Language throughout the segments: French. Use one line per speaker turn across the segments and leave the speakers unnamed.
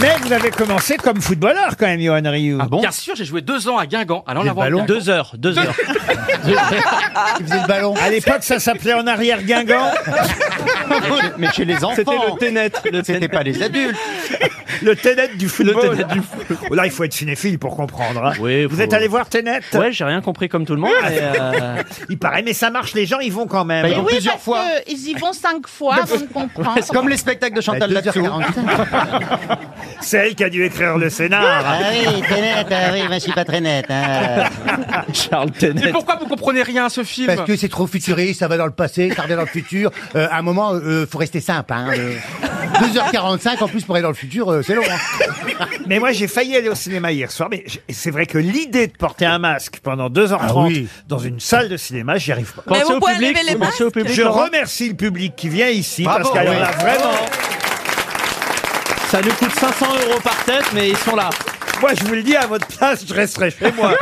Mais vous avez commencé comme footballeur quand même, Johan Rioux. Ah
Bien sûr, j'ai joué deux ans à Guingamp. Alors
J'ai
l'avant
le ballon.
Guingamp.
Deux heures, deux heures.
Il faisait le ballon.
À l'époque, ça s'appelait en arrière Guingamp.
Mais chez les enfants.
ténet.
C'était pas les adultes.
Le Ténet du football.
Le Ténet du
Oh Là, il faut être cinéphile pour comprendre. hein.
Oui,
vous
faut-
êtes allé voir Ténet
Ouais, j'ai rien compris comme tout le monde. mais, euh,
Il paraît, mais ça marche, les gens y vont quand même.
Bah, ils
Mais
vont
Eh ben, oui,
plusieurs
parce
fois.
que ils y vont cinq fois avant de comprendre.
Comme les spectacles de Chantal
Bah,
Latsou.
C'est elle qui a dû écrire le scénar.
Ah oui, t'es nette, ah oui, moi je suis pas très nette. hein.
Charles
Mais
Ténet.
pourquoi vous comprenez rien à ce film
Parce que c'est trop futuriste, ça va dans le passé, ça revient dans le futur. Euh, à un moment, euh, faut rester simple. Hein, euh. 2h45 en plus pour aller dans le futur, euh, c'est long. hein.
Mais moi, j'ai failli aller au cinéma hier soir. Mais j- c'est vrai que l'idée de porter un masque pendant 2h30
Ah oui.
dans une salle de cinéma, j'y arrive pas.
Pensez
vous
au
pouvez
public,
lever les
pensez au public,
Je
Laurent.
remercie le public qui vient ici
Bravo,
parce qu'alors
oui.
là, vraiment,
Ça nous coûte 500 euros par tête, mais ils sont là.
moi, je vous le dis, à votre place, je resterai chez moi.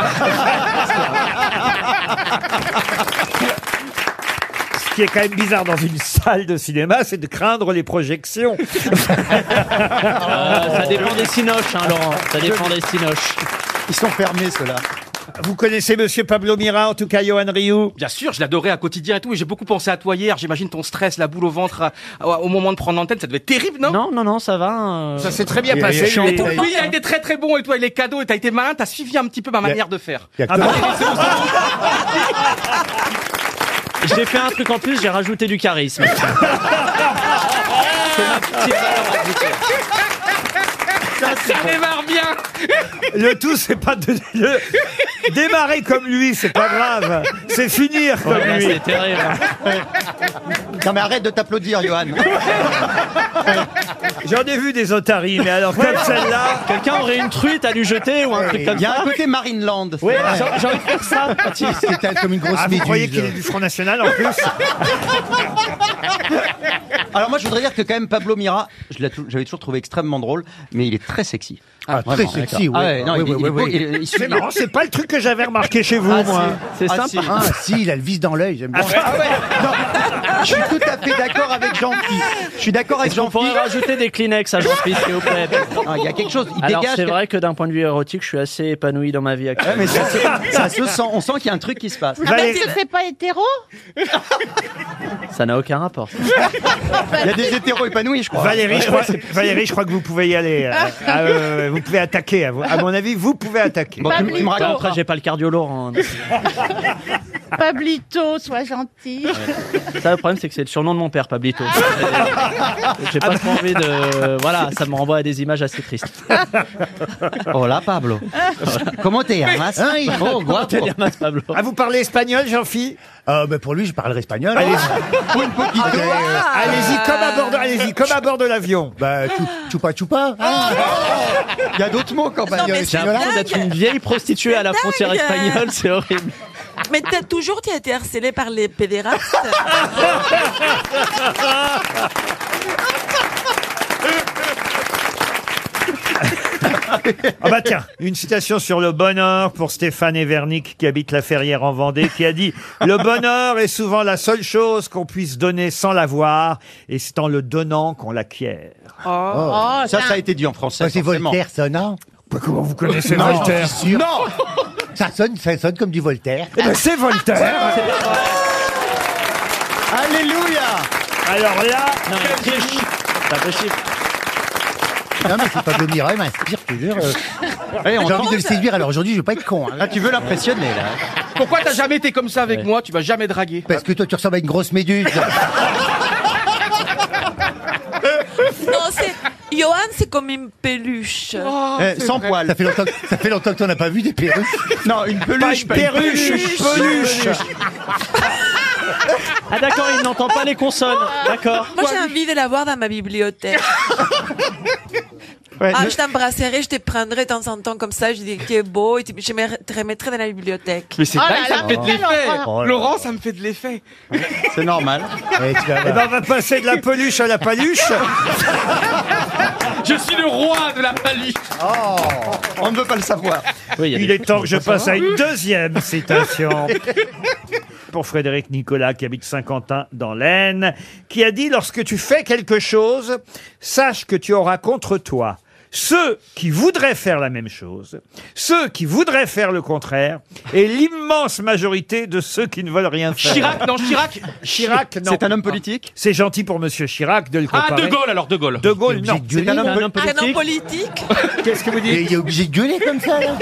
Ce qui est quand même bizarre dans une salle de cinéma, c'est de craindre les projections.
Euh, ça dépend des cinoches, hein, Laurent. Ça dépend des cinoches.
Ils sont fermés, ceux-là.
Vous connaissez Monsieur Pablo Mira, en tout cas Johan Rioux
Bien sûr, je l'adorais à quotidien et tout, et j'ai beaucoup pensé à toi hier. J'imagine ton stress, la boule au ventre à- à- au moment de prendre l'antenne, ça devait être terrible, non,
Non, non, non, ça va. euh,
Ça s'est très bien
Il y a- il y a
passé.
chiant,
lui.
il y a-
Oui, il a été très très bon et toi, les cadeaux, et t'as été malin, t'as suivi un petit peu ma manière de faire.
Il y a que
Ah
toi.
bon
J'ai fait un truc en plus, j'ai rajouté du charisme. C'est ma petite valeur ajoutée.
Ça démarre bien
Le tout, c'est pas de de- démarrer comme lui, c'est pas grave. C'est finir comme
Ouais, là,
lui.
Ah, c'est terrible. hein.
Non mais arrête de t'applaudir, Johan.
J'en ai vu des otaries, mais alors comme celle-là.
Quelqu'un aurait une truite à lui jeter ou un truc comme
Il y a
ça
un côté Marine Land.
Ouais, j'ai- j'ai envie de faire ça. quand il-
C'était comme une grosse
Ah, vous
méduse.
croyez qu'il est du Front National en plus
Alors moi, je voudrais dire que quand même Pablo Mira, je l'ai tou- j'avais toujours trouvé extrêmement drôle, mais il est très sexy.
Ah,
Vraiment,
très
d'accord.
sexy,
Ah ouais, non, il est- il est beau, il est- il
C'est
suit-
marrant, c'est pas le truc que j'avais remarqué chez vous, moi.
C'est
Ah, si.
sympa.
Ah, si, il a le vice dans l'œil, j'aime bien.
Ah
Non, je suis tout à fait d'accord avec jean Je suis d'accord avec
On
jean
pourrait rajouter des Kleenex à Jean-Philippe, s'il vous plaît.
Ah, Il y a quelque chose, il
Alors,
dégage.
c'est
quelque-
vrai que d'un point de vue érotique, je suis assez épanoui dans ma vie actuelle.
Ouais, mais ça, se- ça se sent, on sent qu'il y a un truc qui se passe.
Ah ben,
Valérie-
c'est- c'est pas hétéro
Ça n'a aucun rapport. ça.
Il y a des hétéros épanouis, je crois.
Valérie, je crois, Valérie, je crois que vous pouvez y aller. euh, ah, ouais, ouais, ouais, vous pouvez attaquer. à vo- À mon avis, vous pouvez attaquer.
Bon, tu, m- tu me
Pablito.
racontes.
Après, j'ai pas le cardio Laurent.
Pablito, sois gentil.
Ça, le problème, c'est que c'est le surnom de mon père, Pablito.
Ah.
Et- J'ai pas trop envie de. Voilà, ça me renvoie à des images assez tristes.
Oh là, Pablo. Comment t'es, hein, mas- hein, il faut, guapo.
Mas Pablo.
Ah, vous parlez espagnol, Jean-Phi
Ah, ben, pour lui, je parlerai espagnol. Pour une petite.
Allez-y comme à bord de, allez-y comme à bord de l'avion.
Bah, chou- choupa choupa. Il y a d'autres mots qu'en
Non, mais
espagnol.
J'ai l'impression d'être une vieille prostituée à la frontière
dingue.
espagnole, c'est horrible.
Mais t'as toujours t'as été harcelé par les pédérastes.
Ah bah tiens, une citation sur le bonheur pour Stéphane Evernick qui habite la Ferrière en Vendée qui a dit "Le bonheur est souvent la seule chose qu'on puisse donner sans l'avoir et c'est en le donnant qu'on l'acquiert."
Oh,
Ça,
là.
ça a été dit en français.
c'est
forcément.
Voltaire, ça, non
Bah, Comment vous connaissez
Non,
Voltaire
j'en suis sûr.
ça sonne, ça sonne comme du Voltaire.
Eh ben, c'est Voltaire.
Alléluia
Alors là,
Non, mais triche. C'est pas possible.
Non, mais c'est pas de Mira, elle m'inspire, je te jure. euh,
Eh, on
J'ai envie
tente-
de le séduire, alors aujourd'hui, je vais pas être con. hein.
Ah, tu veux l'impressionner, là.
Pourquoi t'as jamais été comme ça avec moi Tu m'as jamais dragué.
Parce que toi, tu ressembles à une grosse méduse.
non, c'est. Johan, c'est comme une peluche.
Eh, sans poil.
Euh, Ça fait longtemps, que- ça fait longtemps que t'en as pas vu des perruques.
Non, une
pas une
peluche. pas une-
perruche, peluche.
Ah, d'accord, il n'entend pas les consonnes. D'accord.
Moi, j'ai envie de l'avoir dans ma bibliothèque.
Ouais,
Ah,
ne-
je t'embrasserai, je te prendrai de temps en temps comme ça, je dis tu es beau et tu- je me re- te remettrai dans la bibliothèque.
Mais c'est
Ah
Oh là
dingue, ça
là,
me fait de
quel
l'effet
Oh
horreur.
Laurent, ça me fait de l'effet
C'est normal.
Eh, tu vas
Eh
voir.
ben, on va passer de la peluche à la paluche.
Je suis le roi de la paluche
Oh.
On ne veut pas le savoir.
Oui, il y a
Il
des-
est temps que je passe à une deuxième citation. Pour Frédéric Nicolas, qui habite Saint-Quentin dans l'Aisne, qui a dit Lorsque tu fais quelque chose, sache que tu auras contre toi ceux qui voudraient faire la même chose, ceux qui voudraient faire le contraire, et l'immense majorité de ceux qui ne veulent rien faire.
Chirac, non, Chirac.
Chirac, non. Ah,
C'est un homme politique
C'est gentil pour Monsieur Chirac de le
Ah,
comparer.
De Gaulle alors, De Gaulle.
De Gaulle, non.
C'est un homme,
Un homme
politique
politique
Qu'est-ce que vous dites
Et il est obligé de gueuler comme ça, là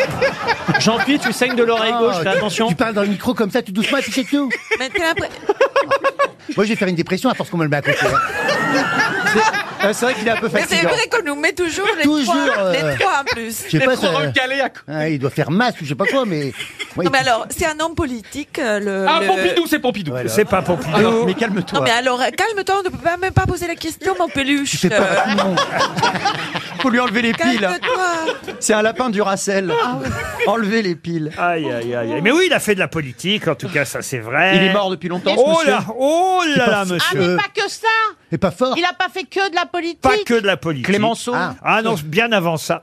Jean-Pierre, tu saignes de l'oreille gauche, fais
Ah, tu-
attention.
Tu parles dans le micro comme ça, tout doucement, et puis c'est tout.
Mais t'as l'impr-
Moi, je vais faire une dépression à force qu'on me le met à côté. hein.
Ah, C'est vrai qu'il est un peu
Mais c'est vrai qu'on nous met toujours les
Toujours,
trois,
euh,
les trois en plus.
Je sais pas, ça-
Recalé à...
Ah, il doit faire masse ou je sais pas quoi, mais. Ouais,
Non mais alors, c'est un homme politique, euh, le...
Ah,
le-
Pompidou, c'est Pompidou.
C'est pas Pompidou.
Non
mais calme-toi.
mais alors, euh, calme-toi, on ne peut pas- même pas poser la question, mon peluche.
C'est pas
Euh,
non.
Faut lui enlever les
Calme-toi.
C'est un lapin du Racel. Enlever les piles.
Aïe, aïe, aïe. aïe. Mais oui, il a fait de la politique, en tout cas, ça c'est vrai.
Il est mort depuis longtemps, ce
Oh
monsieur.
là, oh là là,
Ah,
monsieur.
mais
Euh,
pas que ça
Et pas fort.
Il a pas fait que de la politique.
Pas que de la politique.
Clémenceau. Ah.
Ah.
Ah non, bien avant ça.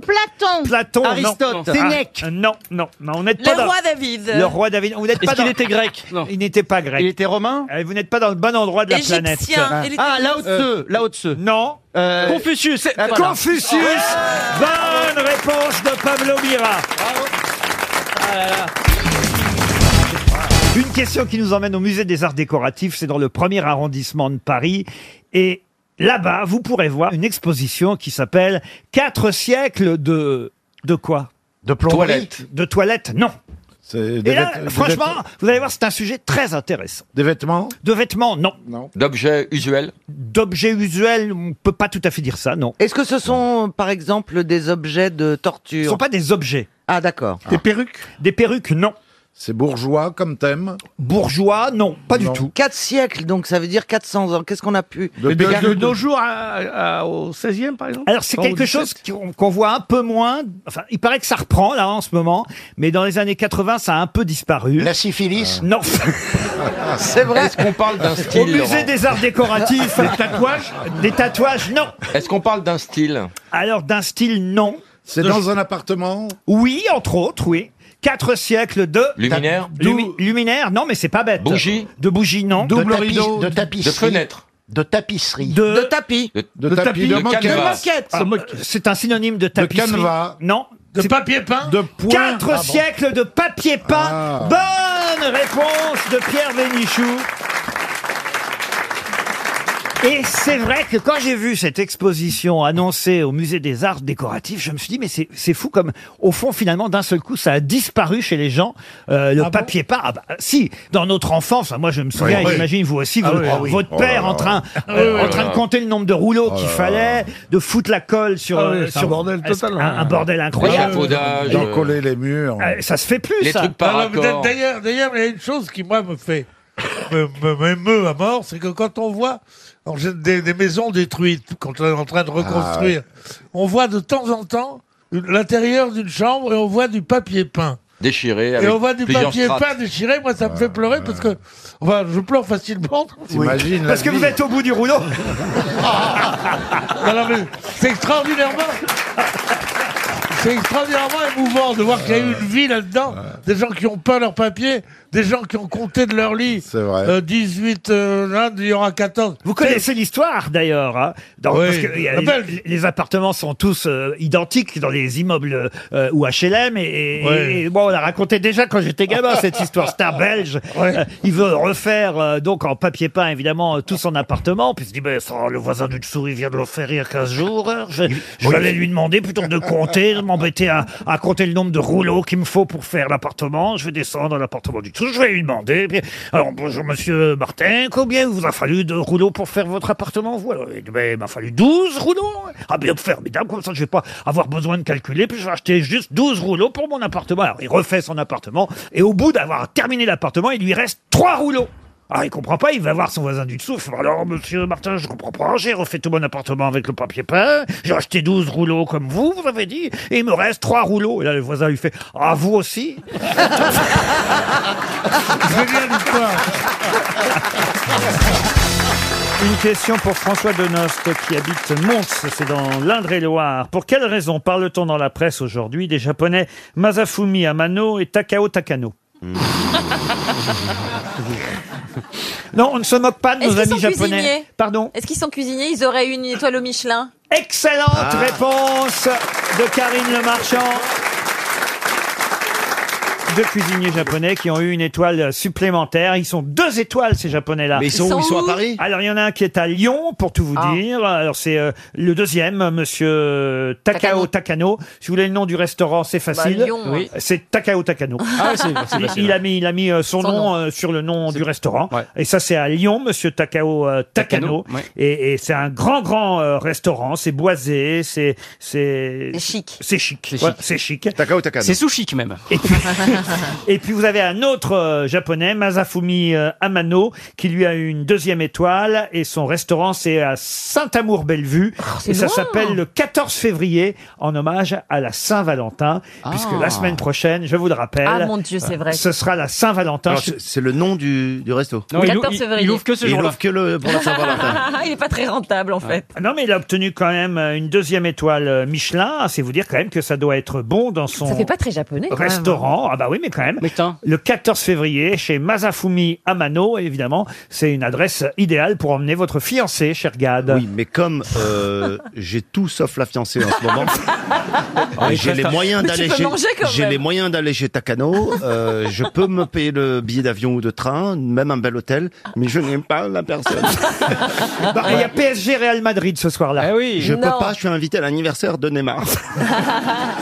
Platon.
Platon, non.
Aristote.
Sénèque.
Ah, non, non, non, on n'êtes pas
Le
dans...
roi David.
Le roi David. Vous n'êtes
Est-ce
pas
qu'il
dans...
était grec
Non.
Il n'était pas grec.
était romain
Euh, Vous n'êtes pas dans le bon endroit de la planète. Euh.
Égyptien. Il était-
Ah, Lao Tse. Lao Tse.
Non.
Euh,
Confucius, c'est-
Confucius. Bonne réponse de Pablo Mira. Ah Une question qui nous emmène au musée des arts décoratifs, c'est dans le premier arrondissement de Paris. Et là-bas, vous pourrez voir une exposition qui s'appelle Quatre siècles de... De quoi
De plomberie.
Toilette.
De toilettes Non.
C'est
Et
des
là,
vêt- des
franchement,
vêt-
vous allez voir, c'est un sujet très intéressant.
Des vêtements
De vêtements, non.
D'objets usuels
D'objets usuels, on peut pas tout à fait dire ça, non.
Est-ce que ce sont, par exemple, des objets de
Ce
torture
sont pas des objets.
Ah, d'accord.
Des perruques
Des perruques, non.
C'est bourgeois comme thème
Bourgeois, non, pas
Non.
du tout. Eh
Quatre siècles, donc ça veut dire 400 ans. Qu'est-ce qu'on a pu
De Pégase-
nos jours à- à- au 16e, par exemple
Alors c'est
Au
quelque
17e.
chose qu'on qu'on voit un peu moins. Enfin, il paraît que ça reprend là en ce moment, mais dans les années 80, ça a un peu disparu. Euh,
La syphilis.
Non,
C'est vrai
Est-ce qu'on parle d'un
au
style
musée
Laurent
des arts décoratifs. des tatouages Des tatouages, non.
Est-ce qu'on parle d'un style
Alors d'un style, non.
C'est dans un appartement
Oui, entre autres, oui. Quatre siècles de...
Luminaire
Lumi- luminaire, non, mais c'est pas bête.
Bougie
De bougie, non.
Double
de tapis-
rideau.
De
De tapisserie.
fenêtre
De tapisserie.
De tapis.
De,
De tapis, de
De
canevas.
canevas
moquette.
Ah, c'est un synonyme de tapisserie.
canevas.
Non.
De papier peint De point.
Quatre siècles de papier peint. Bonne réponse de Pierre Vénichou. Et c'est vrai que quand j'ai vu cette exposition annoncée au musée des arts décoratifs, je me suis dit mais c'est c'est fou comme au fond finalement d'un seul coup ça a disparu chez les gens euh, le papier peint. Ah bah, si dans notre enfance, moi je me souviens,
Oui, oui.
j'imagine vous aussi, vo-
oui, ah oui.
votre
Oh là
père
là.
en train
Ah
euh, en train de compter le nombre de rouleaux qu'il fallait, de foutre la colle sur,
Ah oui,
euh,
c'est un
sur-
bordel total,
un, un
hein.
bordel
Les
incroyable.
chafaudages
D'en
euh,
coller les murs.
Euh, ça se fait plus,
Les
ça.
trucs par
Alors,
accord
D'ailleurs, d'ailleurs, il y a une chose qui moi me fait me- me- m'émeut à mort, c'est que quand on voit en gé- des, des maisons détruites, quand on est en train
Ah,
de reconstruire, on voit de temps en temps une- l'intérieur d'une chambre et on voit du papier peint.
déchirés
Et
avec
on voit du
plusieurs
papier
strates.
peint déchiré, moi ça me fait pleurer parce que enfin, je pleure facilement.
T'imagines la
Parce que
vie.
vous êtes au bout du rouleau.
Non, non, mais c'est extraordinairement. C'est extraordinairement émouvant de voir qu'il y a eu une vie là-dedans. Des gens qui ont peint leur papier, des gens qui ont compté de leur lit.
C'est vrai.
Euh, 18, euh, là, il y aura 14.
Vous connaissez l'histoire d'ailleurs. hein. Dans-
Oui,
parce que, il y a-
la belle.
les, les appartements sont tous euh, identiques dans les immeubles euh, ou HLM. Et, et-
Oui.
et bon, on l'a raconté déjà quand j'étais gamin cette histoire. Star belge.
Ouais.
Euh, il veut refaire euh, donc en papier peint évidemment euh, tout son appartement. Puis il se dit ben, ça, le voisin du dessous il vient de le faire rire 15 jours. hein. Je, je vais aller lui demander plutôt que de compter, de m'embêter à, à compter le nombre de rouleaux qu'il me faut pour faire l'appartement. Je vais descendre dans l'appartement du dessous. Je vais lui demander. Puis, alors bonjour monsieur Martin, combien vous a fallu de rouleaux pour faire votre appartement vous Alors, il dit, ben, il m'a fallu 12 rouleaux. Ah bien formidable, comme ça je vais pas avoir besoin de calculer. Puis je vais acheter juste 12 rouleaux pour mon appartement. Alors il refait son appartement et au bout d'avoir terminé l'appartement, il lui reste 3 rouleaux. Ah, il comprend pas, il va voir son voisin du dessous. il fait, Alors, monsieur Martin, je comprends pas, j'ai refait tout mon appartement avec le papier peint, j'ai acheté 12 rouleaux comme vous, vous avez dit, et il me reste 3 rouleaux. Et là, le voisin lui fait, ah, vous aussi
Génial histoire.
Une question pour François Denost qui habite Mons, c'est dans l'Indre-et-Loire. Pour quelle raison parle-t-on dans la presse aujourd'hui des Japonais
Hmm.
Masafumi Amano et Takao Takano Non, on ne se moque pas de
Est-ce
nos
qu'ils sont
amis japonais.
cuisiniers
Pardon
Est-ce qu'ils sont cuisiniers Ils auraient une étoile au Michelin
Excellente
Ah.
réponse de Karine Le Marchand. Deux cuisiniers japonais qui ont eu une étoile supplémentaire. Ils sont deux étoiles, ces japonais-là.
Mais ils sont Ils où sont Ils sont à où Paris Ah.
Alors, il y en a un qui est à Lyon, pour tout vous dire. Alors, c'est euh, le deuxième, monsieur Takao Takano. Si vous voulez le nom du restaurant, c'est facile.
Bah, Lyon, Oui.
C'est Takao Takano.
Ah, ouais, c'est- c'est
Il-
facile.
il a mis, il a mis euh, son, nom euh, sur le nom du restaurant. Et ça, c'est à Lyon, monsieur Takao euh, Takano.
Takano, ouais.
Et, et c'est un grand, grand euh, restaurant. C'est boisé, c'est, c'est.
C'est chic.
C'est chic.
chic.
Voilà, C'est chic. Takao Takano.
C'est sous-chic même.
Et puis vous avez un autre euh, japonais, Masafumi euh, Amano, qui lui a eu une deuxième étoile et son restaurant c'est à Saint-Amour-Bellevue
Oh,
c'est
et ça
loin.
s'appelle le 14 février en hommage à la Saint-Valentin puisque la semaine prochaine, je vous le rappelle, euh,
Ah, mon Dieu, c'est vrai.
Ce sera la Saint-Valentin.
Alors, c'est- C'est le nom du, du resto.
Non, il 14
ou-
février.
Il
Il
ouvre que le pour la Saint-Valentin.
Il n'est pas très rentable en fait.
Ah. Non mais il a obtenu quand même euh, une deuxième étoile euh, Michelin, c'est vous dire quand même que ça doit être bon dans son
Ça fait pas très japonais. quand même.
Restaurant, ah bah oui, mais quand même. Le 14 février, chez Masafumi Amano, évidemment, c'est une adresse idéale pour emmener votre fiancé, cher Gad.
Oui, mais comme euh, j'ai tout sauf la fiancée en ce moment,
Ah,
euh,
il
j'ai
reste
les
à-
moyens
Mais tu
d'aller
peux
chez
manger quand
j'ai
même.
les moyens d'aller chez Takano, euh, je peux me payer le billet d'avion ou de train, même un bel hôtel, mais je n'aime pas la personne.
Bah, Il y a PSG Real Madrid ce soir-là.
Eh oui. Je
Non.
peux pas, je suis invité à l'anniversaire de Neymar.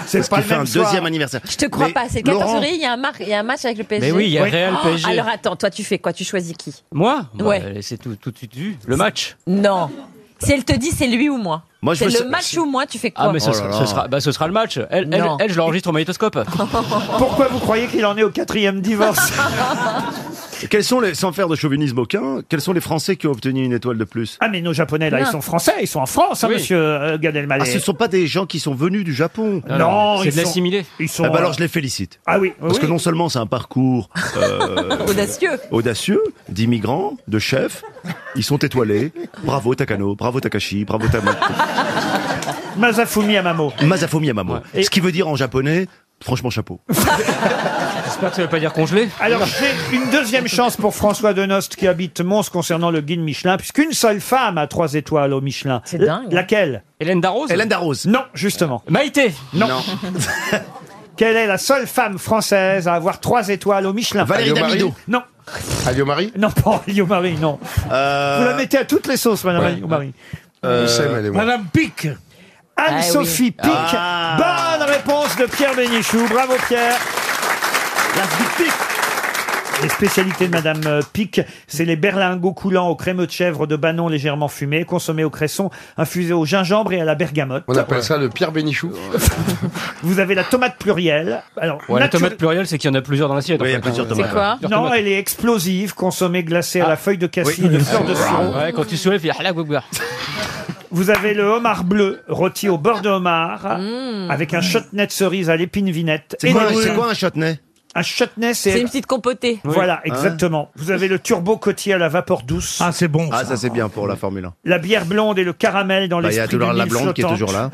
C'est
Parce qu'il
pas le
fait
même
un
soir.
deuxième anniversaire.
Je te crois
Mais
pas, c'est le 14
Laurent,
février, il y, a un mar- il y a un match avec le PSG.
Mais oui, il y a Real PSG.
Oh, Alors attends, toi tu fais quoi Tu choisis qui
Moi Bah,
Ouais.
C'est tout, tout de suite vu. Le match
Non. Si elle te dit c'est lui ou moi,
Moi, je
c'est
veux
le
sa-
match ou moi, tu fais quoi
Ah,
Oh
mais ce, sera, ce sera- bah, ce sera le match. Elle, elle,
Non.
elle, je l'enregistre au magnétoscope.
Pourquoi vous croyez qu'il en est au quatrième divorce
Quels sont les, sans faire de chauvinisme aucun, quels sont les Français qui ont obtenu une étoile de plus
Ah mais nos Japonais là, ils sont français, ils sont en France, hein,
Oui.
monsieur euh, Gad Elmaleh.
Ah, ce ne sont pas des gens qui sont venus du Japon.
Non, Non, c'est ils de sont-
l'assimilé.
ils sont,
Ah bah alors
euh,
je les félicite.
Ah oui.
Parce
oui.
que non seulement c'est un parcours euh,
Audacieux.
audacieux d'immigrants, de chefs, ils sont étoilés. Bravo Takano, bravo Takashi, bravo Tamo.
Masafumi Amamo.
Masafumi Amamo. Ce qui veut dire en japonais, franchement chapeau.
J'espère que ça veut pas dire congelé.
Alors j'ai une deuxième chance pour François Denost qui habite Mons concernant le guide Michelin, puisqu'une seule femme a trois étoiles au Michelin. C'est
dingue. hein.
Laquelle
Hélène Darroze
Hélène Darroze.
euh, Non, justement.
Maïté
Non. Quelle est la seule femme française à avoir trois étoiles au Michelin
Valérie Alio Marie Damido.
Non.
Alio Marie
Non, pas Alio Marie, non.
Euh,
Vous la mettez à toutes les sauces, madame
Ouais.
Alio Marie.
Euh, Sam, elle est moi.
Madame Pic.
Anne-Sophie
Ah oui.
Pic.
Ah.
Bonne réponse de Pierre Bénichou. Bravo, Pierre. Les spécialités de Madame euh, Pic, c'est les berlingots coulants au crémeux de chèvre de banon légèrement fumé, consommés au cresson, infusés au gingembre et à la bergamote.
On appelle ça le Pierre Bénichou.
Vous avez la tomate plurielle. Alors,
Ouais, la
nature-
tomate plurielle, c'est qu'il y en a plusieurs dans l'assiette. en fait. hein.
Non, elle est explosive, consommée glacée à la feuille de cassis et de fleur de sirop.
Ah. Ouais, quand tu soulèves, il y a la gougouga.
Vous avez le homard bleu rôti au beurre de homard Ah.
Mmh.
avec un chutney de cerise à l'épine vinette.
C'est
Et
quoi,
des-
c'est quoi un chutney
Un chutney,
C'est
c'est...
une petite compotée.
Voilà,
Oui. Hein
exactement. Vous avez le turbo côtier à la vapeur douce. Ah,
c'est bon.
Ah ça c'est bien pour la Formule 1.
La bière blonde et le caramel dans
Bah, il y a
l'esprit
toujours
du
la
mille
blonde qui est
flottante.
toujours là.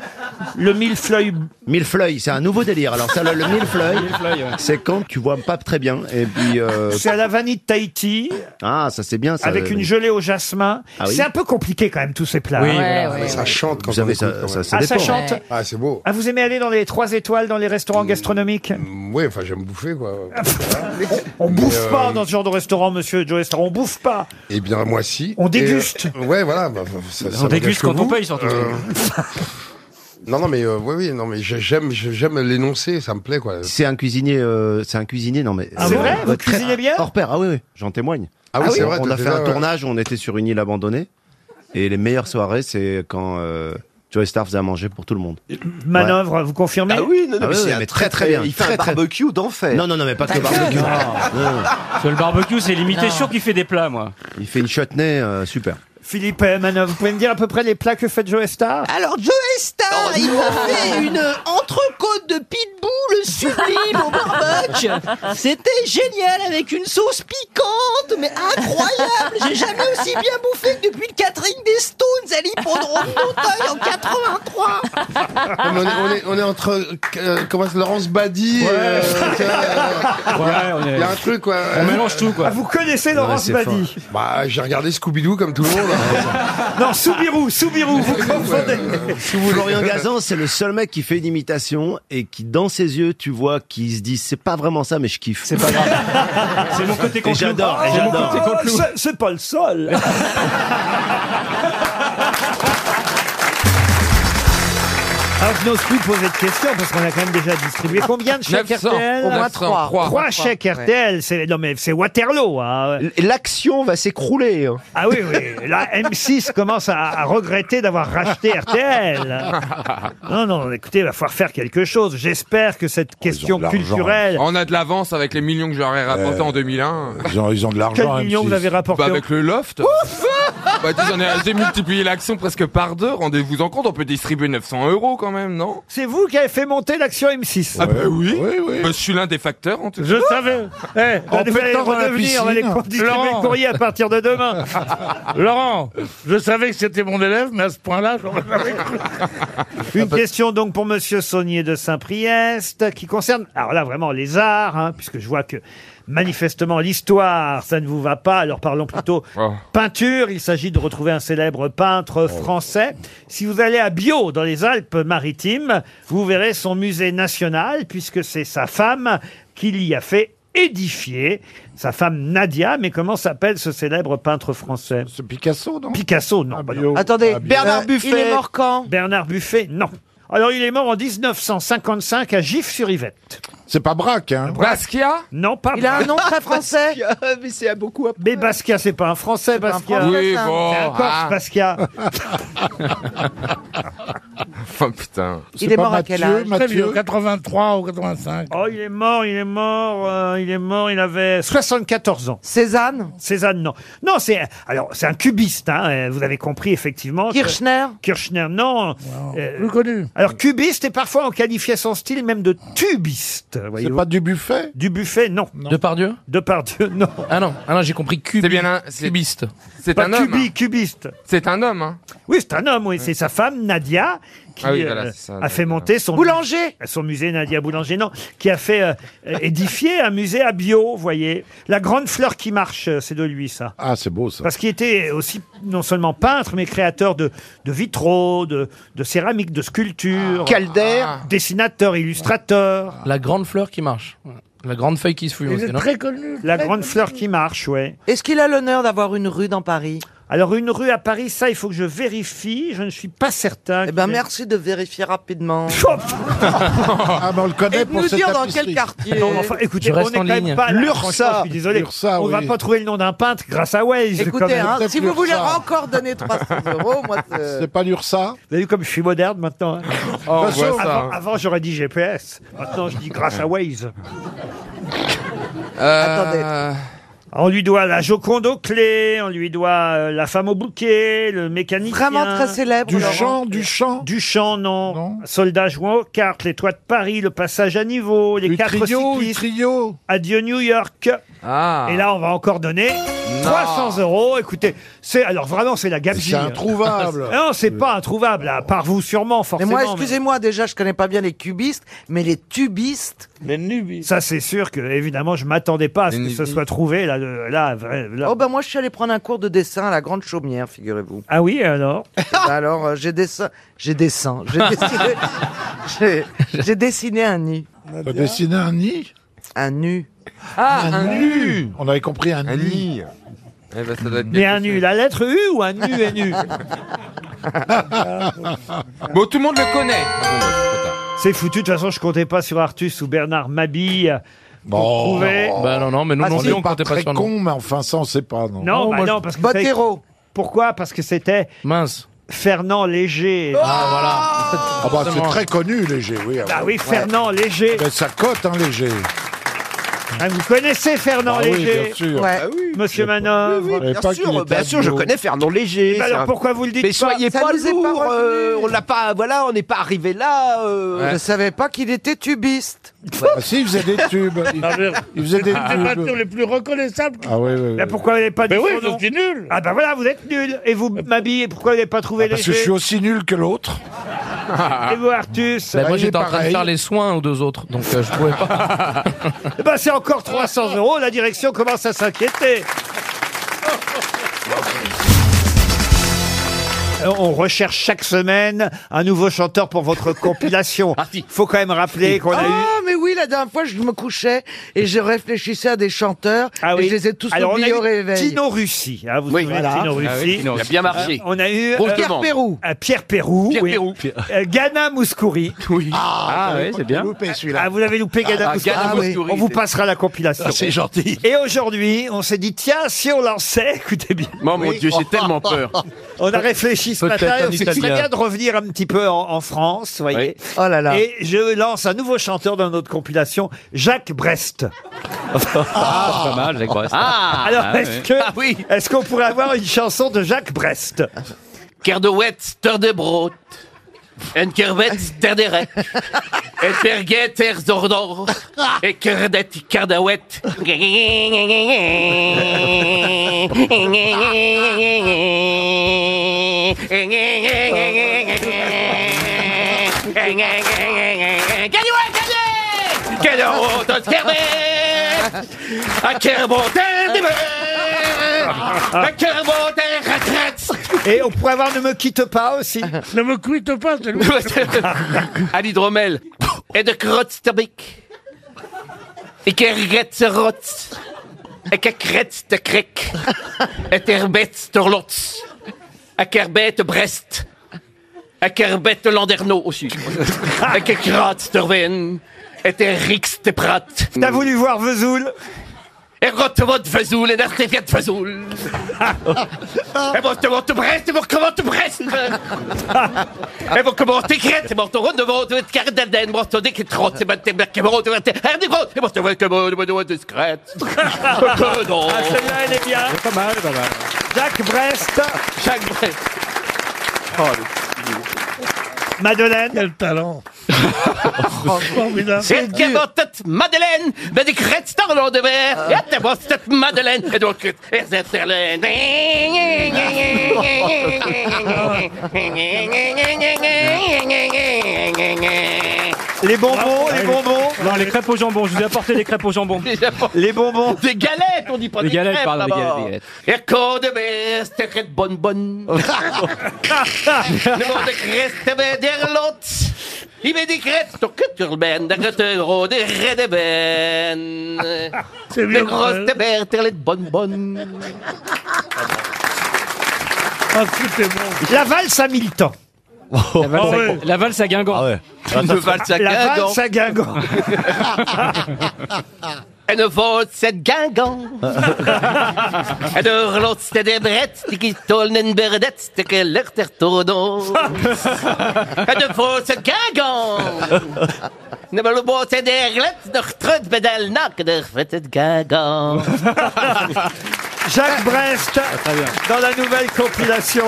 Le millefeuille.
Millefeuille, c'est un nouveau délire. Alors ça, le, le millefeuille, c'est quand tu vois pas très bien. Et puis euh,
Ah, C'est à la vanille de Tahiti
ah ça c'est bien. Ça,
avec une gelée au jasmin.
Ah oui
C'est un peu compliqué quand même tous ces plats.
Oui,
hein.
voilà. Ouais, Mais ouais, ça ouais. chante quand Vous on savez, écoute, ça- quand ça- même. ça
Ah, ça
dépend. hein.
chante.
Ouais.
Ah, c'est beau. Ah, vous aimez aller dans les trois étoiles dans les restaurants gastronomiques
Oui, Mm. enfin j'aime bouffer quoi.
On
Mais,
bouffe
euh,
pas dans ce genre de restaurant, monsieur Joe Star. On bouffe pas.
Eh bien moi si.
On
Et,
déguste.
euh, ouais voilà. bah, ça- ça
On
n'engage
déguste
que
quand on
vous.
paye, surtout.
non non mais euh, oui oui non mais j'ai- j'aime j'aime l'énoncé, ça me plaît quoi.
C'est un cuisinier, euh, c'est un cuisinier, non mais.
Ah C'est bon vrai Vous
Très-
cuisinez bien
Hors pair, ah oui, oui, j'en témoigne.
Ah oui, c'est vrai,
On a
t'étais
fait
là,
un
ouais.
tournage, on était sur une île abandonnée, et les meilleures soirées, c'est quand euh, Joey Star faisait à manger pour tout le monde.
Manœuvre, vous confirmez
Ah oui, non, non, mais c'est un très, très bien.
Il fait
Très,
un
très-
barbecue d'enfer.
Non, non, non, mais pas que le barbecue.
Parce que le barbecue, c'est limité.
Non.
Sûr qu'il fait des plats, moi.
Il fait une chutney euh, super.
Philippe euh, Manœuvre, vous pouvez me dire à peu près les plats que fait Joe Star
Alors, Joe
Oh,
Star, il m'a fait une entrecôte de pitbull sublime au barbecue. C'était génial avec une sauce piquante, mais incroyable. J'ai jamais aussi bien bouffé que depuis le catering des Stones à l'hippodrome de Monteuil en 83.
Non, mais on, est, on, est, on est entre euh, comment c'est, Laurence Badi.
Ouais.
euh, tu vois, euh,
Ouais,
il y a-
on est-
Il y a un truc quoi.
On mélange tout, quoi. Ah, vous connaissez Laurence
c'est
Badi
fort. Bah j'ai regardé Scooby-Doo comme tout le monde. hein.
non Soubirou, Soubirou, vous confondez.
Florian Gazan, c'est le seul mec qui fait une imitation et qui, dans ses yeux, tu vois, qui se dit c'est pas vraiment ça, mais je kiffe. C'est pas grave.
C'est mon
côté Canteloup. Et j'adore.
Oh, c'est- C'est pas le seul. Alors, je n'ose plus poser de questions parce qu'on a quand même déjà distribué combien de chèques
900,
RTL
au moins 900, trois. trois.
Trois
Trois,
chèques
ouais.
RTL. C'est, non, mais c'est Waterloo. hein.
L'action va s'écrouler.
Ah oui, oui. La M6 commence à, à regretter d'avoir racheté RTL.
Ah,
Non, non, écoutez, il va falloir faire quelque chose. J'espère que
Oh,
cette question culturelle.
On a de l'avance avec les millions que j'aurais rapporté
Euh,
en 2001.
Ils ont, ils ont de l'argent.
Quel million
M6.
vous avez rapporté
Bah, avec le loft. Ouf bah, dis, j'en ai, j'ai multiplié l'action presque par deux. Rendez-vous en compte, on peut distribuer 900 euros quand même, non
C'est vous qui avez fait monter l'action M6.
Ah, bah oui. Bah, je suis l'un des facteurs en tout cas.
Je savais. Vous
Eh,
allez redevenir, on va les distribuer le courrier à partir de demain.
Laurent, je savais que c'était mon élève, mais à ce point-là,
Ah,
j'aurais jamais cru.
Une question donc pour Monsieur Saunier de Saint-Priest qui concerne, alors là vraiment les arts, hein, puisque je vois que manifestement l'histoire, ça ne vous va pas, alors parlons plutôt peinture. Il s'agit de retrouver un célèbre peintre français. Si vous allez à Bio, dans les Alpes-Maritimes, vous verrez son musée national, puisque c'est sa femme qui l'y a fait édifier. Sa femme Nadia, mais comment s'appelle ce célèbre peintre français C'est Picasso, non Picasso, non. bah non.
Attendez, Ah, Bio. Bernard
Euh,
Buffet.
il est mort quand Bernard Buffet, non. Alors, il est mort en 1955 à Gif-sur-Yvette. C'est pas Braque, hein
Basquiat
Non, pas
Il a un nom très français.
mais c'est beaucoup Mais Basquiat, c'est pas un français,
un
Basquiat.
Français, Oui, ça. bon,
C'est un Corse,
ah.
Basquiat.
oh putain.
Très vieux, 83 ou 85.
Oh, il est mort, il est mort, euh, il est mort, il avait 74 ans. Cézanne Cézanne, non. Non, c'est alors c'est un cubiste, hein, euh, vous avez compris, effectivement. que-
Kirchner
Kirchner, non. plus connu. Alors, cubiste, et parfois on qualifiait son style même de tubiste. C'est pas du buffet Du buffet, non. De Pardieu De Pardieu, non. Ah non, ah non j'ai compris cubiste.
C'est bien un c'est-
cubiste.
C'est
Pas
un homme.
cubi, cubiste.
C'est un homme, hein.
Oui, c'est un homme, oui. C'est sa femme, Nadia, qui
Ah oui, voilà,
euh,
c'est ça,
a
Nadia.
fait monter son... Boulanger Son musée, Nadia Boulanger, non, qui a fait euh, euh, édifier un musée à bio, vous voyez. La grande fleur qui marche, euh, c'est de lui, ça.
Ah, c'est beau ça.
Parce qu'il était aussi non seulement peintre, mais créateur de, de vitraux, de, de céramique, de sculptures.
Calder.
Ah.
Dessinateur, illustrateur.
La grande fleur qui marche. La grande feuille qui se fouille. aussi, non
connu. La grande fleur qui marche, ouais. Est-ce qu'il a l'honneur d'avoir une rue dans Paris Alors une rue à Paris, ça, il faut que je vérifie. Je ne suis pas certain. Eh
ben merci de vérifier rapidement.
ah
ben, on le connaît Et de pour nous ses dire dans tapisseries. quel quartier.
Non, mais enfin, écoutez,
Je
on
reste
est quand
en
même
ligne.
pas là,
L'Ursa.
franchement, Je suis désolé.
L'Ursa,
on va
oui.
pas trouver le nom d'un peintre grâce à Waze. quand
Écoutez,
même.
hein, si vous voulez encore donner 300 euros, moi... euh,
C'est pas l'Ursa Vous avez vu comme je suis moderne maintenant. hein
Oh,
Oh,
on voit
avant,
hein.
Ah.
ça.
avant, j'aurais dit GPS. Maintenant je dis grâce à Waze.
Attendez.
On lui doit la Joconde aux clés, on lui doit euh, la femme au bouquet, le mécanicien.
Vraiment très célèbre, Du Laurent. chant,
du chant. Du chant, non. Soldats jouant aux cartes, les toits de Paris, le passage à niveau, les quatre
trio,
cyclistes. Adieu New York. Et là, on va encore donner 300 euros. Écoutez, c'est alors vraiment c'est la gabegie. hein.
C'est introuvable.
non, c'est pas introuvable. À part vous, sûrement,
Mais
forcément.
moi,
mais-
excusez-moi, déjà, je connais pas bien les cubistes, mais les tubistes...
Les nubis. Ça, c'est sûr que, évidemment, je m'attendais pas à ce que ce soit trouvé. Là, le- là, vrai- là.
Oh ben moi je suis allé prendre un cours de dessin à la Grande Chaumière, figurez-vous.
Ah oui, alors
Alors euh, j'ai dessin, j'ai dessin, j'ai dessiné, j'ai- j'ai dessiné un nid.
T'as dessiné un nid
Un nu.
Ah, un nu.
On avait compris un,
Un
nid.
nid. Eh ben, ça doit être
Mais un nu, la lettre U ou un nu et nu
Bon, tout le monde le connaît. Ah bon, bah, c'est trop tard.
C'est foutu. De toute façon, je comptais pas sur Artus ou Bernard Mabille. Bon. Trouver.
Bah
Bah,
Ah,
on est Ah, pas très con, mais enfin ça on sait pas non.
Non, bah non, parce que. c'est- Pourquoi Parce que c'était. Mince. Fernand Léger.
Ah voilà. Ah bah c'est
Justement.
très connu léger, oui.
Ah oui, Fernand Léger.
Mais ça cote hein léger.
Ah, vous connaissez Fernand
Ah oui,
Léger
bien sûr. Ouais. Ah oui.
Monsieur
Je sais pas.
Manon.
Oui, oui, bien Je savais pas sûr, qu'il était bien à sûr, je Bio. connais
Fernand Léger.
c'est
alors
un-
pourquoi vous le dites
Mais soyez
pas,
pas lourd, euh, on l'a pas, voilà, on n'est pas arrivé là. euh, bah
Je savais pas qu'il était tubiste. Ah,
Ah si, il faisait des tubes. Il, il faisait des
C'est pas
tubes.
tous Ah, les plus reconnaissables.
Ah oui, oui, oui.
Là, pourquoi vous n'avez pas
Mais
dit
oui,
son
je
nom
suis nul.
Ah bah voilà, vous êtes nul. Et vous, Mabille, pourquoi vous n'avez pas trouvé
Parce
Léger
que je suis aussi nul que l'autre.
Et vous, Artus
Bah, moi, j'étais en train de faire les soins aux deux autres, donc euh, je pouvais pas.
Eh ben, c'est encore 300 euros. La direction commence à s'inquiéter. Euh, On recherche chaque semaine un nouveau chanteur pour votre compilation. Faut quand même rappeler qu'on a eu.
Ah, mais oui, la dernière fois, je me couchais et je réfléchissais à des chanteurs.
Ah
Et je les ai tous
Alors, on a
oubliés
eu
au réveil.
Tino Russi. hein, vous vous souvenez de
voilà.
Tino
Ah oui,
Russi.
Tino Il a bien Russi. marché.
Euh, On a eu.
Grosse Pierre demande. Perroux.
Euh, Pierre Perrou.
Pierre
Perrou. Ghana Mouskouri. Oui.
Ah,
oui, c'est bien. Ah, vous l'avez loupé,
Ah,
Ghana
ah,
Mouskouri.
Ghana
Ah, oui.
Mouskouri,
On vous
c'est-
passera la compilation.
Ah, c'est gentil.
Et aujourd'hui, on s'est dit, tiens, si on lançait, écoutez bien.
Oh, mon Oui. Dieu, j'ai tellement peur.
On a réfléchi ce
Peut-être
matin et
un
on s'est dit,
Italien.
c'est bien de revenir un petit peu en, en France, vous voyez. Oh là
là.
Et je lance un nouveau chanteur dans notre compilation, Jacques Brest.
Ah, pas mal, Jacques Brest. Ah,
Alors,
ah,
bah
est-ce
ouais.
que, est-ce qu'on pourrait avoir une chanson de Jacques Brest
Ker de wet, ter de brood. En kerwet, ter de rek. En perget, ter zordor. Et kerdet, ker de wet. Gagné, ouais, gagné Ker de rood, ter kerwet. A kerbot, ter de wet. A kerbot, ter retret.
Et on pourrait avoir Ne me quitte pas aussi.
Ne me quitte pas, c'est le-
à l'hydromel. Et de crotte stomique. Et kergret rot. Et kakret de krek. Et terbet de lot. Et kerbet brest. Et kerbet de landerneau aussi. Et kakrat de ven. Et terrix de prat.
T'as voulu voir Vesoul
Et rotvot Vesoul. Et d'artefiat Vesoul. Et votre de votre brest. Et votre comment brest. Et vous commentez crête, et votre ronde de votre cardadène, votre dé qui trotte, et votre débarque, et votre débarque, et votre débarque, et votre débarque, et votre débarque discrète. Que non.
Ah, celle-là, elle est bien.
Pas mal, pas mal.
Jacques Brest.
Jacques Brest.
Madeleine.
Quel talent.
C'est que votre Madeleine, mais des crêtes dans l'eau de verre, et de votre Madeleine, et donc, et c'est Madeleine.
Les bonbons, les bonbons.
Non, les crêpes au jambon. Je vous ai apporté des crêpes au jambon.
Les bonbons.
Des galettes, on dit pas
Des
des,
galettes,
crêpes,
pardon, des
d'abord.
galettes,
Et quand de best, et crêpes bonnes bonnes. Le monde reste avec des lots. Il met des crêtes, ton que tu rebènes, des crêtes gros, des raies de benne.
C'est
Des
bien,
grosses
hein.
de e bête, des galettes bonnes bonnes.
Ah, c'était bon.
La valse à mille temps.
La
Ah
valse,
Ah
à- la valse à Guingamp.
Ah
Le valse à
La
Guingamp.
valse à Guingamp.
Et de vol, c'est Guingamp. Et de relot, c'est des brettes, c'est qui tournent une berdette, c'est que leur terre tourne. Et de vol, c'est Guingamp. Ne me le bon, c'est des relettes, de retraite, mais d'elle n'a que de fête de Guingamp.
Jacques Brest. Dans la nouvelle compilation.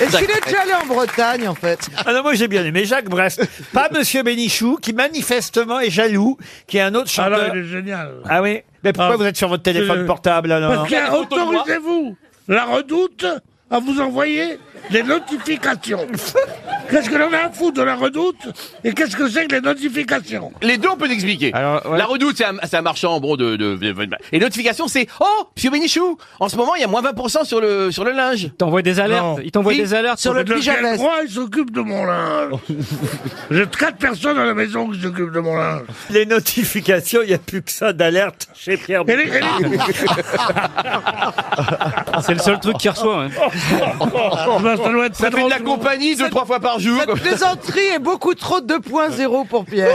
Est-ce qu'il est déjà allé en Bretagne, en fait
Ah non, moi j'ai bien aimé Jacques Brest. Pas Monsieur Bénichou, qui manifestement est jaloux, qui est un autre
Ah
chanteur.
là, il est génial.
Ah oui Mais pourquoi
Ah,
vous êtes sur votre téléphone
je-
portable alors
Parce que autorisez-vous la redoute à vous envoyer des notifications. qu'est-ce que l'on a à foutre de la redoute et qu'est-ce que c'est que les notifications
Les deux, on peut l'expliquer. La redoute, c'est un, c'est un marchand, bon, de, de, de- de- Et notification, c'est Oh, Monsieur Bénichou, en ce moment, il y a moins 20% sur le, sur le linge.
T'envoies des alertes. Il t'envoie
Oui,
des alertes
sur le
De
pyjama.
quel droit ils s'occupent de mon linge J'ai quatre personnes à la maison qui s'occupent de mon linge.
Les notifications, il n'y a plus que ça d'alerte chez Pierre
Et les- et les-
C'est le seul truc qu'il reçoit. hein.
Bah,
Oh.
Ça fait de la compagnie deux, trois fois par jour.
Cette plaisanterie est beaucoup trop 2.0 pour Pierre.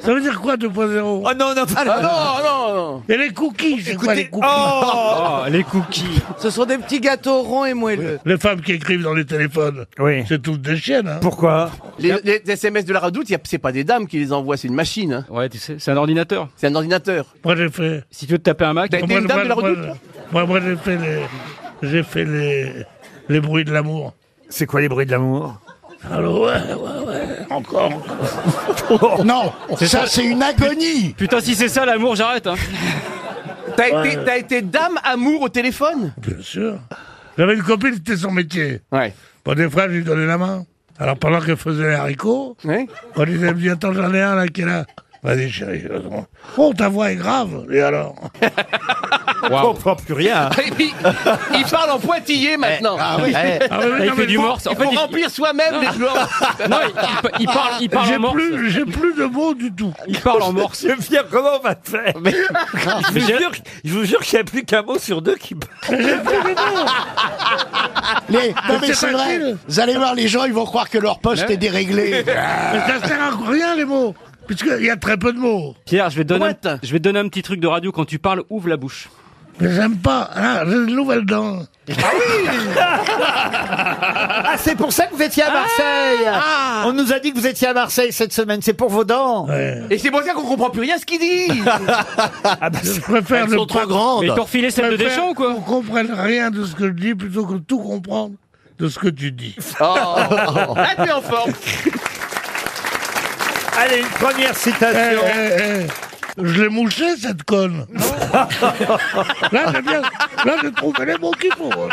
Ça veut dire quoi 2.0
Oh non, non, pas
Ah non, non, non.
Et les cookies, c'est quoi les cookies
Oh,
les cookies.
Ce sont des petits gâteaux ronds et moelleux.
Les femmes qui écrivent dans les téléphones,
oui.
c'est toutes des chiennes. Hein.
Pourquoi
Les, les- les SMS de la redoute, y a- c'est pas des dames qui les envoient, c'est une machine. hein.
Ouais, tu sais, c'est un ordinateur.
C'est un ordinateur.
Moi j'ai fait.
Si tu veux te taper un Mac,
T'as été une dame de la redoute toi
Moi, moi j'ai fait les, j'ai fait les, les bruits de l'amour.
C'est quoi les bruits de l'amour
Alors ouais, ouais, ouais, encore, encore.
Oh.
non, ça, c'est une agonie.
Putain, si c'est ça l'amour, j'arrête. hein.
T'as
Ouais.
été, t'as été dame amour au téléphone
Bien sûr. J'avais une copine, c'était son métier.
Ouais.
Bon, des fois, je lui donnais la main. Alors pendant que faisait les haricots, on lui a dit Attends, j'en ai un là qui est là. Vas-y, chérie. Oh, ta voix est grave. Et alors
On comprend plus rien.
Et puis, il parle en pointillé maintenant. Eh,
Ah oui. Ah oui, oui, non, mais il faut-
Il faut remplir soi-même les joueurs.
J'ai plus- J'ai plus de mots du tout.
Il parle en morse. Je me fier comment on va te faire. je, vous jure, je vous jure qu'il n'y a plus qu'un mot sur deux qui.
Les- non, mais
C'est
c'est vrai.
facile.
Vous allez voir, les gens, ils vont croire que leur poche
Hein
Ouais.
est déréglée.
Mais
Ah.
ça sert à rien les mots, puisqu'il y a très peu de mots.
Pierre, je vais, donner
Droite.
un, je vais donner un petit truc de radio. Quand tu parles, ouvre la bouche.
Mais j'aime pas. Ah, j'ai une nouvelle dent.
Ah, c'est pour ça que vous étiez à Marseille.
Ah.
On nous a dit que vous étiez à Marseille cette semaine. C'est pour vos dents.
Et c'est pour ça qu'on comprend plus rien à ce qu'il dit.
Ah bah,
je préfère
Elles
ne
sont
pas-
trop grandes. Mais t'as refilé celle de
Je préfère
Deschamps,
quoi
Qu'on comprenne rien de ce que je dis plutôt que tout comprendre de ce que tu dis.
Oh.
Oh.
Ah,
Là, t'es en forme.
Allez, une première citation.
Eh, Je l'ai mouché, cette conne. là, j'ai bien... là, j'ai trouvé les mots qu'il faut. hein.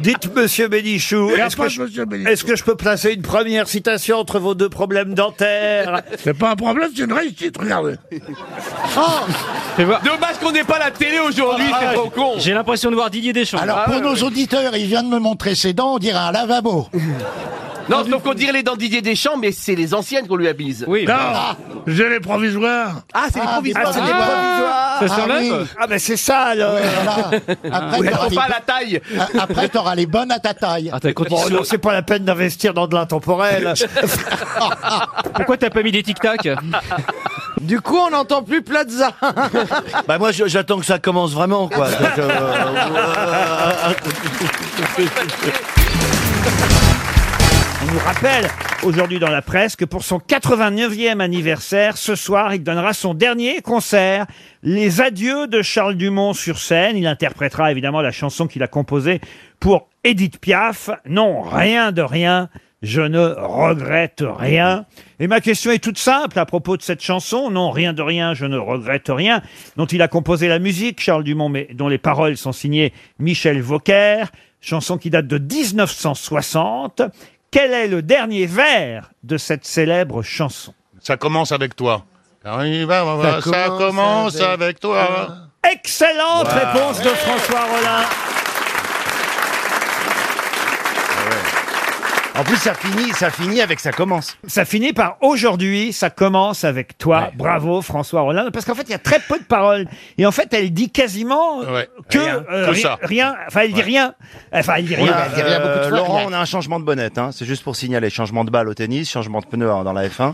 Dites, monsieur Bénichou,
Il y a
est-ce
pas
que,
de
je-
monsieur Bénichou.
est-ce que je peux placer une première citation entre vos deux problèmes dentaires
C'est pas un problème, c'est une réussite, regardez.
Oh
Dommage qu'on n'ait pas la télé aujourd'hui,
Ah,
c'est trop con.
J'ai l'impression de voir Didier Deschamps.
Ah
Ah,
Alors, pour nos auditeurs, il vient de me montrer ses dents, on dirait un lavabo.
Non, donc on dirait les dents de Didier Deschamps, mais c'est les anciennes qu'on lui abuse.
Oui.
Non, j'ai les provisoires.
Ah, c'est les provisoires.
Ah, c'est des provisoires.
Ça s'enlève
Ah, mais c'est ça, alors.
Après,
Elles
t'auras
sont
les-
pas à la taille. Oh,
A- Après, t'auras les bonnes à ta taille.
Ah,
Bon, non, c'est pas la peine d'investir dans de l'intemporel.
Ah,
Pourquoi t'as pas mis des tic-tac
Du coup, on n'entend plus Plaza.
Bah moi je- j'attends que ça commence vraiment quoi. Donc, euh,
On vous rappelle aujourd'hui dans la presse que pour son 89e anniversaire, ce soir, il donnera son dernier concert, Les Adieux de Charles Dumont sur scène. Il interprétera évidemment la chanson qu'il a composée pour Edith Piaf. Non, rien de rien. Je ne regrette rien. Et ma question est toute simple à propos de cette chanson. Non, rien de rien, je ne regrette rien. Dont il a composé la musique, Charles Dumont, mais dont les paroles sont signées Michel Vauquer. Chanson qui date de 1960. Quel est le dernier vers de cette célèbre chanson
Ça commence avec toi. bah, Ça, commence avec, toi.
Excellente
Wow.
réponse de François Rollin.
En plus, ça finit, ça finit avec ça commence.
Ça finit par aujourd'hui, ça commence avec toi. Bravo François Rollin. Parce qu'en fait, il y a très peu de paroles. Et en fait, elle dit quasiment euh, que,
Rien.
euh,
Que
ri-
ça.
rien. Enfin, elle dit rien. Enfin, elle dit rien.
On a, euh, Laurent, on a un changement de bonnette. hein. C'est juste pour signaler changement de balle au tennis, changement de pneu hein, dans la F1.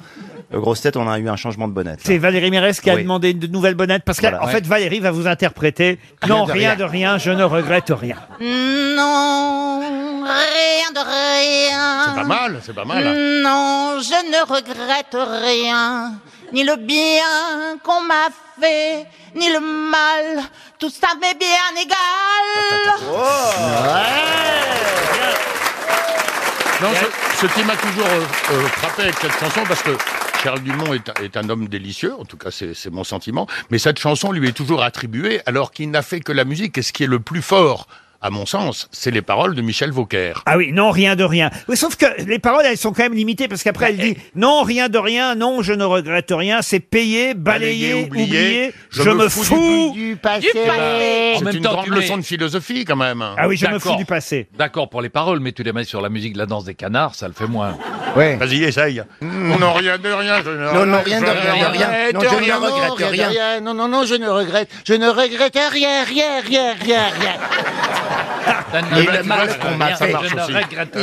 Euh, grosse tête, on a eu un changement de bonnette.
C'est Valérie Mérès qui a
Oui.
demandé une nouvelle bonnette. Parce qu'en
Voilà. Ouais.
fait, Valérie va vous interpréter.
Rien
non,
de
rien
rien.
de rien, je ne regrette rien.
Non, rien de rien.
C'est pas mal, c'est pas mal.
Non, je ne regrette rien. Ni le bien qu'on m'a fait, ni le mal. Tout ça m'est bien égal.
Non, ce, ce qui m'a toujours euh, euh, frappé avec cette chanson, parce que Charles Dumont est, un- est un homme délicieux, en tout cas c'est c'est mon sentiment, mais cette chanson lui est toujours attribuée alors qu'il n'a fait que la musique. Et ce qui est le plus fort, à mon sens, c'est les paroles de Michel Vauquer.
Ah oui, non, rien de rien. Oui, sauf que les paroles, elles sont quand même limitées parce qu'après, elle dit non, rien de rien, non, je ne regrette rien, c'est payé, balayé, oublié, je, me fous.
du
passé.
C'est une grande leçon de philosophie quand même.
Ah oui, je me fous
D'accord.
du passé.
D'accord pour les paroles, mais tu les mets sur la musique de la danse des canards, ça le fait moins. Mmh.
Ouais.
Vas-y, essaye.
On n'a rien de rien. je ne
Non, non, rien de
je
rien,
ne
de rien.
regrette
Non, je ne
rien.
regrette
Non, rien de
rien.
Non, non, non, je ne regrette. Je ne regrette rien, rien, rien, rien, rien.
Et le mal qu'on m'a fait.
Ni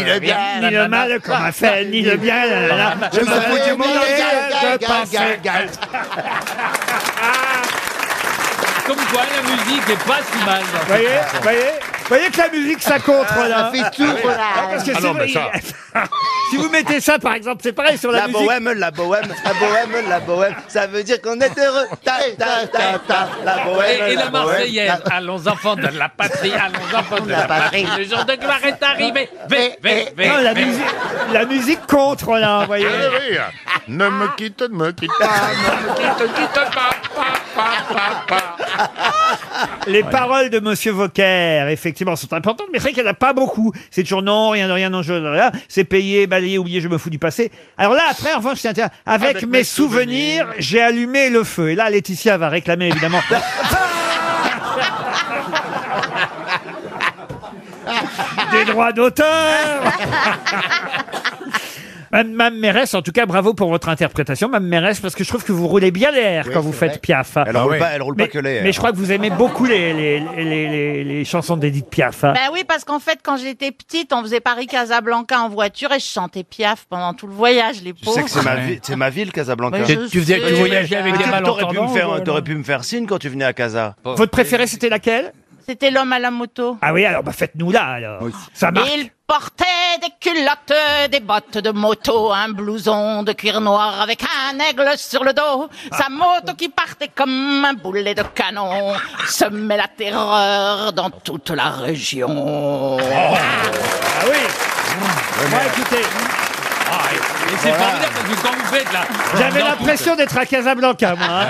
le bien, ni le mal qu'on m'a fait, ni le bien, là, là, là. je me
Vous avez
fous du
aimé
monde
les
entier,
gars,
je
gars,
pense.
gars,
Comme quoi, la musique est pas si mal.
Vous voyez, vous voyez, vous voyez que la musique, ça compte, là.
ça fait tout, voilà.
parce que
Ah
c'est
non,
vrai,
mais ça.
si vous mettez ça, par exemple, c'est pareil sur la,
La
musique.
bohème, la bohème, la bohème, la bohème, ça veut dire qu'on est heureux. Ta, ta, ta, ta, la bohème.
Et, et la
bohème,
Marseillaise, allons enfants de la patrie, allons enfants de la patrie, le jour de gloire est arrivé.
Eh,
Vé, vé, vé,
Non, Ah, Oh, la
vé.
musique, la musique contre, là, vous voyez.
Ah oui, Ne me quitte, ne me quitte pas, ne me quitte, quitte pas, pas, pas, pas, pas.
Les paroles de Monsieur Vauquer, effectivement, sont importantes, mais c'est vrai qu'il n'y en a pas beaucoup. C'est toujours non, rien de rien, non, je, là, c'est payé, balayé, oublié, je me fous du passé. Alors là, après, en revanche, c'est intéressant. Avec,
Avec
mes,
mes
souvenirs, j'ai allumé le feu. Et là, Laetitia va réclamer, évidemment. des droits d'auteur Madame Mme Mérès, en tout cas, bravo pour votre interprétation, Mme Mérès, parce que je trouve que vous roulez bien les airs
Oui,
quand vous
c'est
faites
vrai.
Piaf. hein. Ah
Elle roule pas- elle roule pas
Mais-
que les airs.
Mais je crois que vous aimez beaucoup les, les, les, les- les chansons d'Edith Piaf. hein.
Ben oui, parce qu'en fait, quand j'étais petite, on faisait Paris-Casablanca en voiture et je chantais Piaf pendant tout le voyage, les
Tu
pauvres.
sais que c'est ma, vi- c'est ma ville, Casablanca.
Mais je Tu- tu faisais- sais. tu voyageais avec
Mais
des
tu- T'aurais pu, me
malentendants,
faire-
ou alors
t'aurais pu me faire signe quand tu venais à Casa.
Votre préférée, c'était laquelle
C'était l'homme à la moto.
Ah oui, alors bah, faites-nous là, alors. Ça marche.
Il portait des culottes, des bottes de moto, un blouson de cuir noir avec un aigle sur le dos.
Ah.
Sa moto qui partait comme un boulet de canon semait la terreur dans toute la région.
Oh. Ah oui écoutez.
Ah,
Et c'est formidable parce que quand vous faites là.
J'avais l'impression d'être à Casablanca, moi. hein.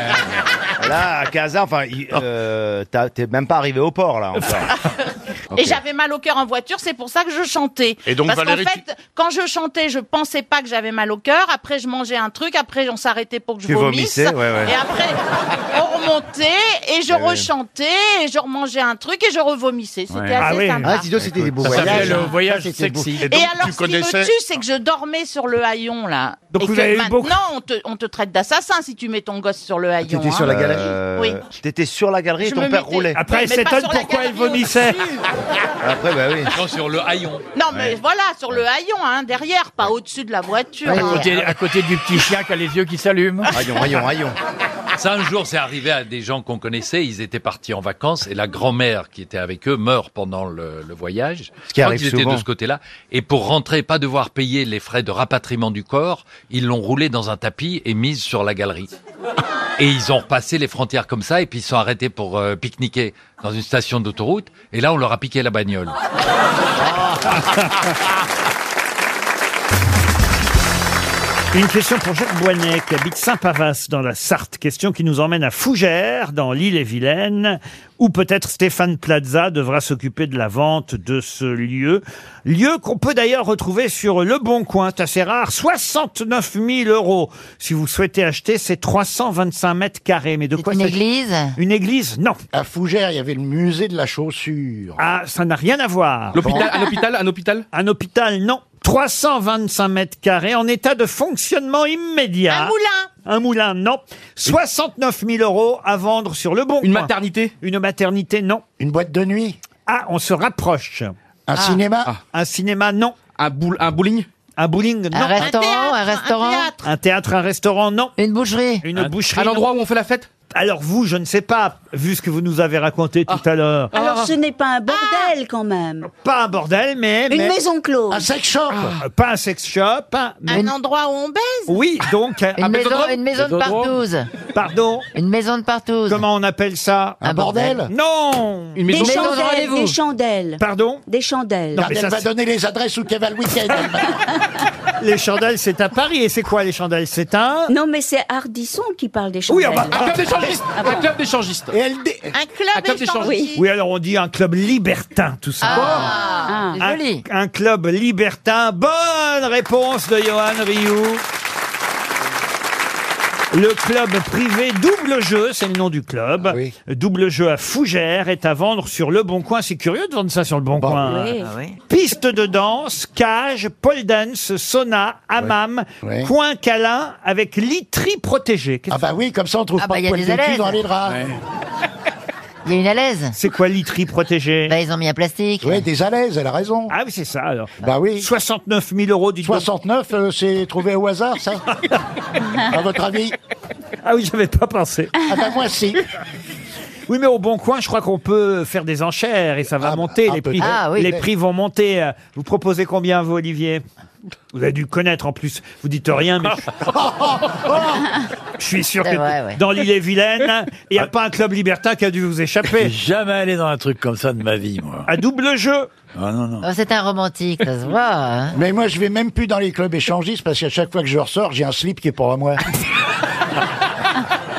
Là, à Casa, enfin, il- euh, t'as- t'es même pas arrivé au port, là, encore.
Et j'avais mal au cœur en voiture, c'est pour ça que je chantais.
Et donc,
Parce qu'en
Valérie,
fait, quand je chantais, je pensais pas que j'avais mal au cœur. Après, je mangeais un truc. Après, on s'arrêtait pour que je
Tu
vomisse.
vomissais, ouais, ouais.
Et après, on remontait et je
Ah oui.
rechantais et je remangeais un truc et je revomissais. C'était
Ah
assez
oui.
sympa.
Ah, dis donc, c'était des beaux
Ça
voyages.
s'appelait le
hein.
voyage
Ça, c'était beau.
Et, alors, ce qui me tue, c'est que je dormais sur le haillon, là.
Donc
et
vous
que
avez eu
maintenant,
beaucoup-
on te, on te traite d'assassin si tu mets ton gosse sur le haillon.
T'étais sur
hein.
la galerie
Oui.
Euh, T'étais sur la galerie et
Je
ton
me
père
mettais-
roulait.
Après, Oui, elle mais s'étonne pas sur la pourquoi elle galerie vomissait. au-dessus.
Après, bah oui.
Non, sur le haillon.
Non, mais voilà, sur le haillon, hein, derrière, pas au-dessus de la voiture.
Ouais,
hein.
ouais.
Côté- à côté du petit chien qui a les yeux qui s'allument.
Ça, un jour, c'est arrivé à des gens qu'on connaissait. Ils étaient partis en vacances et la grand-mère qui était avec eux meurt pendant le, le voyage.
Ce qui
Quand
arrive
ils étaient
souvent.
de ce côté-là. Et pour rentrer, pas devoir payer les frais de rapatriement du corps, ils l'ont roulé dans un tapis et mise sur la galerie. Et ils ont repassé les frontières comme ça et puis ils sont arrêtés pour euh, pique-niquer dans une station d'autoroute. Et là, on leur a piqué la bagnole.
Une question pour Jacques Boignet qui habite Saint-Pavas dans la Sarthe. Question qui nous emmène à Fougères dans l'île-et-Vilaine où peut-être Stéphane Plaza devra s'occuper de la vente de ce lieu. Lieu qu'on peut d'ailleurs retrouver sur Le Bon Coin, c'est assez rare, 69 000 euros. Si vous souhaitez acheter, c'est 325 mètres carrés. Mais de quoi Une église Une église, non.
À Fougères, il y avait le musée de la chaussure.
Ah, ça n'a rien à voir.
L'hôpital- un
hôpital, un hôpital Un hôpital, non. 325 mètres carrés en état de fonctionnement immédiat. Un moulin Un moulin, non. 69 000 euros à vendre sur le bon Une maternité Une maternité, non. Une boîte de nuit Ah, on se rapproche. Un cinéma Un cinéma, non. Ah. Un, un bowling Un bowling, non.
Un restaurant, un restaurant.
Un théâtre, un restaurant, non. Une boucherie. Une boucherie. À l'endroit où on fait la fête Alors vous, je ne sais pas, vu ce que vous nous avez raconté tout à l'heure.
Ah.
Alors ce n'est pas un bordel quand même.
Pas un bordel, mais...
Une
mais-
maison close. Un
sex shop Pas un sex shop.
Un
endroit où on baise Oui, donc... euh,
Une maison- une maison de partouze.
Pardon Une maison de partouze. Comment on appelle ça
Un Un bordel bordel.
Non
des chandelles, des chandelles.
Pardon
Des chandelles.
Non, mais ça,
Elle va
c'est-
donner les adresses où qu'elle va le week-end.
Les chandelles, c'est à Paris. Et c'est quoi les chandelles C'est un...
Non mais c'est Ardisson qui parle des chandelles.
ah bah- Un club d'échangistes.
Ah bon.
Un club d'échangistes. Et elle dé-
Un club,
Oui. Oui, alors on dit un club libertin, tout ça.
Ah,
un, un club libertin. Bonne réponse de Johan Rioux. Le club privé Double Jeu, c'est le nom du club. Double Jeu à Fougères est à vendre sur Le Bon Coin. C'est curieux de vendre ça sur Le Bon Coin.
oui. Ah oui.
Piste de danse, cage, pole dance, sauna, hammam,
Ouais.
coin câlin avec literie protégée. Ah bah oui, comme ça on trouve
Ah pas bah, de y a poils des de cul ailettes. dans les draps. Il y a une alaise.
C'est quoi literie protégée
Bah, ils ont mis un plastique.
Oui, des alaises, elle a raison.
Ah oui, c'est ça alors.
Bah oui.
69 000 euros, dites
69, euh, c'est trouvé au hasard, ça À votre avis
Ah oui, j'avais pas pensé.
Ah bah moi, si.
Oui, mais au bon coin, je crois qu'on peut faire des enchères et ça va monter. Les prix,
peu. Ah, oui.
les prix vont monter. Euh, Vous proposez combien, vous, Olivier Vous avez dû connaître en plus. Vous dites rien, mais je- je suis sûr
C'est
que
vrai, ouais.
dans l'île-et-Vilaine, il n'y a pas un club libertin qui a dû vous échapper.
Ah. Jamais allé dans un truc comme ça de ma vie, moi.
À double jeu
Ah non, non.
Oh, c'est un romantique, ça se voit.
Ah.
hein.
Mais moi, je vais même plus dans les clubs échangistes parce qu'à chaque fois que je ressors, j'ai un slip qui est pour moi.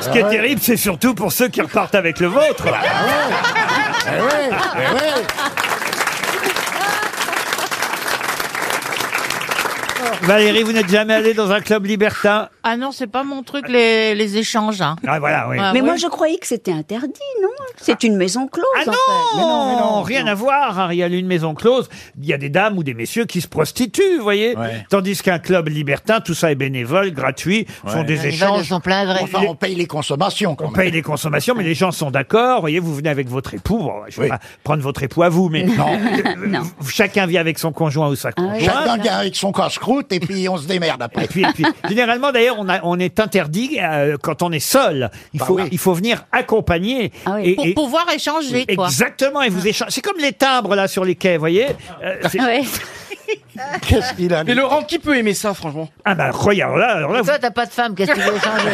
Ce qui est terrible, c'est surtout pour ceux qui repartent avec le vôtre. Valérie, vous n'êtes jamais allée dans un club libertin
Ah non, c'est pas mon truc, les, les échanges. hein.
Ah voilà, oui.
Ah,
mais
oui.
moi, je croyais que c'était interdit, non C'est une maison close.
Ah
en
non,
fait.
rien à voir, Hein, Ariel. Une maison close, il y a des dames ou des messieurs qui se prostituent, vous voyez. Tandis qu'un club libertin, tout ça est bénévole, gratuit, sont des échanges.
plein vrai. Enfin,
Les-
on paye les consommations.
On paye les consommations, mais les gens sont d'accord. Vous voyez, vous venez avec votre époux. Bon, je vais pas prendre votre époux à vous, mais
Non.
Euh, chacun vit avec son conjoint ou sa conjointe.
Ah Chacun vient avec son casse-croûte et puis on se démerde après.
Et puis, et puis, généralement, d'ailleurs, on, a- on est interdit euh, quand on est seul. Il,
Bah
faut,
oui. Ah
il faut venir accompagner. Et-
Pour
et-
pouvoir échanger, quoi.
Exactement, et vous échangez. C'est comme les timbres, là, sur les quais, vous voyez Euh, c'est-
Qu'est-ce qu'il a
Mais Laurent, qui peut aimer ça, franchement
Ah bah, regarde, là, alors là,
Toi, t'as pas de femme, qu'est-ce que tu veux échanger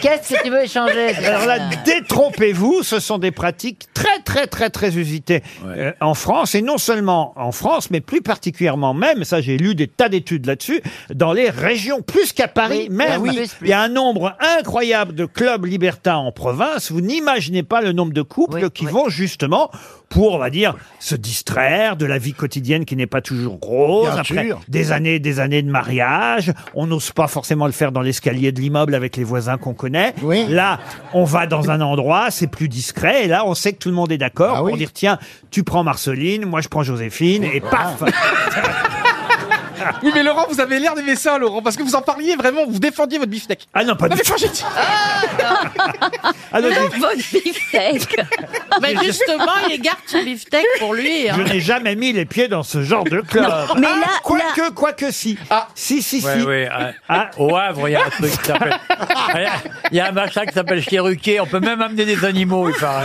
Qu'est-ce que tu veux échanger
vous- alors là, détrompez-vous, ce sont des pratiques très, très, très, très usitées euh, en France, et non seulement en France, mais plus particulièrement même, ça j'ai lu des tas d'études là-dessus, dans les régions, plus qu'à Paris
Oui,
même.
bah oui. Plus, plus.
Il y a un nombre incroyable de clubs libertins en province, vous n'imaginez pas le nombre de couples qui vont justement pour, on va dire, se distraire de la vie quotidienne qui n'est pas toujours rose,
Bien
après
sûr.
des années, des années de mariage. On n'ose pas forcément le faire dans l'escalier de l'immeuble avec les voisins qu'on connaît. Là, on va dans un endroit, c'est plus discret. Et là, on sait que tout le monde est d'accord
Ah
pour dire tiens, tu prends Marceline, moi je prends Joséphine, et paf.
Ah.
Oui, mais Laurent, vous avez l'air d'aimer ça, Laurent, parce que vous en parliez vraiment, vous défendiez votre beefsteak.
Ah non, pas
Non,
du
mais
tout.
quand j'ai dit.
Ah non, je-
Mais
Je-
justement, il garde son beefsteak pour lui. hein.
Je n'ai jamais mis les pieds dans ce genre de club.
Non, mais là- Ah.
quoique, quoique si. Si, si, si.
Ouais, ouais, ouais. Au Havre, il y a un truc qui s'appelle. Il y a un machin qui s'appelle Chiruquet. On peut même amener des animaux, il paraît.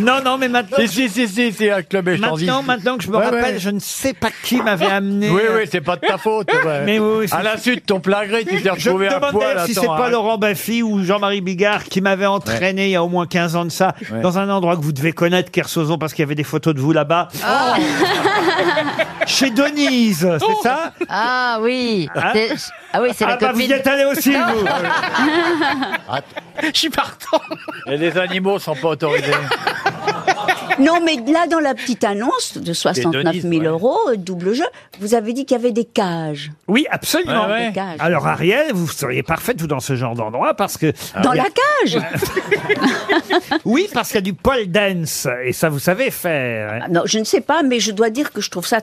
Non, non, mais maintenant.
Si, si, si, si, c'est un club échangiste.
Maintenant, maintenant que je me
Ouais,
rappelle,
ouais.
je ne sais pas qui m'avait amené. euh,
Oui, oui, c'est pas de ta faute. ouais.
Mais oui, oui, c'est-
à la suite, ton plein gré, tu t'es
Je me
retrouvé à
demandais
poil.
si
attends,
c'est pas
hein.
Laurent Baffy ou Jean-Marie Bigard qui m'avait entraîné il y a au moins 15 ans de ça dans un endroit que vous devez connaître, Kersozon, parce qu'il y avait des photos de vous là-bas.
Oh.
Chez Denise, c'est ça
Ah oui.
Hein
C'est- Oh. Ah oui, c'est
Ah
la
bah, vous
copine.
y êtes allés aussi, vous.
Je suis partant. Et les animaux sont pas autorisés.
Non, mais là, dans la petite annonce de 69 000 euros, euh, double jeu, vous avez dit qu'il y avait des cages.
Oui, absolument.
Ouais, ouais. Des cages.
Alors Ariel, vous seriez parfaite vous dans ce genre d'endroit parce que euh,
Dans
Il y a-
la cage
Oui, parce qu'il y a du pole dance et ça vous savez faire. hein.
Ah, Non, je ne sais pas, mais je dois dire que je trouve ça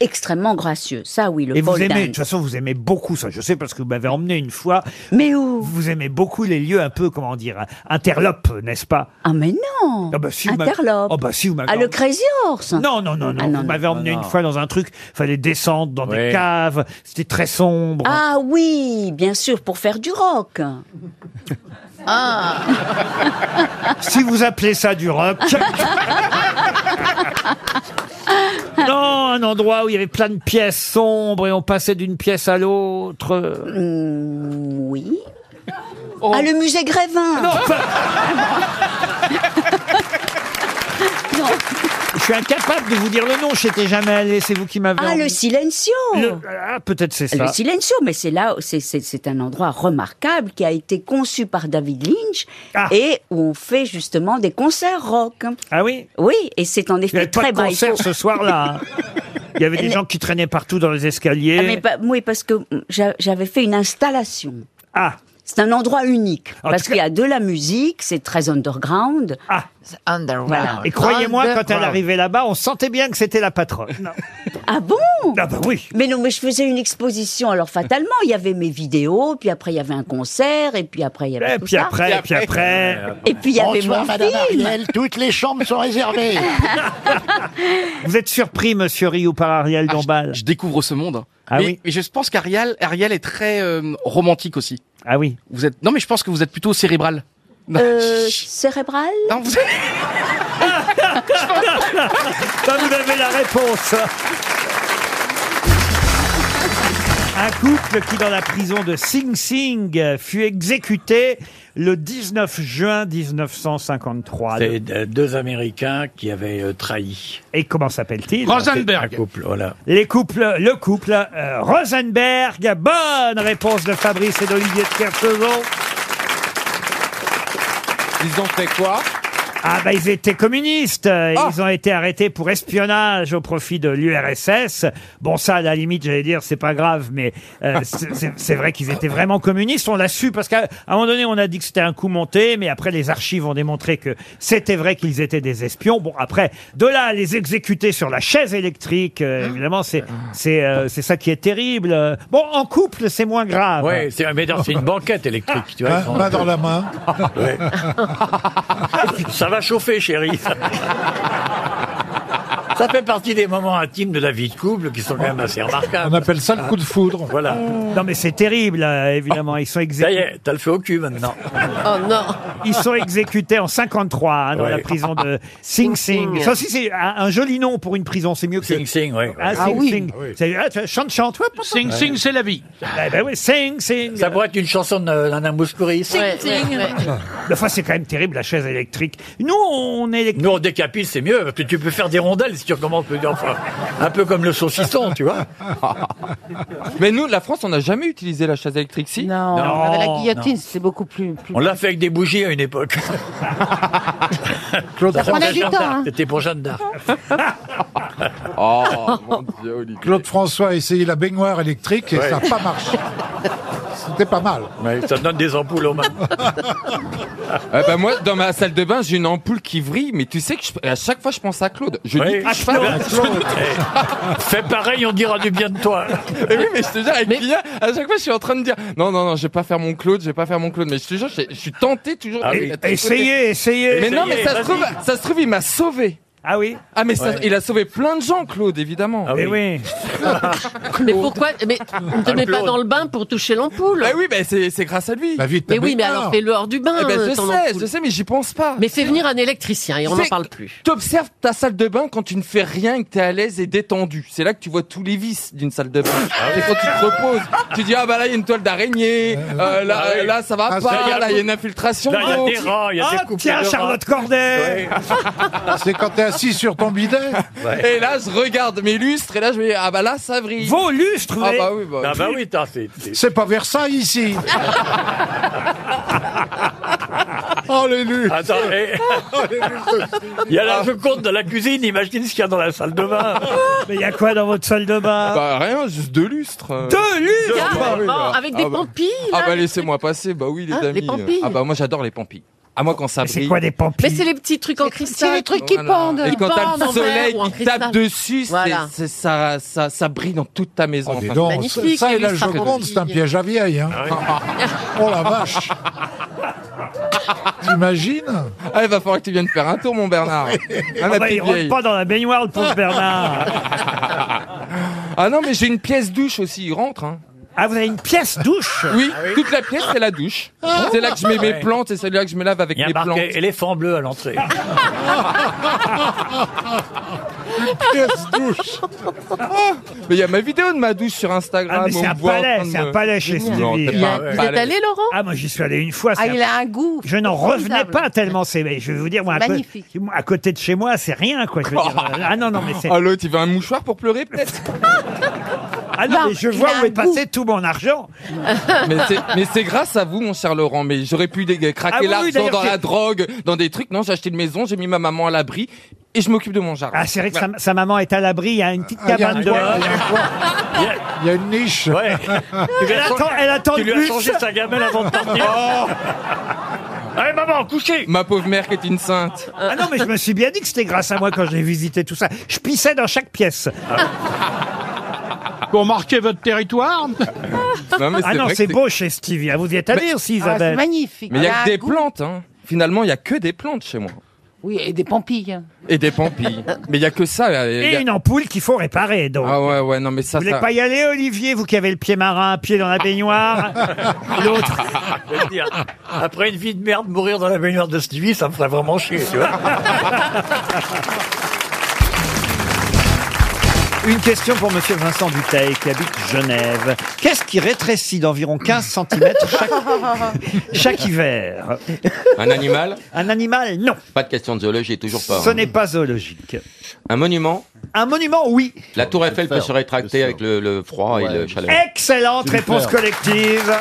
extrêmement gracieux. Ça, oui, le
Et vous
pole
aimez, de
dance.
toute façon, vous aimez beaucoup ça. Je sais parce que vous m'avez emmené une fois. Mais où Vous aimez beaucoup les lieux un peu, comment dire, interlopes, n'est-ce pas
Ah, mais non
Ah bah si, vous m'avez-
Interlope.
Oh bah si, vous m'avez
Ah, le
emmené-
Crazy Horse Ah,
Non, non, non, non. vous m'avez emmené
Non,
une
non.
fois dans un truc, fallait descendre dans des caves, c'était très sombre.
Ah oui, bien sûr, pour faire du rock. Ah.
Si vous appelez ça du rock. non, un endroit où il y avait plein de pièces sombres et on passait d'une pièce à l'autre.
Mmh, oui. Ah, le musée Grévin Non,
Je suis incapable de vous dire le nom, je n'étais jamais allé, c'est vous qui m'avez.
Ah, le
emmené.
Silencio
Le- Ah, peut-être c'est ça.
Le Silencio, mais c'est là, c'est- c'est c'est un endroit remarquable qui a été conçu par David Lynch et où on fait justement des concerts rock.
Ah oui
Oui, et c'est en
Il n'y
effet
avait pas
très
de concert
baïfo.
ce soir-là. hein. Il y avait des
Mais-
gens qui traînaient partout dans les escaliers.
Ah, mais pas- oui, parce que j'a- j'avais fait une installation.
Ah
C'est un endroit unique,
En
parce
tout cas-
qu'il y a de la musique, c'est très underground.
Ah
underground.
Et croyez-moi, quand elle arrivait là-bas, on sentait bien que c'était la patronne.
Ah bon
Ah bah oui
Mais non, mais je faisais une exposition, alors fatalement, il y avait mes vidéos, puis après il y avait un concert, et puis après il y avait
Et
tout
puis
ça.
après, et puis après.
Et puis il y avait
Bonsoir,
mon
Oh, Madame
film.
Ariel, toutes les chambres sont réservées.
Vous êtes surpris, monsieur Rio, par Ariel Dombal
Ah, Je découvre ce monde. hein.
Ah
mais,
oui
mais je pense qu'Ariel Ariel est très euh, romantique aussi.
Ah oui.
Vous êtes Non mais je pense que vous êtes plutôt cérébral.
Euh, cérébral
Non, vous...
Bah, vous avez la réponse. Un couple qui, dans la prison de Sing Sing, euh, fut exécuté le 19 juin 1953.
C'est
euh,
de- deux Américains qui avaient euh, trahi.
Et comment s'appelle-t-il
Un couple, voilà.
Les couples, le couple euh, Rosenberg. Bonne réponse de Fabrice et d'Olivier de Kersauzon.
Ils ont fait quoi
Ah bah ils étaient communistes, euh, et
Ah.
ils ont été arrêtés pour espionnage au profit de l'URSS. Bon ça à la limite j'allais dire c'est pas grave mais euh, c'est- c'est c'est vrai qu'ils étaient vraiment communistes, on l'a su parce qu'à à un moment donné on a dit que c'était un coup monté mais après les archives ont démontré que c'était vrai qu'ils étaient des espions. Bon après de là à les exécuter sur la chaise électrique
Ah.
euh, évidemment c'est c'est euh, c'est ça qui est terrible. Euh, Bon en couple c'est moins grave.
Ouais, c'est mais non, c'est une banquette électrique, tu vois.
Main-
ils sont-
Hein, main dans la main.
Ouais. Ça va chauffer, chérie. Ça fait partie des moments intimes de la vie de couple qui sont quand même assez remarquables.
Ah, On appelle ça le coup de
foudre. Voilà.
Non mais c'est terrible euh, évidemment ils sont
Ça y
exécutés.
est, t'as le feu au cul maintenant.
Oh non.
Ils sont exécutés en 53 hein, dans
Ouais.
la prison de Sing Sing. Ça aussi, c'est un, un joli nom pour une prison. C'est mieux que Sing
Sing, oui.
Ah,
Ah
Sing
oui.
Sing.
Ah oui.
C'est- ah, tu vois, chante, chante.
Sing Sing,
c'est la vie. ben oui, Sing Sing.
Ça pourrait être une chanson de Nana Mouskouri. Sing
Ouais,
Sing.
ouais, ouais.
Enfin, c'est quand même terrible la chaise électrique. Nous, on est.
Nous, on décapite, c'est mieux, parce que tu peux faire des rondelles si tu recommences plusieurs fois. Un peu comme le saucisson, tu vois.
Mais nous, la France, on n'a jamais utilisé la chaise électrique, si
Non, Non. on avait la guillotine, Non.
c'est beaucoup plus. plus-
On l'a fait avec des bougies à une époque. Claude
Ça prenait du temps, hein.
C'était pour Jeanne d'Arc.
Oh, mon Dieu, Olivier.
Claude François a essayé la baignoire électrique et
Ouais.
ça n'a pas marché. C'était pas mal.
Ouais, ça donne des ampoules aux mains.
Eh ben moi, dans ma salle de bain, j'ai une ampoule qui vrille, mais tu sais que je- à chaque fois, je pense à Claude. Je
Oui.
dis que je fais-
Ah,
je-
Claude. Eh, Fais pareil, on dira du bien de toi.
Eh oui, mais je te jure, avec Kylian, à chaque fois, je suis en train de dire non, non, non, je vais pas faire mon Claude, je vais pas faire mon Claude, mais je te jure, je, je suis tenté toujours.
Ah
de-
oui.
de- de-
Essayez, essayez.
Mais non, mais ça se
Essayez,
trouve,
vas-y.
ça se trouve, il m'a sauvé.
Ah oui.
Ah mais ça-
Ouais. Ah
il a sauvé plein de gens, Claude, évidemment.
Eh oui.
Mais pourquoi Mais on ne te
Ah,
met pas
Claude.
dans le bain pour toucher l'ampoule.
Bah oui, bah c'est c'est grâce à lui.
Mais oui, mais alors fais-le hors du bain.
Eh ben, je
euh, ton
sais,
ampoule.
je sais, mais j'y pense pas.
Mais fais venir un électricien et on n'en
C'est-
parle plus.
T'observes ta salle de bain quand tu ne fais rien et que t'es à l'aise et détendu. C'est là que tu vois tous les vices d'une salle de bain.
Ah
C'est quand tu te reposes. Tu dis, ah bah là, il y a une toile d'araignée, euh, là,
Ah ouais.
euh, là, ça va
Ah, ça, il y
pas,
a-
là, il y a une infiltration.
Là, il y a
d'eau.
des rats, il y a des
Ah,
coupes
tiens,
de rats.
Charlotte
Corday
C'est quand t'es assis sur ton bidet.
Et là, je regarde mes lustres et là, je me dis, ah bah là, ça brille.
Vos lustres,
Ah
vous
bah
avez-
oui, bah,
Ah bah oui, t'as fait.
C'est pas Versailles ici. oh les lus.
Attends, eh, il y a la compte de la cuisine, imagine ce qu'il y a dans la salle de bain.
Mais il y a quoi dans votre salle de bain
Bah rien, juste deux lustres.
Deux lustres
Ah oui,
Carrément,
bah.
avec des
Ah bah.
pampilles,
Ah
là,
bah
des
laissez-moi passer, bah oui les
Hein,
amis.
les pampilles.
Ah bah moi j'adore les pampilles. À moi quand ça brille.
C'est quoi des pampilles
Mais c'est les petits trucs en cristal. c'est les trucs qui
Voilà.
pendent.
Et
Qui
quand t'as
pendent en
le soleil
verre ou en
qui tape
cristal.
dessus, c'est-
Voilà.
c'est- ça, ça, ça brille dans toute ta maison.
Ah, Dis
Enfin,
donc, ça,
magnifique,
ça
les
et la
lustres à
Joconde, c'est un
coquille.
piège à vieille. hein. oh la vache. T'imagines
Ah, il va falloir que tu viennes faire un tour, mon Bernard. Ah,
Ah
la
bah, il
petite
rentre
vieille.
pas dans la baignoire, le pauvre Bernard.
Ah non, mais j'ai une pièce douche aussi, il rentre. hein.
Ah, vous avez une pièce douche
Oui,
Ah
toute la pièce, c'est la douche. C'est là que je mets mes
Ouais.
plantes et c'est là que je me lave avec
Il y a
mes plantes.
marqué éléphant bleu à l'entrée.
Pièce douche.
Mais il y a ma vidéo de ma douche sur
Ah,
Instagram.
mais c'est
on
un
me voit en
palais,
train de
c'est un
me-
palais chez
Non,
Stevie.
t'es pas un palais.
Laurent
Ah, moi j'y suis allé une fois.
Ah,
c'est
il a un goût
Je n'en revenais
formidable.
pas tellement. C'est, je vais vous dire, moi, à, co-
Magnifique.
à côté de chez moi, c'est rien, quoi. Je veux dire, euh, ah non, non, mais c'est.
Ah, l'autre, il veut un mouchoir pour pleurer, peut-être
Ah non, mais je vois où est passé tout mon argent.
Mais c'est- mais c'est grâce à vous, mon cher Laurent. Mais j'aurais pu dé-
Ah
craquer
oui, oui,
l'argent
d'ailleurs,
dans la
c'est-
drogue, dans des trucs. Non, j'ai acheté une maison, j'ai mis ma maman à l'abri et je m'occupe de mon jardin.
Ah, c'est vrai que sa, sa maman est à l'abri, il y a une petite
Ah, il y a
cabane
un
de.
toit, il y a un toit. Il y a- Il y a une niche.
Ouais. Tu lui
Elle
as changé-
attend, elle attend
tu lui
le
as
bus. Oh
changé sa gamelle avant de partir. Allez maman, couchez
Ma pauvre mère qui est une sainte.
Ah non, mais je me suis bien dit que c'était grâce à moi quand j'ai visité tout ça. Je pissais dans chaque pièce.
Ah. Pour marquer votre territoire
Non, mais
ah non,
vrai que
c'est beau chez Stevie. Ah, vous y êtes allé
Mais-
aussi, Isabelle.
magnifique.
Mais il y a que
un
des
goût.
plantes, hein. Finalement, il y a que des plantes chez moi.
Oui, et des pampilles.
Et des pampilles. Mais il y a que ça. là. Il y a-
Et une ampoule qu'il faut réparer, donc.
Ah ouais, ouais, non, mais ça,
Vous voulez
ça.
pas y aller, Olivier, vous qui avez le pied marin, un pied dans la baignoire L'autre.
Je veux dire, Après une vie de merde, mourir dans la baignoire de Stevie, ça me ferait vraiment chier, tu vois.
Une question pour Monsieur Vincent Duteil qui habite Genève. Qu'est-ce qui rétrécit d'environ 15 cm chaque, chaque hiver
Un animal
Un animal, non.
Pas de question de zoologie, toujours pas.
Ce
hein.
n'est pas zoologique.
Un monument
Un monument, oui.
La tour Eiffel peut se rétracter avec le, le froid et le chaleur.
Eh, Excellente
Je vais
réponse
faire.
collective.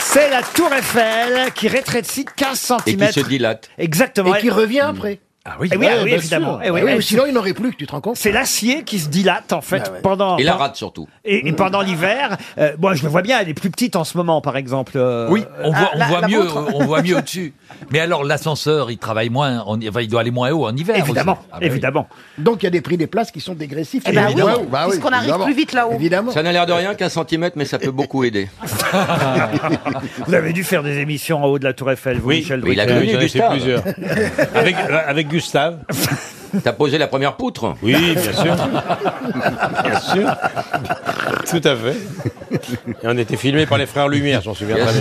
C'est la tour Eiffel qui rétrécit 15
Et
cm.
qui se dilate.
Exactement.
Et qui revient après.
Ah oui, oui, ah oui, évidemment. Eh oui, eh,
sinon, il n'aurait plus que tu te rends compte. Ah
C'est l'acier qui se dilate en fait pendant
Ah Et la rate surtout.
et, et pendant l'hiver. euh, moi, je le vois bien, elle est plus petite en ce moment, par exemple. euh,
Oui,
euh,
on voit,
ah,
on
la-
voit
la
mieux,
montre.
on voit mieux au-dessus. Mais alors l'ascenseur, il travaille moins, en- enfin, il doit aller moins haut en hiver. Ah, bah
Évidemment,
évidemment.
Donc, il y a des prix des places qui sont dégressifs.
Eh ben oui, Évidemment, bah oui,
puisqu'on arrive plus vite là-haut. Évidemment.
Ça n'a l'air de rien qu'un centimètre, mais ça peut beaucoup aider.
Vous avez dû faire des émissions en haut de la Tour Eiffel, vous, Michel
mais il a
Drucker.
connu Gustave.
Avec, euh, avec Gustave.
T'as posé la première poutre
Oui, bien sûr. Bien sûr. Tout à fait. Et on était filmé par les frères Lumière, j'en souviens
Bien
très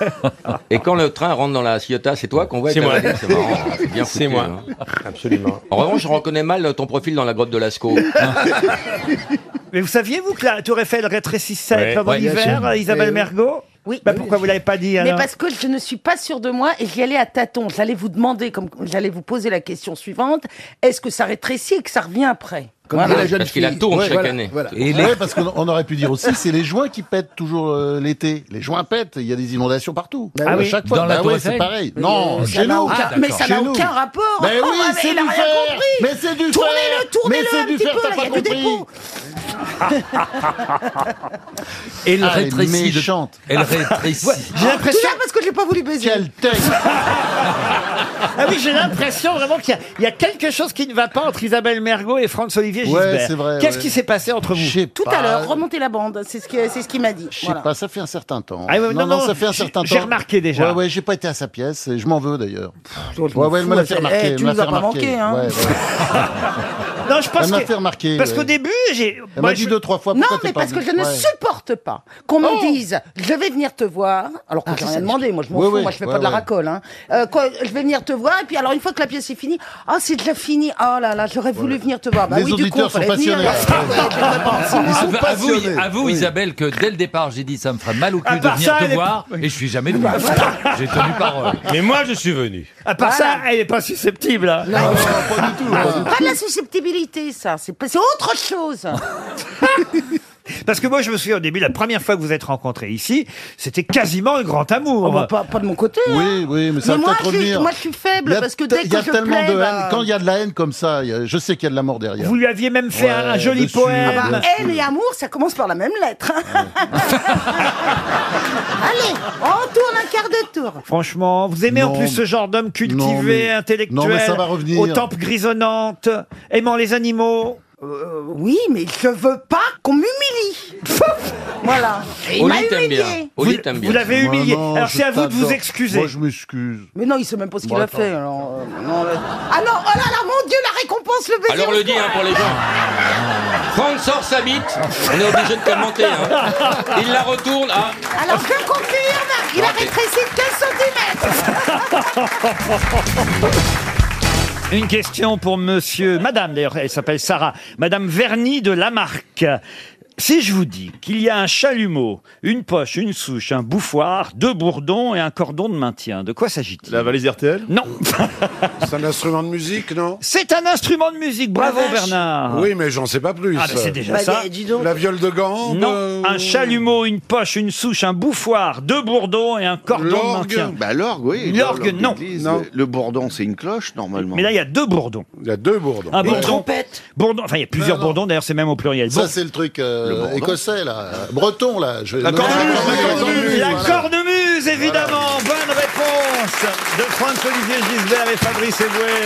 bien.
Et quand le train rentre dans la Ciotat, c'est toi qu'on voit
C'est
avec la
moi.
radio, C'est marrant, hein, c'est bien foutu,
C'est moi.
hein.
Absolument.
En revanche, je reconnais mal ton profil dans la grotte de Lascaux.
Mais vous saviez, vous, que la Tour Eiffel rétrécissait
Ouais.
pendant
Ouais, bien
l'hiver,
sûr.
euh, Isabelle
Eh oui.
Mergot
Oui.
Bah, pourquoi vous l'avez pas dit
Mais
alors
parce que je ne suis pas sûre de moi et j'y allais à tâtons. J'allais vous demander, comme j'allais vous poser la question suivante, est-ce que ça rétrécit et que ça revient après
Comme
Voilà.
dit la jeune Parce qu'il la fille. tourne chaque année. Et les-
Ouais, parce qu'on on aurait pu dire aussi, c'est les joints qui pètent toujours euh, l'été. Les joints pètent, il y a des inondations partout.
Bah
à
oui.
chaque fois,
Dans la
Bah
Tour
ouais, c'est
Eiffel
pareil.
Mais,
non,
euh, ça
chez
n'a
nous.
aucun- mais ça
Chez
n'a
nous.
aucun rapport.
Mais
Oh,
oui,
bah,
c'est
il a
du
rien
fer.
compris.
Mais c'est du
Tournez-le,
fer.
tournez-le
Mais c'est
un
du
petit
fer,
peu,
t'as
là,
pas
il y a du
compris.
dépôt.
Et elle
Ah, elle est
rétrécit. de-
méchante.
Elle rétrécit.
J'ai l'impression. Tout ça parce que je n'ai pas voulu baiser.
Ah oui, j'ai l'impression vraiment qu'il y a- il y, a quelque chose qui ne va pas entre Isabelle Mergot et François-Olivier
Ouais,
Gisbert.
c'est vrai,
Qu'est-ce
ouais.
qui s'est passé entre vous
Tout à l'heure, remontez la bande. C'est ce que- c'est ce qu'il m'a dit.
Je sais
Voilà.
Bah,
pas, ça fait un certain temps.
Ah, ouais, non, non,
ça fait un
j'ai-
certain temps.
j'ai remarqué déjà.
Ouais, ouais, j'ai pas été à sa pièce et je m'en veux d'ailleurs.
Ouais,
ouais, elle me l'a fait
Eh,
remarquer.
tu
elle me l'a
nous as
fait
pas
remarquer.
manqué, hein.
Ouais, ouais.
Non, je pense
Elle m'a
que-
fait remarquer,
Parce
ouais.
qu'au début, j'ai.
Elle
moi,
m'a dit
je-
deux, trois fois
Non,
pourquoi t'es
mais
pas
parce que
venu
je ne
Ouais. Oh
supporte pas qu'on me dise je vais venir te voir, alors que
Ah,
j'ai rien demandé, moi je m'en
Oui,
fous,
oui,
moi je fais
ouais,
pas de la
ouais.
racole. Hein. Euh, quoi, je vais venir te voir, et puis alors une fois que la pièce est finie, ah c'est déjà fini, oh là là, j'aurais voulu venir te
Ah,
voir. Bah
Les
oui, du coup,
auditeurs sont
fallait venir.
bah,
passionnés.
Je l'aurais pas pensé.
Ils sont
Avou- Ah, bah, Avoue,
passionnés.
avoue, Isabelle, que dès le départ, j'ai dit ça me ferait mal au cul de
part
venir
Ah, bah, ça, elle
te
est- Bah,
voir, et je suis jamais venu. J'ai tenu parole.
Mais moi, je suis venu.
À part ça, elle n'est pas susceptible. hein. Ah.
Pas de la susceptibilité, ça, c'est pas- c'est autre chose.
Parce que moi, je me souviens au début, la première fois que vous êtes rencontrés ici, c'était quasiment le grand amour.
Ah bah, pas, de mon côté. hein.
Oui, oui, mais ça
Mais
va
moi,
peut-être
je suis-
revenir.
moi, je suis faible,
Il y a
parce que
te-
dès
il y a
que je
tellement
plais,
de haine.
bah-
Quand il y a de la haine comme ça, il y a- je sais qu'il y a de la mort derrière.
Vous lui aviez même fait un- un joli
dessus,
poème.
Ah bah,
dessus.
haine et amour, ça commence par la même lettre. hein. Allez, on tourne un quart de tour.
Franchement, vous aimez en
Non.
plus ce genre d'homme cultivé,
Non, mais-
intellectuel,
non, mais ça va revenir.
aux tempes grisonnantes, aimant les animaux.
Euh, oui, mais je veux pas qu'on m'humilie. voilà.
Oli, t'aimes bien. Oli,
Vous-
t'aimes bien.
vous l'avez
Moi,
humilié.
non,
Alors
je
c'est à vous de vous
t'adore.
excuser.
Moi, je m'excuse.
Mais non, il sait même pas ce qu'il
Bon,
a
attends.
fait. Alors, euh, non, là- Ah non, oh là là, mon Dieu, la récompense, le baiser.
Alors le dit hein, pour les gens. Franck sort sa bite, on est obligé de commenter. hein. Il la retourne.
hein.
Ah.
Alors je confirme, il a rétréci de 15 cm.
Une question pour monsieur, madame d'ailleurs, elle s'appelle Sarah, madame Verny de Lamarck. Si je vous dis qu'il y a un chalumeau, une poche, une souche, un bouffoir, deux bourdons et un cordon de maintien, de quoi s'agit-il La valise RTL Non.
C'est un instrument de musique, non
C'est un instrument de musique, bravo
La vache.
Bernard.
Oui, mais j'en sais pas plus.
Ah, bah, c'est déjà Bah, ça. dis- dis donc.
La viole de euh, gants
Non, un chalumeau, une poche, une souche, un bouffoir, deux bourdons et un cordon de maintien.
Bah l'orgue, oui.
L'orgue, non.
d'église,
Non.
Le, le bourdon, c'est une cloche, normalement.
Mais là, il y a deux bourdons.
Il y a deux bourdons.
Un bourdon. Bourdon, enfin, il y a plusieurs
Non, non.
bourdons, d'ailleurs, c'est même au pluriel.
Ça,
Bon.
c'est le truc euh,
Le
hein.
bourdon.
écossais, là. euh, Breton, là. Je-
La
Non,
cornemuse, la
non, non,
cornemuse, la
voilà.
cornemuse, évidemment. Bonne réponse de Franck-Olivier Gisbert et Fabrice Eboué.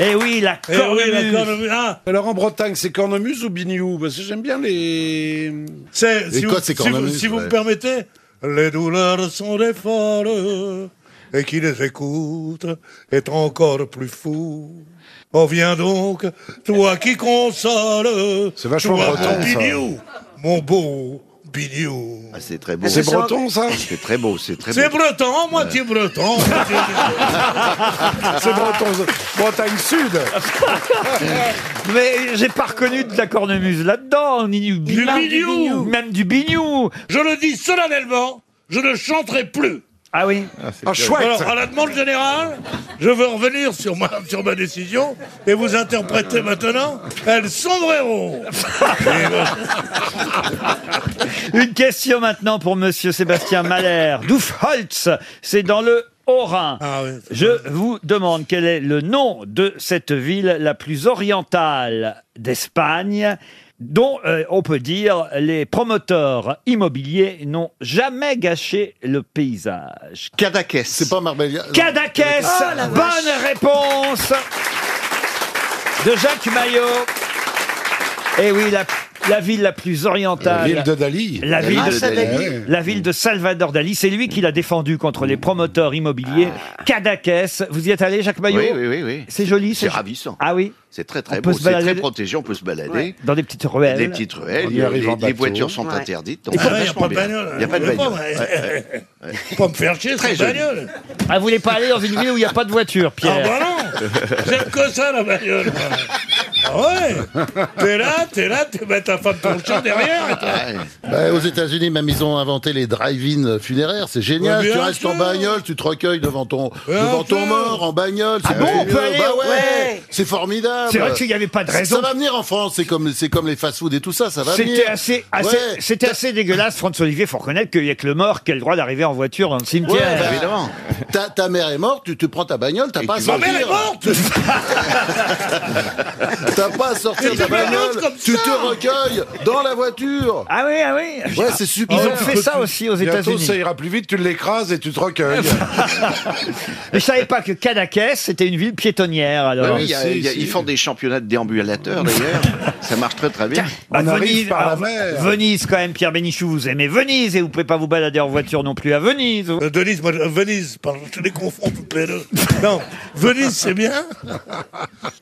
Eh oui, la
Eh oui, la
cornemuse.
cornemuse. Ah, Alors en Bretagne, c'est cornemuse ou biniou Parce que j'aime bien les.
C'est- si, vous,
L'Écosse, c'est
si vous-
cornemuse,
si vous
ouais.
me permettez, les douleurs sont des folles et qui les écoute est encore plus fou. Oh viens donc, toi qui console,
C'est vachement breton, ça.
mon beau, Biniou.
Ah, c'est très beau.
C'est breton, ça
C'est très beau, c'est très
C'est
beau.
breton, moitié breton. moitié-
C'est breton, Bretagne Sud.
Mais j'ai pas reconnu de la cornemuse là-dedans. ni
Du
même
biniou.
Même du biniou.
Je le dis solennellement, je ne chanterai plus.
Ah oui
Ah, chouette. Alors, à la demande générale, je veux revenir sur ma, sur ma décision et vous interpréter maintenant El Sombrero. euh,
Une question maintenant pour Monsieur Sébastien Malher. Doufholz, c'est dans le Haut-Rhin. Je vous demande quel est le nom de cette ville la plus orientale d'Espagne dont euh, on peut dire les promoteurs immobiliers n'ont jamais gâché le paysage. Cadaqués. C'est pas Marbella. Cadaqués. Ah,
Oh, la
Bonne
vache.
réponse de Jacques Maillot. Eh oui, la, la ville la plus orientale.
La ville de Dali.
La,
La
ville,
ville
de,
de Dali.
Dali. la ville de Salvador Dali. C'est lui qui l'a défendu contre les promoteurs immobiliers. Cadaqués. Vous y êtes allé, Jacques Maillot
Oui, oui, oui. oui.
C'est joli.
C'est ravissant.
Ah oui
C'est très très
On peut
beau,
se
c'est
balader-
très protégé, on peut se balader.
Ouais. Dans des petites ruelles.
Des petites ruelles,
On y
les,
arrive en
les
bateau.
voitures sont
Ouais.
interdites.
Et puis, il y a
vachement
pas de
bien.
bagnole,
Il n'y a pas de
je veux pas,
bagnole.
ouais.
Ouais, ouais, ouais.
Pas me faire chier,
Très
c'est
joli.
bagnole.
Ah, vous voulez pas aller dans une ville où il n'y a pas de voiture, Pierre
Ah bah non J'aime que ça, la bagnole. Ah ouais T'es là, t'es là, tu mets ta femme ton chien derrière. et toi.
Bah, aux États-Unis, même ils ont inventé les drive-in funéraires. C'est génial.
Ouais, Bah, bien
tu restes en
sûr.
bagnole, tu te recueilles devant ton, devant ton
sûr.
mort en bagnole.
Ah
c'est
Ah bon, on
merveilleux.
peut aller,
Bah ouais,
ouais.
C'est formidable.
C'est vrai qu'il y avait pas de raison.
Ça va venir en France. C'est comme, c'est comme les fast-food et tout ça. Ça va venir.
C'était assez, assez-
Ouais.
c'était assez dégueulasse, François Olivier. Faut reconnaître qu'il y a que le mort qui a le droit d'arriver en voiture dans le cimetière.
Ouais, bah, Ta, ta mère est morte, tu te prends ta bagnole,
Bah,
t'as pas à
tu- Ma
sortir.
mère est
morte
T'as pas à sortir
Mais
ta
tu me
bagnole,
lances comme
tu
ça
te recueilles dans la voiture.
Ah oui, ah oui.
Ouais, c'est super.
Ils ont fait ça aussi aux
Bientôt,
États-Unis.
ça ira plus vite, tu l'écrases et tu te recueilles.
Je savais pas que Cadaqués, c'était une ville piétonnière, alors.
Bah
Ouais,
Il y a- il y a- Ils font des championnats de déambulateurs d'ailleurs. ça marche très très bien.
Bah, Venise, alors, Venise, quand même, Pierre Bénichou, vous aimez Venise et vous pouvez pas vous balader en voiture non plus à Venise.
Venise, Venise, pardon, je les confonds toutes les deux. Non, Venise, c'est bien.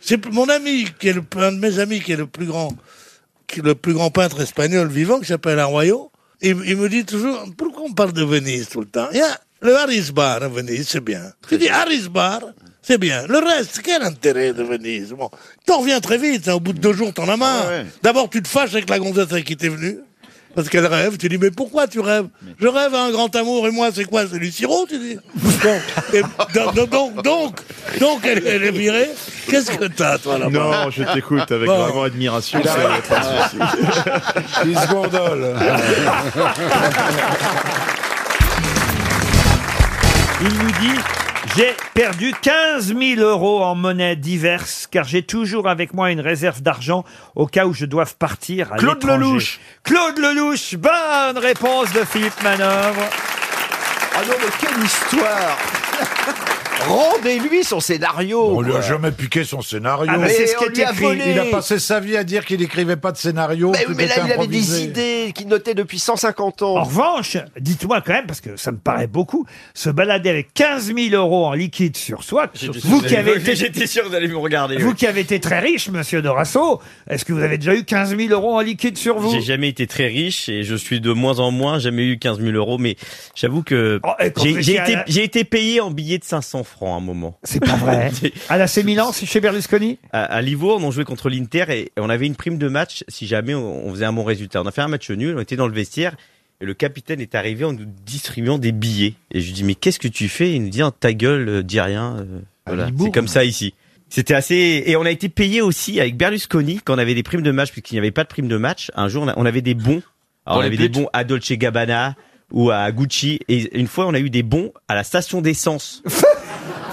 C'est p- mon ami, qui est le, un de mes amis, qui est le plus grand, qui est le plus grand peintre espagnol vivant, qui s'appelle Arroyo. Il, il me dit toujours, pourquoi on parle de Venise tout le temps Il y a le Harris Bar à Venise, c'est bien. Tu dis Harris Bar, c'est bien. Le reste, quel intérêt de Venise Bon, t'en reviens très vite, hein, au bout de deux jours, t'en as marre. D'abord, tu te fâches avec la gonzesse avec qui t'es venu. Parce qu'elle rêve, tu dis, mais pourquoi tu rêves Je rêve à un grand amour, et moi, c'est quoi C'est du sirop, tu dis Bon, et do- do- donc, donc, donc, elle, elle est virée. Qu'est-ce que t'as, toi, là
Non, je t'écoute avec
Bon.
vraiment
Ah,
admiration.
Il
ça,
arrête.
pas de souci.
Ils se gondolent.
Il nous dit J'ai perdu 15 000 euros en monnaie diverses car j'ai toujours avec moi une réserve d'argent au cas où je doive partir. À
Claude
l'étranger.
Lelouch.
Claude Lelouch, bonne réponse de Philippe Manœuvre.
Ah non, mais quelle histoire Rendez-lui son scénario
On lui a
quoi.
jamais piqué son scénario.
bah,
Ah, mais c'est ce qui
on
est
lui a
écrit.
volé. Il a passé sa vie à dire qu'il n'écrivait pas de scénario.
Mais, Eh oui,
tout
mais là,
était
il avait des
improvisé.
idées qu'il notait depuis 150 ans.
En revanche, dites-moi quand même, parce que ça me paraît beaucoup, se balader avec 15 000 euros en liquide sur soi, vous qui avez été...
J'étais sûr que vous allez me regarder.
Vous
oui.
qui avez été très riche, monsieur Dorasso, est-ce que vous avez déjà eu 15 000 euros en liquide sur vous
J'ai jamais été très riche et je suis de moins en moins, jamais eu 15 000 euros, mais j'avoue que
Oh, et quand vous
j'ai j'ai
étiez à
été,
la-
j'ai été payé en billets de 500 francs à un moment.
C'est pas vrai. à la C Milan, c'est chez Berlusconi
à, à Livourne, on jouait contre l'Inter et on avait une prime de match si jamais on, on faisait un bon résultat. On a fait un match nul, on était dans le vestiaire et le capitaine est arrivé en nous distribuant des billets. Et je lui dis mais qu'est-ce que tu fais Il nous dit Ah, ta gueule, euh, dis rien. euh, voilà, c'est comme ça ici. C'était assez et on a été payé aussi avec Berlusconi quand on avait des primes de match puisqu'il n'y avait pas de prime de match. Un jour on, a- on avait des bons.
Dans
Alors, on
les
avait des
buts
bons à Dolce Gabbana ou à Gucci et une fois on a eu des bons à la station d'essence.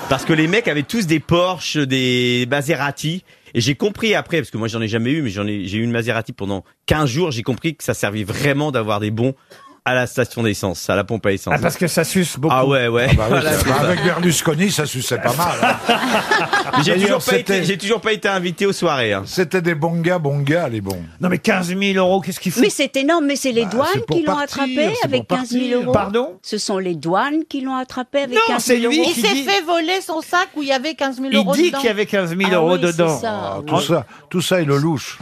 Parce que les mecs avaient tous des Porsche, des Maserati. Et j'ai compris après, parce que moi j'en ai jamais eu, mais j'en ai, j'ai eu une Maserati pendant 15 jours, j'ai compris que ça servait vraiment d'avoir des bons à la station d'essence, à la pompe à essence.
Ah, parce que ça suce beaucoup.
Ah ouais, ouais.
Ah bah oui,
Voilà,
ça-
c'est
bah,
ça.
avec Berlusconi, ça suçait pas mal. hein.
Mais j'ai,
D'ailleurs,
toujours pas été,
c'était-
j'ai toujours pas été invité aux soirées. hein.
C'était des bons gars, bons gars, les bons.
Non mais 15 000 euros, qu'est-ce qu'il
Mais c'est énorme, mais c'est
Bah,
les douanes
pour
qui l'ont
partir,
attrapé
c'est
avec
pour
15 000 euros.
Pardon
Ce sont les douanes qui l'ont attrapé avec
Non,
15
c'est
000 euros.
lui Il qui s'est dit-
fait voler son sac où il y avait 15 000
Il dit qu'il y avait 15
Ah
000 euros
Ah,
hein.
dedans.
Tout ça, tout ça est le louche.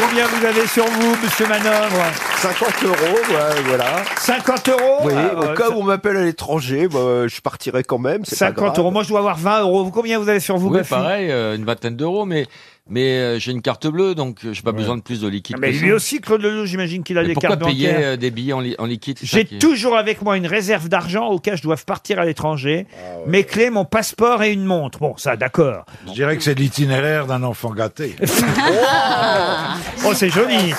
Combien vous avez sur vous, monsieur Manœuvre
50 euros, ouais, voilà.
50 euros
Oui,
Ah,
au
ouais,
cas
ça-
où on m'appelle à l'étranger, bah, je partirai quand même. c'est pas
50
grave.
euros. Moi, je dois avoir 20 euros. Vous, Combien vous avez sur vous,
Oui,
Baffy
pareil, euh, une vingtaine d'euros, mais, mais euh, j'ai une carte bleue, donc euh, j'ai pas besoin de plus de liquide.
Ah, Mais
que
lui
ça.
aussi, Claude Leloup, j'imagine qu'il a
Mais
des
pourquoi
cartes
payer
bancaires.
euh, des billets en, li- en liquide c'est ça
J'ai
qui est-
toujours avec moi une réserve d'argent au cas où je dois partir à l'étranger. Mes clés, mon passeport et une montre. Bon, ça, d'accord.
Ah Je dirais que c'est l'itinéraire d'un enfant gâté.
Ah.
Oh, c'est joli.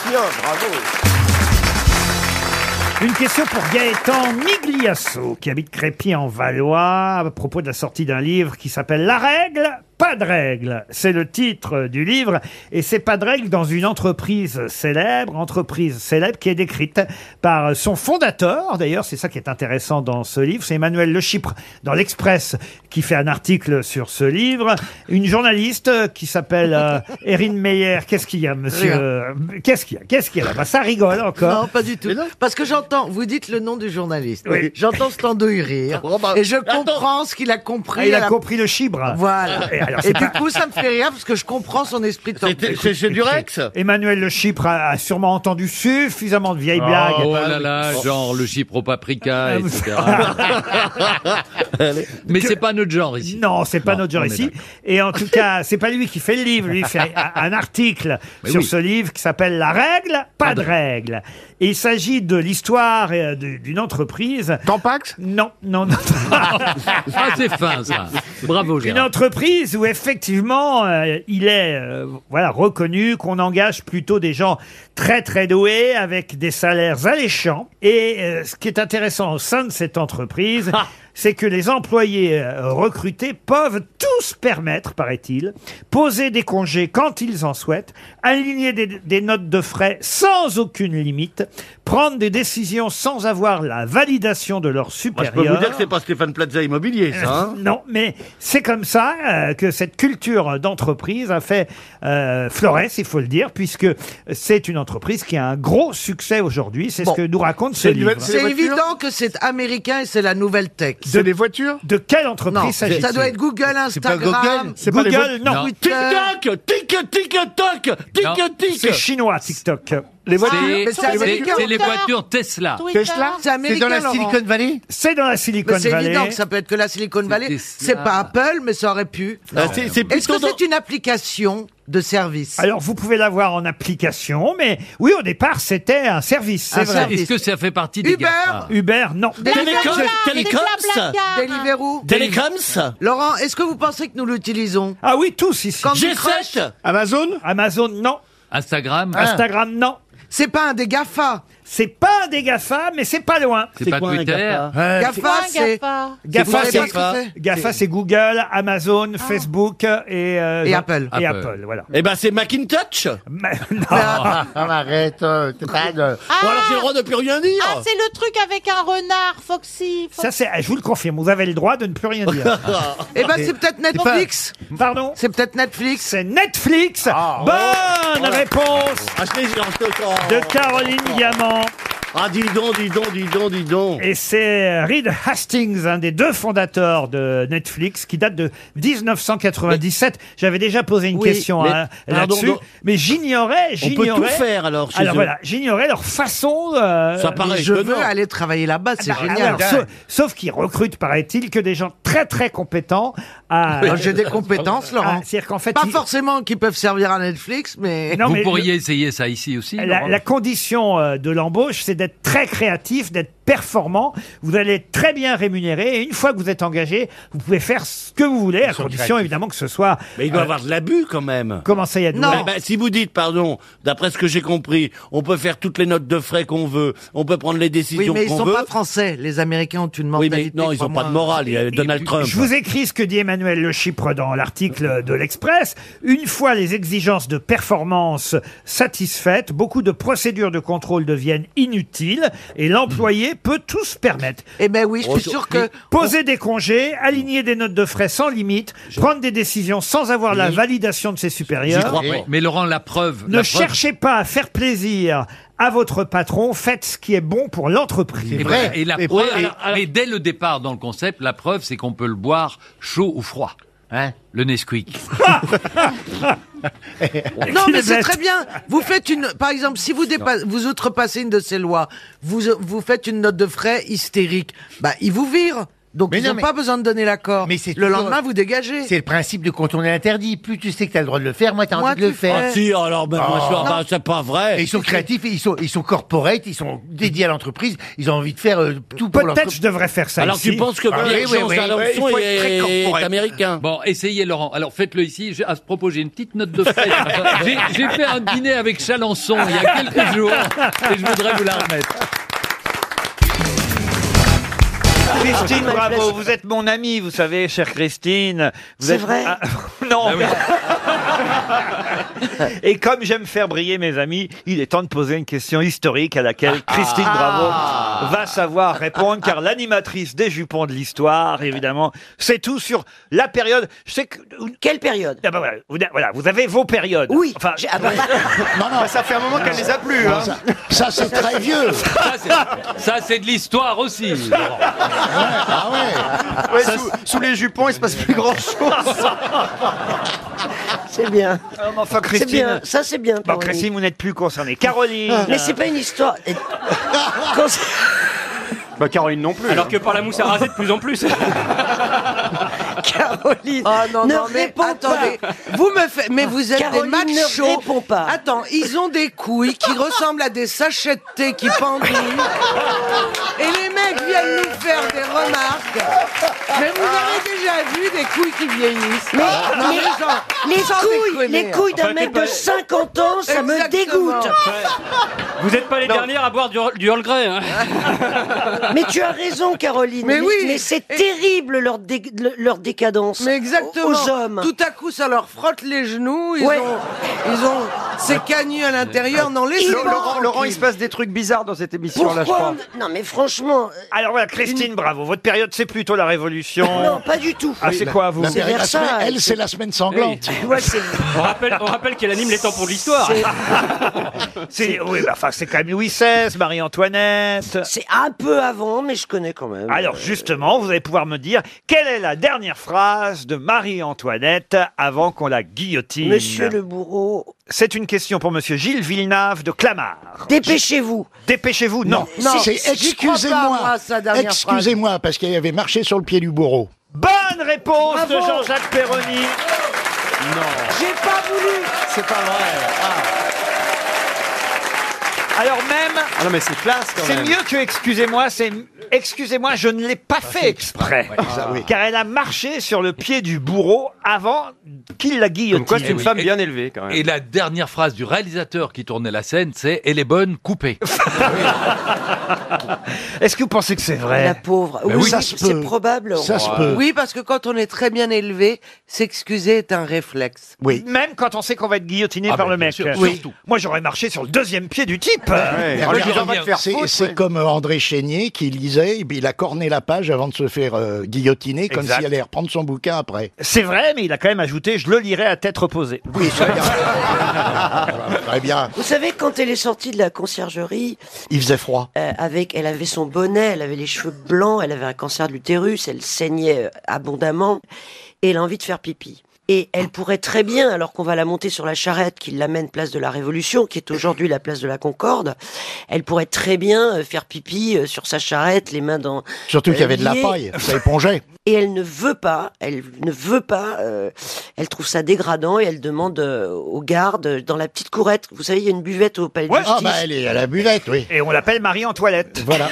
Une question pour Gaëtan Migliasso, qui habite Crépy en Valois, à propos de la sortie d'un livre qui s'appelle La règle, pas de règle. C'est le titre euh, du livre, et c'est pas de règle dans une entreprise célèbre, entreprise célèbre qui est décrite par euh, son fondateur. D'ailleurs, c'est ça qui est intéressant dans ce livre. C'est Emmanuel Le Chypre, dans l'Express, qui fait un article sur ce livre. Une journaliste euh, qui s'appelle euh, Erin Meyer. Qu'est-ce qu'il y a, monsieur?
Rien.
euh, Qu'est-ce qu'il y a? Qu'est-ce qu'il y a là-bas? Ça rigole encore.
Non, pas du tout. Parce que j'entends, vous dites le nom du journaliste.
Oui. Oh, bah.
J'entends cet andouille rire. et je comprends ce qu'il a compris.
Ah, il
à
a
la-
compris le chibre.
Voilà.
Et,
Et,
alors, c'est
du
pas-
coup, ça me fait rire parce que je comprends son esprit de
Emmanuel Le Chypre a, a sûrement entendu suffisamment de vieilles
Oh,
blagues. Ah,
Oh là là, genre le chypropaprika, etc. Mais c'est pas notre genre ici.
Non, c'est pas
Non,
notre genre
on est
ici. Et en tout cas, c'est pas lui qui fait le livre. Lui il fait un, un article
Mais
sur
oui.
ce livre qui s'appelle La règle, pas de règle. Et il s'agit de l'histoire euh, de- d'une entreprise. Tampax Non, non, non.
Ah, c'est fin, ça. Bravo,
Une
Gérard.
entreprise où effectivement euh, il est euh, voilà reconnu qu'on engage plutôt des gens très très doués avec des salaires alléchants et euh, ce qui est intéressant au sein de cette entreprise
Ah.
c'est que les employés euh, recrutés peuvent tous permettre paraît-il poser des congés quand ils en souhaitent aligner des, des notes de frais sans aucune limite prendre des décisions sans avoir la validation de leurs
Moi, je
supérieurs
peux vous dire que c'est pas Stéphane Plaza Immobilier, ça. hein.
Euh, non, mais c'est comme ça euh, que cette culture d'entreprise a fait euh, Flores, il faut le dire, puisque c'est une entreprise qui a un gros succès aujourd'hui. C'est
Bon.
ce que nous raconte ce
C'est
livre.
évident que c'est américain et c'est la nouvelle tech.
De, les voitures De quelle entreprise
Non,
s'agit-il
ça doit être Google, Instagram,
Google, non.
Twitter.
TikTok, tic, tic, toc, tic, tic.
C'est chinois, TikTok.
Les
voitures,
C'est-
mais c'est
c'est-
américain,
c'est les
Twitter.
voitures Tesla.
C'est américain, Laurent.
Valley C'est dans la Silicon
Mais c'est
Valley.
évident que ça peut être que la Silicon Valley. C'est pas Apple, mais ça aurait pu.
Ah, c'est- c'est
Est-ce
plutôt
que c'est une application de service
Alors, vous pouvez l'avoir en application, mais oui, au départ, c'était un service, c'est
Un
vrai.
service. Est-ce que
ça fait partie Ah.
des Uber GAFA
Uber, non.
Deliveroo
Telecoms
Laurent, est-ce que vous pensez que nous l'utilisons
Ah oui, tous ici.
Candy Crush
Amazon Amazon, non.
Instagram.
Instagram, non.
Ah. C'est pas un des GAFA.
C'est pas un des GAFA, mais c'est pas loin.
C'est C'est pas quoi un Twitter GAFA Ouais,
GAFA, c'est- Vous
GAFA,
savez
c'est
pas ce que c'est Ah.
GAFA, c'est Google, Amazon, Facebook et, euh,
Et
non,
Apple.
Et
Apple.
Apple, voilà.
Eh ben, c'est Macintosh.
Ah,
arrête, euh, t'es pas de... Bon, alors, j'ai le droit de plus rien dire.
Ah, c'est le truc avec un renard, Foxy.
Ça, c'est, je vous le confirme, vous avez le droit de ne plus rien dire.
Ah.
Eh ben, c'est peut-être Netflix.
Pardon
C'est peut-être Netflix.
C'est Netflix.
Ah, oh.
Bonne réponse de Caroline Diamant.
Ah, dis donc, dis donc, dis donc, dis donc.
Et c'est euh, Reed Hastings, un des deux fondateurs de Netflix, qui date de 1997. J'avais déjà posé une
Oui,
question
mais-
hein,
pardon,
là-dessus,
donc-
mais j'ignorais,
On peut
j'ignorais.
tout faire, alors, chez
Alors
eux.
voilà, j'ignorais leur façon. euh,
Ça paraît
Mais je veux
étonnant.
aller travailler là-bas, c'est
bah,
génial.
alors, sauf sauf qu'ils recrutent, paraît-il, que des gens très très compétents. À...
Alors, J'ai des compétences, Laurent.
Ah, C'est-à-dire qu'en fait,
pas
ils-
forcément qui peuvent servir à Netflix, mais
Non,
Ah. Vous
mais
pourriez essayer ça ici aussi.
La,
Laurent
la condition euh, de l'embauche, c'est d'être très créatif, d'être performant. Vous allez être très bien rémunéré. Et une fois que vous êtes engagé, vous pouvez faire ce que vous voulez, à
sont
condition
créatifs.
évidemment que ce soit.
Mais il doit
euh,
y avoir de l'abus quand même.
Comment ça, il y a de
Bah,
l'abus
bah, Si vous dites, pardon, d'après ce que j'ai compris, on peut faire toutes les notes de frais qu'on veut, on peut prendre les décisions
oui, mais ils
qu'on
sont
veut.
pas français. Les Américains ont une
oui,
mentalité.
mais non, ils n'ont pas de morale. Il y a Donald Trump.
Je vous écris ce que dit Emmanuel Le Chypre dans l'article de l'Express. Une fois les exigences de performance satisfaites, beaucoup de procédures de contrôle deviennent inutiles et l'employé peut tout se permettre.
Eh ben oui, je suis sûr que
Poser des congés, aligner des notes de frais sans limite, prendre des décisions sans avoir la validation de ses
J'y
supérieurs.
crois pas. Mais Laurent, la preuve.
Ne
la preuve-
cherchez pas à faire plaisir à votre patron, faites ce qui est bon pour l'entreprise.
Et voilà, Et la preuve, mais dès le départ dans le concept, la preuve, c'est qu'on peut le boire chaud ou froid.
Hein
Le Nesquik.
Non, mais c'est très bien. Vous faites une, par exemple, si vous dépassez, vous outrepassez une de ces lois, vous vous faites une note de frais hystérique, bah ils vous virent. Donc ils
non,
n'ont
mais-
pas besoin de donner l'accord.
Mais c'est
le
toujours-
lendemain vous dégagez.
C'est le principe de contourner l'interdit. Plus tu sais que t'as le droit de le faire, moins t'as
Moins
envie de le
tu fais.
faire.
Ah si, alors, ben, moi, je- bah,
c'est pas vrai. Et ils sont créatifs, et ils sont, ils sont corporate, ils sont dédiés à l'entreprise, ils ont envie de faire euh, tout pour
Peut-être je devrais faire ça.
Alors
ici.
tu penses que Ah oui, Pierre oui, Jean oui. Salençon Il faut être très est- corporate. est américain.
Bon, essayez Laurent. Alors faites-le ici. J'ai- À ce propos, j'ai une petite note de frais. J'ai j'ai fait un dîner avec Chalençon il y a quelques jours et je voudrais vous la remettre.
Christine Bravo, vous êtes mon amie, vous savez, chère Christine. Vous
C'est
êtes-
vrai
Ah, Non.
Ah
Et comme j'aime faire briller mes amis, il est temps de poser une question historique à laquelle Christine
Ah.
Bravo va savoir répondre, car l'animatrice des jupons de l'histoire, évidemment, c'est tout sur la période. Je sais que... Quelle période voilà, vous, voilà, vous avez vos périodes. Oui. ah bah. Enfin,
non.
ça fait un moment
qu'elle les a plus, Non, hein. ça- ça, c'est très vieux.
Ça, c'est- Ça, c'est de l'histoire aussi. Laurent.
Ouais, sous, sous les jupons, il se passe plus grand chose.
C'est bien.
Ah, Enfin, Christine.
C'est bien. Ça, c'est bien.
Bon,
Caroline.
Christine, vous n'êtes plus concernée. Caroline.
Mais c'est pas une histoire. Et- Quand c'est-
Bah Caroline non plus.
Alors que par la mousse à raser de plus en plus.
Caroline. Oh non,
ne
non, mais
réponds
attendez.
pas.
Vous me faites, mais vous êtes
Caroline,
des
ne
machos.
réponds pas.
Attends, ils ont des couilles qui ressemblent à des sachets de thé qui pendouillent. Et les mecs viennent nous faire des remarques. Mais vous avez déjà vu des couilles qui vieillissent.
Mais,
Non,
mais
sans-
les,
sans
couilles,
déconner.
les couilles d'un
Enfin, t'es
mec
pas-
de 50 ans, ça me
Exactement.
dégoûte.
Vous n'êtes pas les dernières à boire du, du Earl Grey. hein.
Mais tu as raison, Caroline.
Mais oui.
Mais c'est
Et-
terrible leur, dé- le- leur décadence.
Mais exactement.
Aux hommes.
Tout à coup, ça leur frotte les genoux. Ils
Ouais.
ont, ils ont ces canuts à l'intérieur. Non, les
Laurent,
Ah,
Laurent, il se passe des trucs bizarres dans cette émission là, je crois.
Non, mais franchement.
Alors voilà, Ah Christine Bravo, votre période, c'est plutôt la Révolution.
Non, pas du tout.
Ah, c'est quoi, vous
C'est
La semaine-
Versailles.
elle, c'est la semaine sanglante.
Tu vois, c'est.
On rappelle, on rappelle qu'elle anime les tampons de l'histoire.
C'est oui, bah, enfin, c'est quand même Louis XVI, Marie-Antoinette.
C'est un peu avant, mais je connais quand même. Euh,
Alors justement, vous allez pouvoir me dire quelle est la dernière phrase de Marie-Antoinette avant qu'on la guillotine.
Monsieur le bourreau,
C'est une question pour Monsieur Gilles Villeneuve de Clamart.
dépêchez-vous.
Dépêchez-vous, non.
C'est-
C'est
j'y crois pas, moi,
excusez-moi.
à sa dernière phrase.
Excusez-moi parce qu'il avait marché sur le pied du bourreau.
Bonne réponse de
Bravo.
Jean-Jacques Perroni.
J'ai pas voulu.
C'est pas vrai. Alors même,
Ah non, mais c'est classe quand
c'est
même.
mieux que excusez-moi, c'est excusez-moi, je ne l'ai pas fait exprès.
ah,
Car elle a marché sur le pied du bourreau avant qu'il la guillotine.
Comme quoi, c'est une femme bien
élevée quand
Et la dernière phrase du réalisateur qui tournait la scène, c'est Elle est bonne, coupée.
Est-ce que vous pensez que c'est vrai
La pauvre.
Ben
oui,
oui, ça se
c'est
peut.
probable.
Ça se peut.
Oui, parce que quand on est très bien élevé, s'excuser est un réflexe.
Oui. bah,
Même quand on sait qu'on va être guillotiné
Ah
par
ben,
le
bien
mec.
sûr,
Oui.
surtout.
Moi, j'aurais marché sur le deuxième pied du type.
Mais
Moi, je
regarde,
dis, on va te faire
c'est-
foutre,
C'est
ouais.
comme André Chénier qui lisait, et puis il a corné la page avant de se faire euh, guillotiner, comme
Exact.
s'il allait reprendre son bouquin après.
C'est vrai, mais il a quand même ajouté Je le lirai à tête reposée.
Oui, Très bien.
euh, Vous savez, quand elle est sortie de la conciergerie,
Il faisait froid.
euh, avec, elle avait son bonnet, elle avait les cheveux blancs, elle avait un cancer de l'utérus, elle saignait euh, abondamment, et elle a envie de faire pipi. Et elle pourrait très bien, alors qu'on va la monter sur la charrette qui l'amène place de la Révolution, qui est aujourd'hui la place de la Concorde, elle pourrait très bien euh, faire pipi euh, sur sa charrette, les mains dans...
Surtout qu'il y avait de la
liées.
paille, ça épongeait.
Et elle ne veut pas, elle ne veut pas, euh, elle trouve ça dégradant et elle demande euh, aux gardes, euh, dans la petite courette, vous savez, il y a une buvette au palais de
Ouais.
justice.
Ah bah elle est à la buvette, oui.
Et on l'appelle Marie en toilette.
Voilà.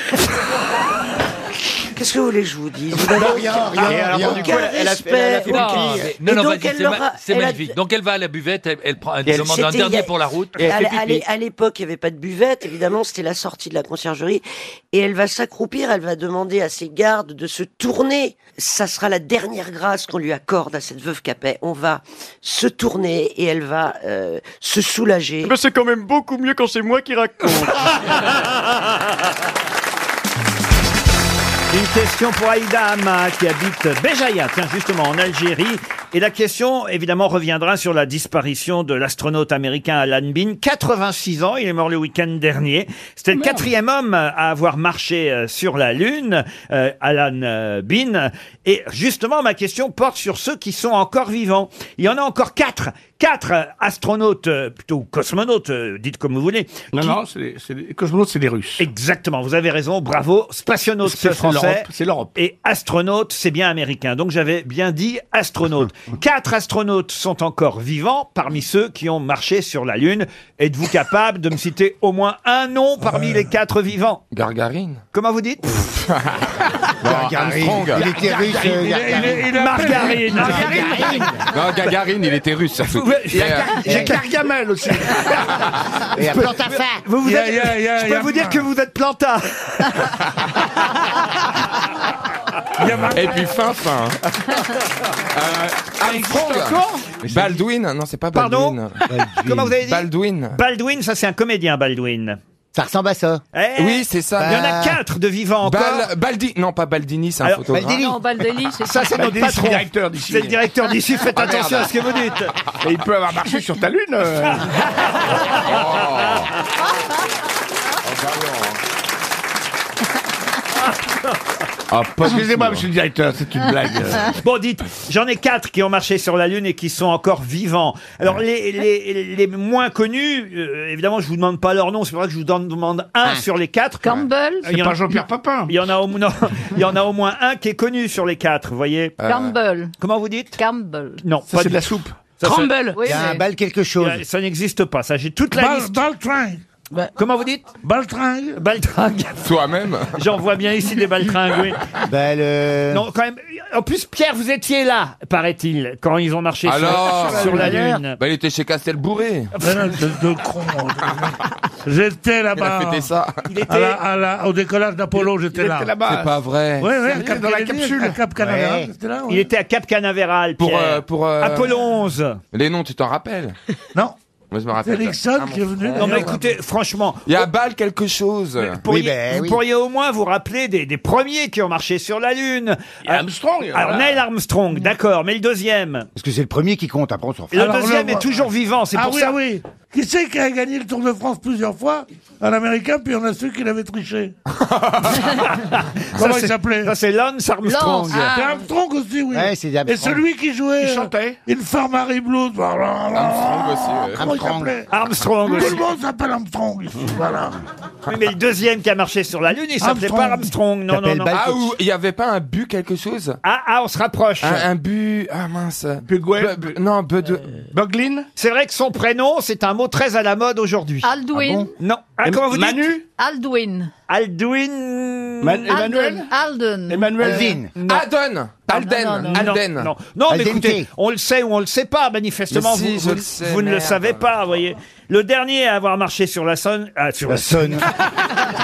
Qu'est-ce que vous voulez que je vous dise Vous
Bah,
n'avez
rien,
aucun-
rien, Et alors, rien. bon, du
aucun
coup, elle- elle a-
respect.
elle a fait
aucun-
Non, mais-
Et
non, non,
donc,
vas-y,
elle
c'est
leur
ma-
a-
c'est
elle a-
magnifique. Donc elle va à la buvette, elle, elle prend, elle
Elle-
demande un
c'était il y a-
dernier pour la route.
à, la- à l'é- à l'époque, il n'y avait pas de buvette, évidemment, c'était la sortie de la conciergerie. Et elle va s'accroupir, elle va demander à ses gardes de se tourner. Ça sera la dernière grâce qu'on lui accorde à cette veuve Capet. On va se tourner et elle va euh, se soulager.
Mais c'est quand même beaucoup mieux quand c'est moi qui raconte.
Une question pour Aïda Hama qui habite Béjaïa, tiens justement en Algérie. Et la question évidemment reviendra sur la disparition de l'astronaute américain Alan Bean, 86 ans, il est mort le week-end dernier. C'était
Oh,
le quatrième homme à avoir marché euh, sur la Lune, euh, Alan euh, Bean. Et justement ma question porte sur ceux qui sont encore vivants. Il y en a encore quatre, quatre euh, astronautes, euh, plutôt cosmonautes, euh, dites comme vous voulez.
Non,
qui-
non, c'est les, c'est les- cosmonautes, c'est les Russes.
Exactement, vous avez raison, bravo. Spationaute,
C'est
c'est français.
l'Europe, c'est l'Europe.
Et astronaute, c'est bien américain. Donc j'avais bien dit astronaute. Quatre astronautes sont encore vivants parmi ceux qui ont marché sur la Lune. Êtes-vous capable de me citer au moins un nom parmi les quatre vivants Gargarine. Comment vous dites
Armstrong.
Il était russe, euh, Il est- il est- il est- Margarine.
Margarine. Non, Gagarine, il était russe, surtout. euh,
Il y a Gar- il y a
Gargamel aussi.
Et après, t'as fait.
Vous, vous
Il y a-
êtes-
il y a- il y a-
je
il y
peux
a-
vous dire que vous êtes planta.
Et puis fin, fin.
hein.
Euh, Armstrong. Baldwin, non, c'est pas Baldwin. Pardon
Comment vous avez dit
Baldwin.
Baldwin, ça c'est un comédien, Baldwin. Eh,
Ça ressemble à ça. Bah. oui, c'est ça.
Il y en a quatre de vivants encore.
Bal- Baldi, non pas Baldini, c'est un
Alors,
Bah,
photographe.
Baldini.
Non, Baldelli, c'est
Ça, c'est notre
Baldini, c'est
patron.
le directeur d'ici.
C'est le directeur d'ici. Faites
Ah, merde.
attention à ce que vous dites.
Et il peut avoir marché sur ta lune. euh.
Ah,
Excusez-moi, monsieur le
directeur,
c'est une blague.
Bon, dites, j'en ai quatre qui ont marché sur la Lune et qui sont encore vivants. Alors, les, les, les moins connus, euh, évidemment, je vous demande pas leur nom, c'est pour ça que je vous en demande
Ah.
un sur les quatre. Campbell
C'est pas Jean-Pierre Papin.
Il y, en a au, non, il y en a au moins un qui est connu sur les quatre, vous voyez
Euh,
Campbell.
Comment vous dites
Campbell.
Non,
Euh,
pas
Ça, c'est
du-
de la soupe.
Ça, c'est-
Crumble. Oui, mais-
bal quelque chose. Ça n'existe pas, ça, j'ai toute la
Bal-
liste. Bah, Comment vous dites Baltringue. Baltringue.
Toi-même.
J'en vois bien ici des baltringues, oui.
Euh.
Non, quand même. En plus, Pierre, vous étiez là, paraît-il, quand ils ont marché sur-
Alors,
sur, la Lune. Euh,
Bah, il était chez Castelbourré.
J'étais là-bas.
Il a fêté ça.
Il était... à la- à la- au décollage d'Apollo, Oh, j'étais là.
C'est pas vrai.
Ouais, ouais,
Sérieux,
Cap Kennedy, à Cap Canaveral, j'étais là, ouais.
Il était à Cap Canaveral,
Pour,
Pierre.
euh, pour, euh,
Apollo 11.
Les noms, tu t'en rappelles
Non.
Moi, je me rappelle.
Ericsson
Ah, mon
qui est venu.
frère.
Non, mais écoutez, franchement.
Il y a Bal quelque chose.
Vous pourriez, vous pourriez au moins vous rappeler des, des premiers qui ont marché sur la Lune. Armstrong. Alors,
voilà.
Neil Armstrong, d'accord, mais le deuxième.
Parce que c'est le premier qui compte, après on s'en
Le deuxième
le-
est toujours vivant, c'est
ah
pour
oui,
ça.
Ah oui, Qui c'est qui a gagné le Tour de France plusieurs fois Un Américain, puis on a su qu'il avait triché. Comment
Ça,
il
c'est-
s'appelait
ça, c'est Lance Armstrong. Lance, ah.
C'est Armstrong aussi, oui.
Ouais, c'est Armstrong.
Et celui qui jouait. euh,
Il
chantait. Infirmary Blues. Armstrong
aussi,
Comment il s'appelait
Armstrong
Tout
aussi.
le monde s'appelle Armstrong ici. Voilà.
Oui, mais le deuxième qui a marché sur la Lune, Ah, il s'appelait
Armstrong.
pas Armstrong. Non, non, non.
Ah, ou il n'y avait pas un but quelque chose
Ah, ah, on se rapproche.
Un, un but. Ah mince. Bugwell Non, Bud.
Boglin C'est vrai que son prénom, c'est un mot très à la mode aujourd'hui.
Aldwin.
Non. Ah, comment vous dites
Manu Aldwin.
Aldwin.
Emmanuel Alden. Emmanuel Alden.
Adon.
non,
Alden.
non, non.
Alden.
Euh, Non, non mais écoutez, on le sait ou on le sait pas, manifestement,
Mais si,
vous,
je
vous-
le sais,
vous ne le
merde.
savez pas, vous voyez. Le dernier à avoir marché sur la Sonne, ah, sur la, Sonne,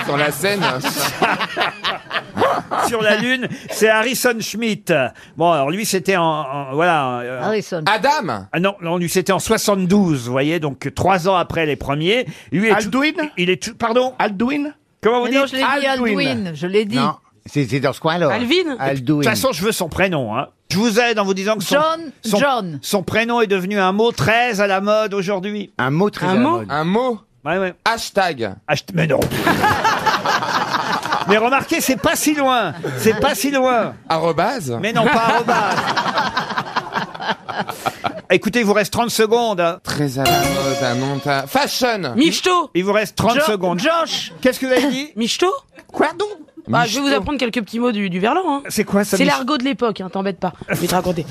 Sur la scène.
sur la Lune, c'est Harrison Schmitt. Bon, alors lui, c'était en, en- voilà. euh,
Harrison.
Adam
Ah non, non, lui, c'était en 72, vous voyez, donc euh, trois ans après les premiers. Lui est Aldwin Il est tout, pardon Aldwin Comment vous
Mais
dites
non, je l'ai dit, Aldwin. Aldwin, je l'ai dit. Non,
c'est dans ce coin-là.
Alvin Aldwin.
De toute façon, je veux son prénom. Hein. Je vous aide en vous disant que son,
John,
son,
John.
son prénom est devenu un mot très à la mode aujourd'hui. Un mot très
Un à la mot mode.
Un mot Ouais, ouais.
Hashtag.
mais non. mais remarquez, c'est pas si loin. C'est pas si loin.
Arrobase
Mais non, pas arrobase. Écoutez, il vous reste 30 secondes. hein.
Très à la mode, un nom de- Fashion
Michto.
Il vous reste 30
Jo-
secondes.
Josh.
Qu'est-ce que vous avez dit
Michto Quoi donc bah, je
Michto.
vais vous apprendre quelques petits mots du, du verlan. hein.
C'est quoi ça,
C'est
Mich-
l'argot de l'époque, hein, t'embête pas. Je vais te raconter.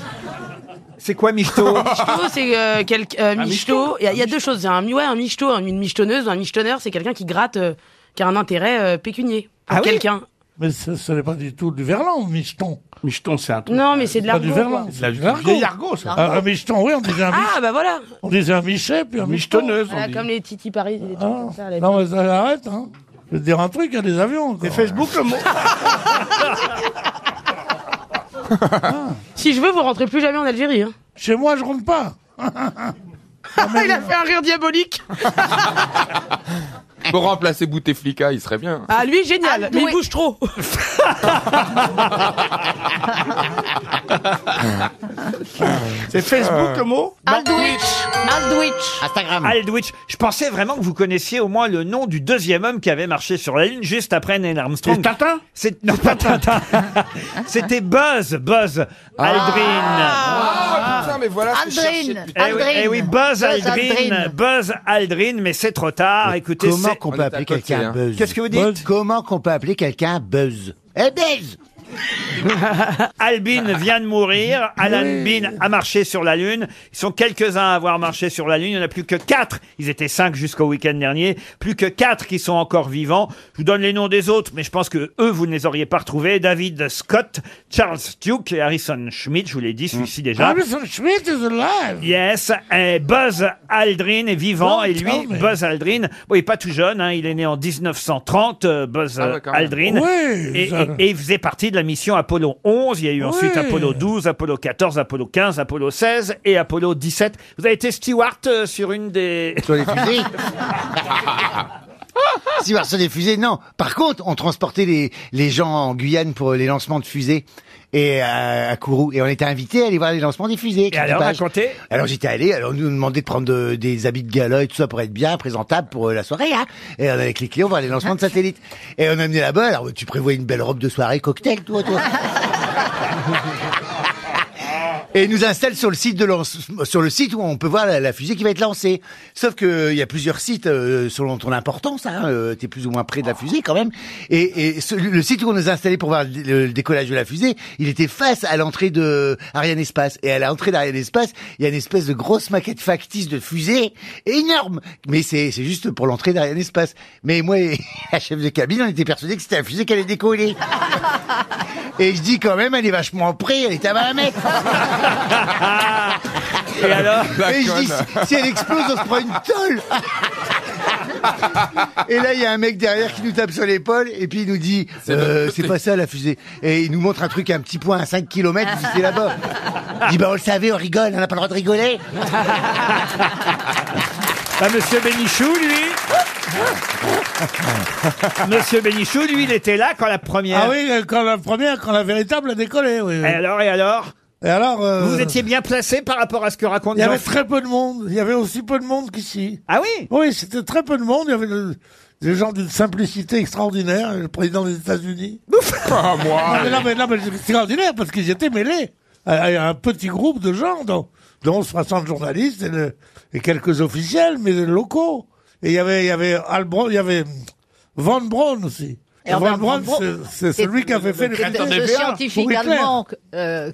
C'est quoi Michto
Michto, c'est euh, quel- euh, michto. Il y, a- il y a deux choses. Il y a un, mi- ouais, un michto, un- une michtonneuse, un michtonneur, c'est quelqu'un qui gratte, euh, qui a un intérêt euh, pécunier pour quelqu'un.
Ah Mais ce, ce n'est pas du tout du verlan, micheton.
Micheton, c'est un Non, mais c'est de
Pas du
l'argot.
verlan.
quoi.
C'est du vieil argot, ça. Un, un micheton, oui, on disait un micheton.
Ah, bah voilà.
On disait un michet, puis un michetonneuse.
Voilà, comme les titi paris. les trucs
Ah.
comme ça, là.
Non, mais ça, arrête, hein. Je vais te dire un truc, il y a des avions. Et Facebook, le mot.
Si je veux, vous rentrez plus jamais en Algérie. hein.
Ah. Chez moi, je rentre pas.
Il a fait un rire diabolique.
Pour remplacer Bouteflika, il serait bien. hein.
Ah, lui, génial, mais il bouge trop.
C'est
Facebook, le
mot
Aldwich. Aldwich.
Instagram. Aldwich. Je pensais vraiment que vous connaissiez au moins le nom du deuxième homme qui avait marché sur la Lune juste après Neil Armstrong. C'est Tintin C'est... Non, pas Tintin. C'était Buzz, Buzz Aldrin.
Ah, putain, mais voilà ce que je cherchais depuis-
Eh oui, eh oui, Buzz
Buzz
Aldrin,
Aldrin.
Buzz Aldrin, mais c'est trop tard. Ah, Écoutez,
Comment
c'est-
qu'on peut appeler quelqu'un buzz
hein. Qu'est-ce que vous dites
Comment qu'on peut appeler quelqu'un buzz Eh buzz
Albin vient de mourir. Alan
Oui.
Bean a marché sur la Lune. Ils sont quelques-uns à avoir marché sur la Lune. Il n'y en a plus que quatre. Ils étaient cinq jusqu'au week-end dernier. Plus que quatre qui sont encore vivants. Je vous donne les noms des autres, mais je pense que eux, vous ne les auriez pas retrouvés. David Scott, Charles Duke et Harrison Schmidt. Je vous l'ai dit, celui-ci déjà.
Harrison Schmidt is alive.
Yes, et Buzz Aldrin est vivant
Non,
et lui,
non, mais-
Buzz Aldrin, bon, il est pas tout jeune, hein, il est né en 1930, euh, Buzz
Ah ouais,
euh,
quand même.
Aldrin,
Oui,
et,
ça-
et- et il faisait partie de la mission Apollo 11. Il y a eu ensuite
Oui.
Apollo 12, Apollo 14, Apollo 15, Apollo 16 et Apollo 17. Vous avez été steward euh, sur une des.
Sur les fusées Si, parce que des fusées, non. Par contre, on transportait les, les gens en Guyane pour euh, les lancements de fusées et euh, à, à Kourou. Et on était invités à aller voir les lancements des fusées. avec
alors,
l'équipage.
racontez.
Alors, j'étais allé, alors on nous demandait de prendre de- des habits de gala et tout ça pour être bien présentable pour euh, la soirée. Hein. Et on allait cliquer, on voir les lancements de satellites. Et on a amené là-bas, alors tu prévois une belle robe de soirée, cocktail, toi, toi. Et ils nous installe sur le site de lance- sur le site où on peut voir la, la fusée qui va être lancée. Sauf que euh, il y a plusieurs sites euh, selon ton importance. Hein, euh, T'es plus ou moins près de la fusée quand même. Et, et ce- le site où on nous a installé pour voir le, le décollage de la fusée, il était face à l'entrée de Ariane Espace. Et à l'entrée d'Ariane Espace, il y a une espèce de grosse maquette factice de fusée énorme. Mais c'est c'est juste pour l'entrée d'Ariane Espace. Mais moi et la chef de cabine, on était persuadés que c'était la fusée qui allait décoller. Et je dis quand même, elle est vachement près, elle est à 20 mètres.
Et alors
Et je dis, si- si elle explose, on se prend une tôle. Et là, il y a un mec derrière qui nous tape sur l'épaule et puis il nous dit euh, C'est pas ça la fusée. Et il nous montre un truc, un petit point à 5 km, c'est là-bas. Il dit Bah, on le savait, on rigole, on n'a pas le droit de rigoler.
Bah, monsieur Bénichou, lui. monsieur Bénichou, lui, il était là quand la première.
Ah oui, euh, quand la première, quand la véritable a décollé, oui.
Et alors, et alors
Et alors euh,
Vous étiez bien placé par rapport à ce que raconte
Il y avait
Jean-
très peu de monde. Il y avait aussi peu de monde qu'ici.
Ah oui
Oui, c'était très peu de monde. Il y avait de- des gens d'une simplicité extraordinaire. Le président des États-Unis.
Ah, moi.
Non, mais, non, mais, non, mais c'est extraordinaire parce qu'ils étaient mêlés à, à un petit groupe de gens, dont, dont 60 journalistes et, le- et quelques officiels, mais locaux. Et il y avait, il y avait Albron, il y avait Van Braun aussi.
Herbert
Braun,
von Braun,
c'est- c'est celui qui avait fait le
C'est ce scientifique
pour Hitler.
allemand que, euh,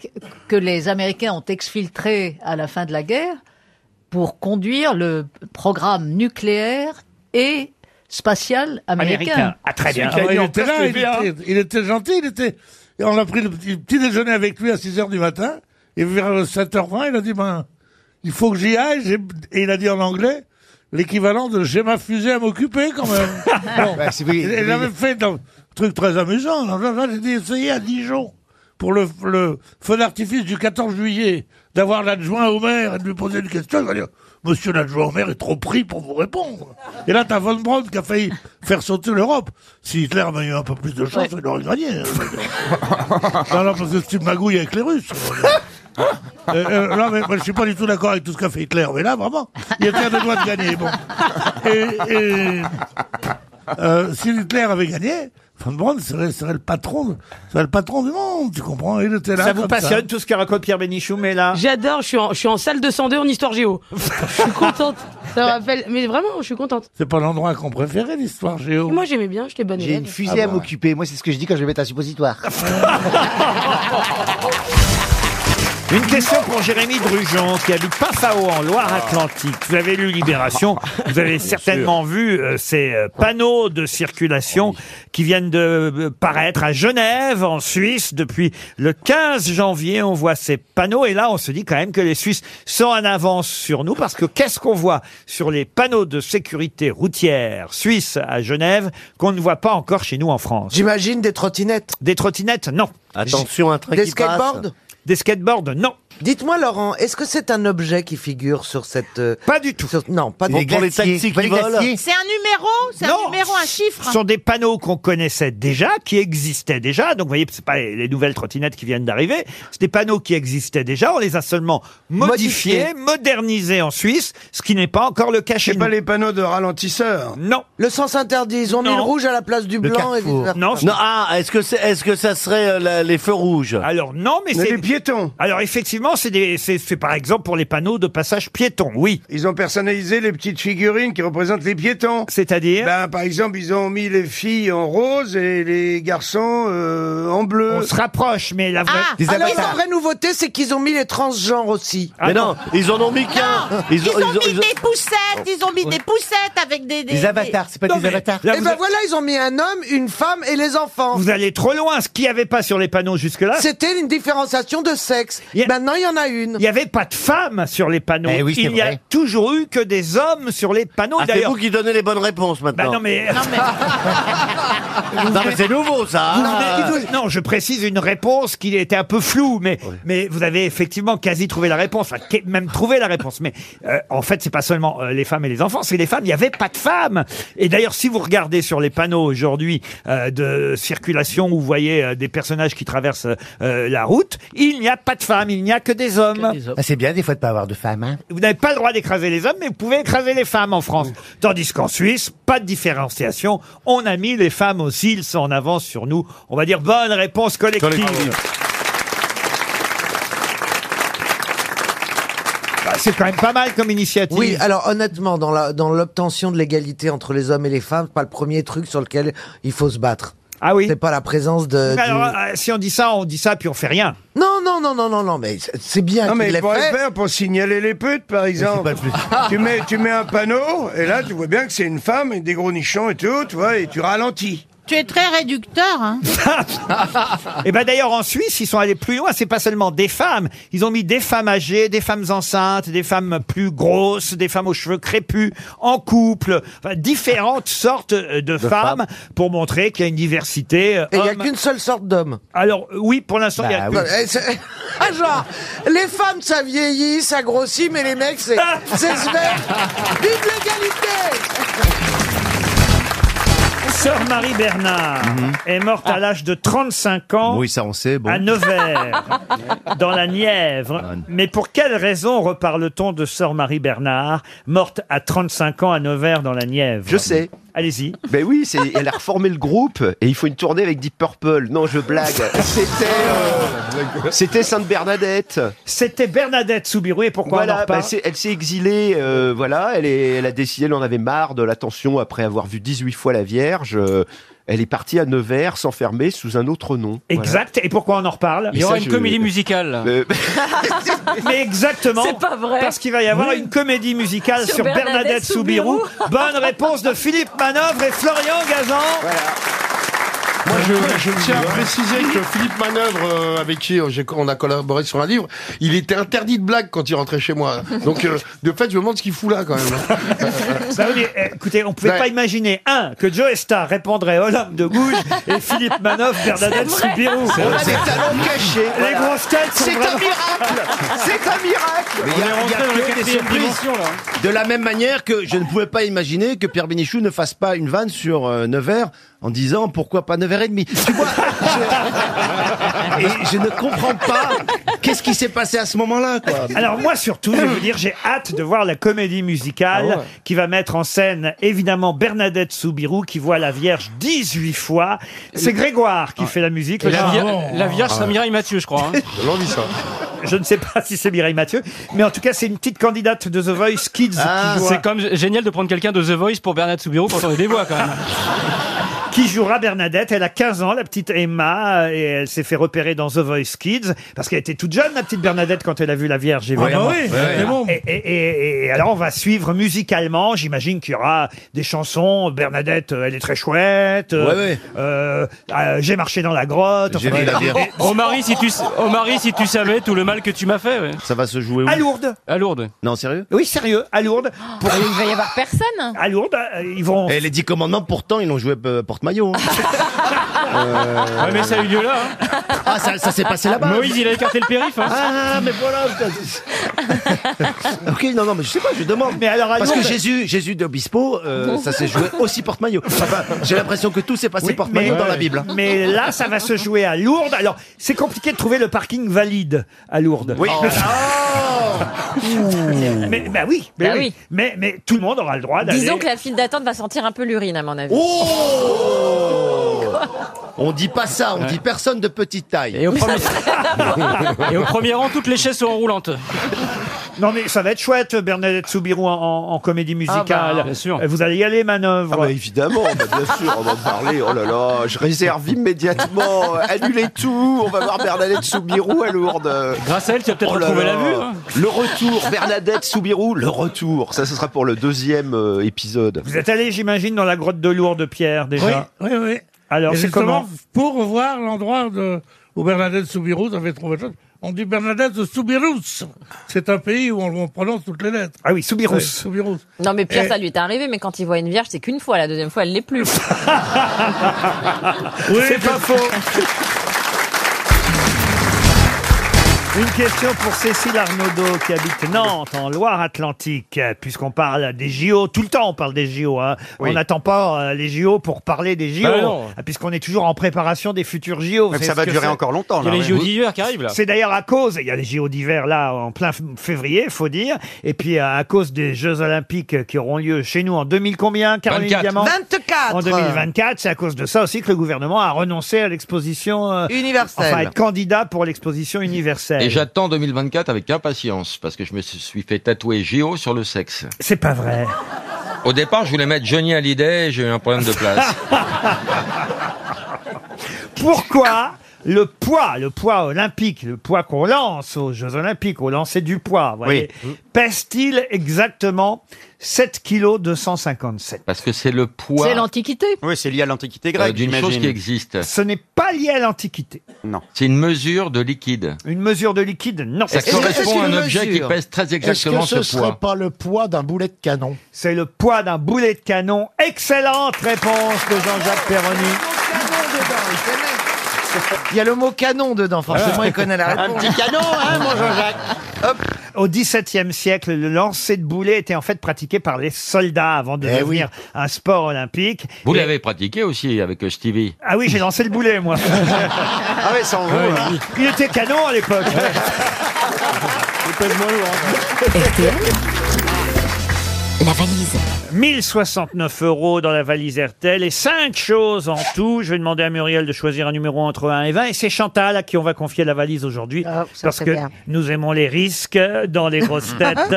que les Américains ont exfiltré à la fin de la guerre pour conduire le programme nucléaire et spatial américain.
Ah ouais, il était là, il était, il était gentil, il était. et on a pris le petit, petit déjeuner avec lui à 6 h du matin, et vers 7h20, il a dit, ben, il faut que j'y aille, j'ai- et il a dit en anglais, l'équivalent de j'ai ma fusée à m'occuper quand même. Bon.
Ouais, Bah, c'est vrai,
Et- et
oui.
il avait fait un truc très amusant, là, là, là, j'ai dit, essayez à Dijon, pour le, le feu d'artifice du 14 juillet, d'avoir l'adjoint au maire et de lui poser une question, il va dire, monsieur l'adjoint au maire est trop pris pour vous répondre. Et là, t'as Von Braun qui a failli faire sauter l'Europe. Si Hitler avait eu un peu plus de chance, il aurait gagné. hein, non, non, parce que c'est une magouille avec les Russes. Euh, euh, non, mais moi, je suis pas du tout d'accord avec tout ce qu'a fait Hitler, mais là, vraiment, il était à deux doigts de gagner. Bon. Et, et, euh, si Hitler avait gagné, Von Braun serait, serait le patron, de- serait le patron du monde, tu comprends Il était là.
Ça vous
comme ça.
passionne tout ce que raconte Pierre Bénichou, mais là.
J'adore, je suis, en, je suis en salle 202 en histoire géo. Je suis contente. Ça me rappelle, mais vraiment, je suis contente.
C'est pas l'endroit qu'on préférait, l'histoire géo.
Et moi, j'aimais bien, j'étais bonne
J'ai
Ah,
élève.
une fusée
bah.
à m'occuper. Moi, c'est ce que je dis quand je vais mettre un suppositoire.
Une question pour Jérémy Drujon, qui habite Passau, en Loire-Atlantique. Vous avez lu Libération, vous avez certainement vu euh, ces euh, panneaux de circulation qui viennent de euh, paraître à Genève, en Suisse, depuis le 15 janvier. On voit ces panneaux, et là, on se dit quand même que les Suisses sont en avance sur nous, parce que qu'est-ce qu'on voit sur les panneaux de sécurité routière suisse à Genève qu'on ne voit pas encore chez nous en France
J'imagine des trottinettes.
Des trottinettes, non.
Attention, un train Des qui passe. skateboards
Des skateboards, non.
Dites-moi, Laurent, est-ce que c'est un objet qui figure sur cette. euh,
Pas du tout.
non, pas du
Pour- pour les taxis qui volent.
C'est un numéro, c'est un numéro, un chiffre.
hein.
Ce sont des panneaux qu'on connaissait déjà, qui existaient déjà. Donc, vous voyez, c'est pas les les nouvelles trottinettes qui viennent d'arriver. C'est des panneaux qui existaient déjà. On les a seulement modifiés,
Modifiés.
modernisés en Suisse, ce qui n'est pas encore le cas chez nous. pas les panneaux de ralentisseur. Non.
Le sens interdit, ils ont mis
Non.
le rouge à la place du blanc et vice-versa.
Non,
Non, ah, est-ce que, c'est- est-ce que ça serait euh, la- les feux rouges
Alors non, mais c'est
les
piétons. Alors effectivement, c'est des, c'est, c'est par exemple pour les panneaux de passage piéton, oui.
Ils ont personnalisé les petites figurines qui représentent les piétons.
C'est-à-dire
ben, Par exemple, ils ont mis les filles en rose et les garçons euh, en bleu.
On se rapproche, mais la
vraie...
Ah, Alors, la vraie nouveauté, c'est qu'ils ont mis les transgenres aussi.
Ah
Mais non, Ah, ils en ont mis qu'un.
Ils
Ils
ont-
ont,
ils ont-
mis
ils ont-
des poussettes, ils ont mis des poussettes avec des... des-
Non, mais là,
Et
vous
ben
a-
voilà, ils ont mis un homme, une femme et les enfants.
Vous allez trop loin, ce qu'il n'y avait pas sur les panneaux jusque-là.
C'était une différenciation de sexe. Maintenant, il y en a une.
Ah,
Il n'y avait pas de femmes sur les panneaux.
Eh oui, c'est
Il n'y a
vrai.
toujours eu que des hommes sur les panneaux.
Ah, c'est
D'ailleurs,
vous qui donnez les bonnes réponses maintenant.
Bah non, mais- Non,
Non, mais c'est nouveau ça.
Vous
hein.
venez- Non, je précise une réponse qui était un peu floue, mais, mais vous avez effectivement quasi trouvé la réponse, enfin, que- même trouvé la réponse. Mais euh, en fait, c'est pas seulement euh, les femmes et les enfants, c'est les femmes. Il n'y avait pas de femmes. Et d'ailleurs, si vous regardez sur les panneaux aujourd'hui euh, de circulation où vous voyez euh, des personnages qui traversent euh, la route, il n'y a pas de femmes, il n'y a que des hommes.
Bah, c'est bien des fois de pas avoir de femme. Hein.
Vous n'avez pas le droit d'écraser les hommes, mais vous pouvez écraser les femmes en France. Tandis qu'en Suisse, pas de différenciation. On a mis les femmes aussi, ils sont en avance sur nous. On va dire bonne réponse collective.
Collective.
Bah, C'est quand même pas mal comme initiative.
Oui, alors honnêtement, dans la- dans l'obtention de l'égalité entre les hommes et les femmes, c'est pas le premier truc sur lequel il faut se battre.
Ah oui
C'est pas la présence de...
Mais
du-
alors, euh, si on dit ça, on dit ça, puis on fait rien.
Non, non, non, non, non, non, mais c'est- c'est bien
Non,
qu'il
mais
l'ait
ils pourraient
fait.
le faire pour signaler les putes, par exemple. tu, mets, tu mets un panneau, et là, tu vois bien que c'est une femme, et des gros nichons et tout, tu vois, et tu ralentis.
Tu es très réducteur, hein
Et ben d'ailleurs en Suisse, ils sont allés plus loin. C'est pas seulement des femmes. Ils ont mis des femmes âgées, des femmes enceintes, des femmes plus grosses, des femmes aux cheveux crépus, en couple, Enfin, différentes sortes euh, de, femmes, pour montrer qu'il y a une diversité. euh,
Et il n'y a qu'une seule sorte d'homme.
Alors oui, pour l'instant, il y a.
Bah, eh, c'est- Ah, genre, les femmes, ça vieillit, ça grossit, mais les mecs, c'est c'est sévère. Vive l'égalité
Sœur Marie Bernard
Mhm.
est morte
Ah.
à l'âge de 35 ans.
Oui, ça on sait. Bon.
à Nevers, dans la Nièvre.
Ah,
Mais pour quelle raison reparle-t-on de Sœur Marie Bernard, morte à 35 ans à Nevers, dans la Nièvre
Je sais.
Allez-y.
Ben oui, c'est- elle a reformé le groupe et il faut une tournée avec Deep Purple. Non, je blague. C'était, euh, c'était Sainte Bernadette.
C'était Bernadette Soubirou et pourquoi on en
Voilà,
reparle
ben, c'est- elle s'est exilée. euh, voilà, elle, est- elle a décidé, elle en avait marre de l'attention après avoir vu 18 fois la Vierge. euh, elle est partie à Nevers s'enfermer sous un autre nom. Voilà.
Exact. Et pourquoi on en reparle
Il y aura une comédie musicale.
Euh,
Mais exactement.
C'est pas vrai.
Parce qu'il va y avoir une comédie musicale sur,
Sur
Bernadette,
Bernadette
Soubirou. Bonne réponse de Philippe Manœuvre et Florian Gazan.
Moi, je, je tiens à préciser que Philippe Manœuvre, euh, avec qui euh, j'ai- on a collaboré sur un livre, il était interdit de blague quand il rentrait chez moi. Donc, euh, de fait, je me demande ce qu'il fout là, quand même.
Ça veut dire, eh, écoutez, on pouvait
Ouais.
pas imaginer, un, que Joe Star répondrait Olympe de Gouges et Philippe Manoff, Bernadette
C'est vrai.
Soubirou.
C'est vrai. C'est talent caché,
Les
voilà.
grosses têtes sont
C'est un
vraiment-
miracle C'est un miracle
Mais il y a, il y a que des surprises. De la même manière que je ne pouvais pas imaginer que Pierre Bénichou ne fasse pas une vanne sur euh, Nevers en disant pourquoi pas Nevers et demi. Tu vois, je, et je ne comprends pas qu'est-ce qui s'est passé à ce moment-là. Quoi.
Alors moi surtout, je vais vous dire, j'ai hâte de voir la comédie musicale
Ah ouais.
qui va mettre en scène évidemment Bernadette Soubirou qui voit la Vierge 18 fois. C'est Grégoire qui fait la musique.
Ah. La, vie- la Vierge, c'est Mireille Mathieu, je crois. hein.
l'envie, ça.
Je ne sais pas si c'est Mireille Mathieu, mais en tout cas c'est une petite candidate de The Voice Kids
Ah.
Ah,
qui,
c'est
jouera,
comme génial de prendre quelqu'un de The Voice pour Bernard Soubirou pour tourner des voix quand même.
qui jouera Bernadette. Elle a 15 ans, la petite Emma, euh, et elle s'est fait repérer dans The Voice Kids parce qu'elle était toute jeune, la petite Bernadette, quand elle a vu la Vierge. évidemment.
bah oui, c'est bon.
Et, et- et- et alors on va suivre musicalement. J'imagine qu'il y aura des chansons. Bernadette, euh, elle est très chouette. euh,
Ouais, ouais.
euh, euh, J'ai marché dans la grotte.
J'ai vu la Vierge.
Omari, Oh, si tu, Omari, si tu savais tout le mal que tu m'as fait. ouais.
Ça va se jouer où
À Lourdes.
À Lourdes.
Non, sérieux
Oui, sérieux, à Lourdes. Pour...
Ah, Il va y avoir personne.
À Lourdes, euh, ils vont.
Eh, Et les 10 commandements, pourtant, ils l'ont joué euh, porte maillot.
Euh,
Ouais, mais ça a eu lieu là. hein.
Ah, ça, ça s'est passé là-bas.
Moïse, il a écarté le périph'. hein.
Ah, mais voilà. putain. ok, non, non, mais je sais pas, je demande.
Mais alors,
Parce que
Londres-
Jésus, Jésus d'Obispo, euh, ça s'est joué aussi porte-maillot. Enfin, j'ai l'impression que tout s'est passé porte-maillot dans la Bible.
Mais là, ça va se jouer à Lourdes. Alors, c'est compliqué de trouver le parking valide à Lourdes. Oui. mais bah oui, mais
Bah
oui.
oui.
Mais, mais tout le monde aura le
Bah,
droit d'aller.
Disons que la file d'attente va sentir un peu l'urine, à mon avis.
On dit pas ça, on dit personne de petite taille.
Et au premier, Et au premier rang, toutes les chaises sont roulantes.
Non mais ça va être chouette, Bernadette Soubirou en, en- en comédie musicale.
Ah bah, bien sûr.
Vous allez y aller, manœuvre.
Ah bah évidemment, bah bien sûr, on va en parler. Oh là là, je réserve immédiatement, euh, annulez tout. On va voir Bernadette Soubirou à Lourdes.
Grâce à elle, tu vas peut-être
Oh là
retrouver la
là.
vue. hein.
Le retour, Bernadette Soubirou, le retour. Ça, ce sera pour le deuxième euh, épisode.
Vous êtes allé, j'imagine, dans la grotte de Lourdes, Pierre, déjà.
Oui, oui, oui.
Alors,
Et
c'est
justement,
comment
Pour revoir l'endroit de- où Bernadette Soubirous avait trouvé le truc, on dit Bernadette de Soubirous. C'est un pays où on, on prononce toutes les lettres.
Ah oui, Soubirous.
Ouais, Soubirous.
Non, mais Pierre,
Et-
ça lui est arrivé, mais quand il voit une vierge, c'est qu'une fois. La deuxième fois, elle l'est plus.
c'est pas faux. Une question pour Cécile Arnaudot qui habite Nantes en Loire-Atlantique, puisqu'on parle des JO, tout le temps on parle des JO, hein. on n'attend pas euh, les JO pour parler des JO,
Bah non.
Ah, puisqu'on est toujours en préparation des futurs JO.
Donc
C'est
ça
ce
va
que
durer
c'est.
encore longtemps, là, Il y a les ouais. JO d'hiver qui arrivent, là.
C'est d'ailleurs à cause, il y a les JO d'hiver là en plein f- février, faut dire, et puis euh, à à cause des Jeux Olympiques qui auront lieu chez nous en 2000 combien, Caroline
24.
Diamant
24.
En 2024, c'est à cause de ça aussi que le gouvernement a renoncé à l'exposition euh,
Universelle.
Enfin, à être candidat pour l'exposition universelle.
Et j'attends 2024 avec impatience parce que je me suis fait tatouer JO sur le sexe.
C'est pas vrai.
Au départ, je voulais mettre Johnny Hallyday, j'ai eu un problème de place.
Pourquoi le poids, le poids olympique, le poids qu'on lance aux Jeux Olympiques, au lancer du poids, vous voyez,
Mmh.
pèse-t-il exactement 7 kg 257
parce que c'est le poids.
C'est l'Antiquité.
Oui, c'est lié à l'Antiquité
grecque,
Euh, D'une chose
j'imagine.
qui existe.
Ce n'est pas lié à l'Antiquité.
Non. C'est une mesure de liquide.
Une mesure de liquide, non.
Ça correspond à un objet qui pèse très exactement
Est-ce que ce
ce poids.
serait pas le poids d'un boulet de canon
C'est le poids d'un boulet de canon. Excellente réponse de Jean-Jacques Perroni.
Il y a le mot canon dedans, forcément, il connaît la réponse.
hein,
Au XVIIe siècle, le lancer de boulet était en fait pratiqué par les soldats avant de
Eh
devenir un sport olympique.
Vous l'avez pratiqué aussi avec euh, Stevie.
Ah oui, j'ai lancé le boulet, moi. ah
ouais, ça en vaut, hein.
Il était canon à l'époque. hein.
La valise.
1069 euros dans la valise RTL et cinq choses en tout. Je vais demander à Muriel de choisir un numéro entre 1 et 20. Et c'est Chantal à qui on va confier la valise aujourd'hui. parce
serait
que
bien.
nous aimons les risques dans les grosses têtes.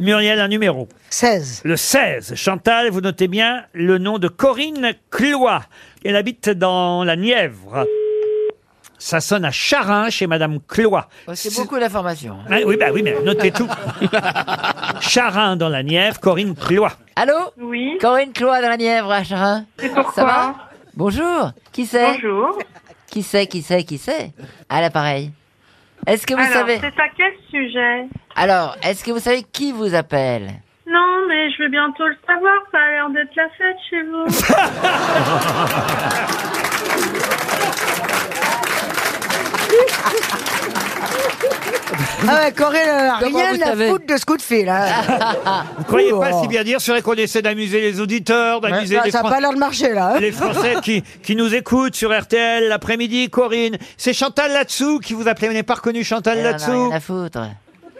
Muriel, un numéro.
16.
Le 16. Chantal, vous notez bien le nom de Corinne Clois. Elle habite dans la Nièvre. Ça sonne à Charin chez Madame Clois.
Oh, C'est beaucoup d'informations.
Ah oui, bah oui, mais notez tout. Charin dans la Nièvre, Corinne Clois.
Allô Oui. Corinne Clois dans la Nièvre, à Charin. Ça va Bonjour. Qui c'est Bonjour. Qui c'est, qui c'est, qui c'est À l'appareil. Est-ce que vous
Alors,
savez.
C'est à quel sujet
Alors, est-ce que vous savez qui vous appelle
Non, mais je vais bientôt le savoir. Ça a l'air d'être la fête chez vous.
Ah ouais, Corinne, elle a
Comment vous
rien à
savez
foutre de ce coup de fil. Hein.
Vous croyez pas
Oh.
si bien dire C'est vrai qu'on essaie d'amuser les auditeurs, d'amuser
Ouais, bah,
les,
ça a
Fran-
pas l'air de marcher, là, hein.
les Français qui, qui nous écoutent sur RTL l'après-midi. Corinne, c'est Chantal Latsou qui vous appelait. Vous n'avez pas reconnu Chantal
Elle en a
Latsou
Eh rien à foutre.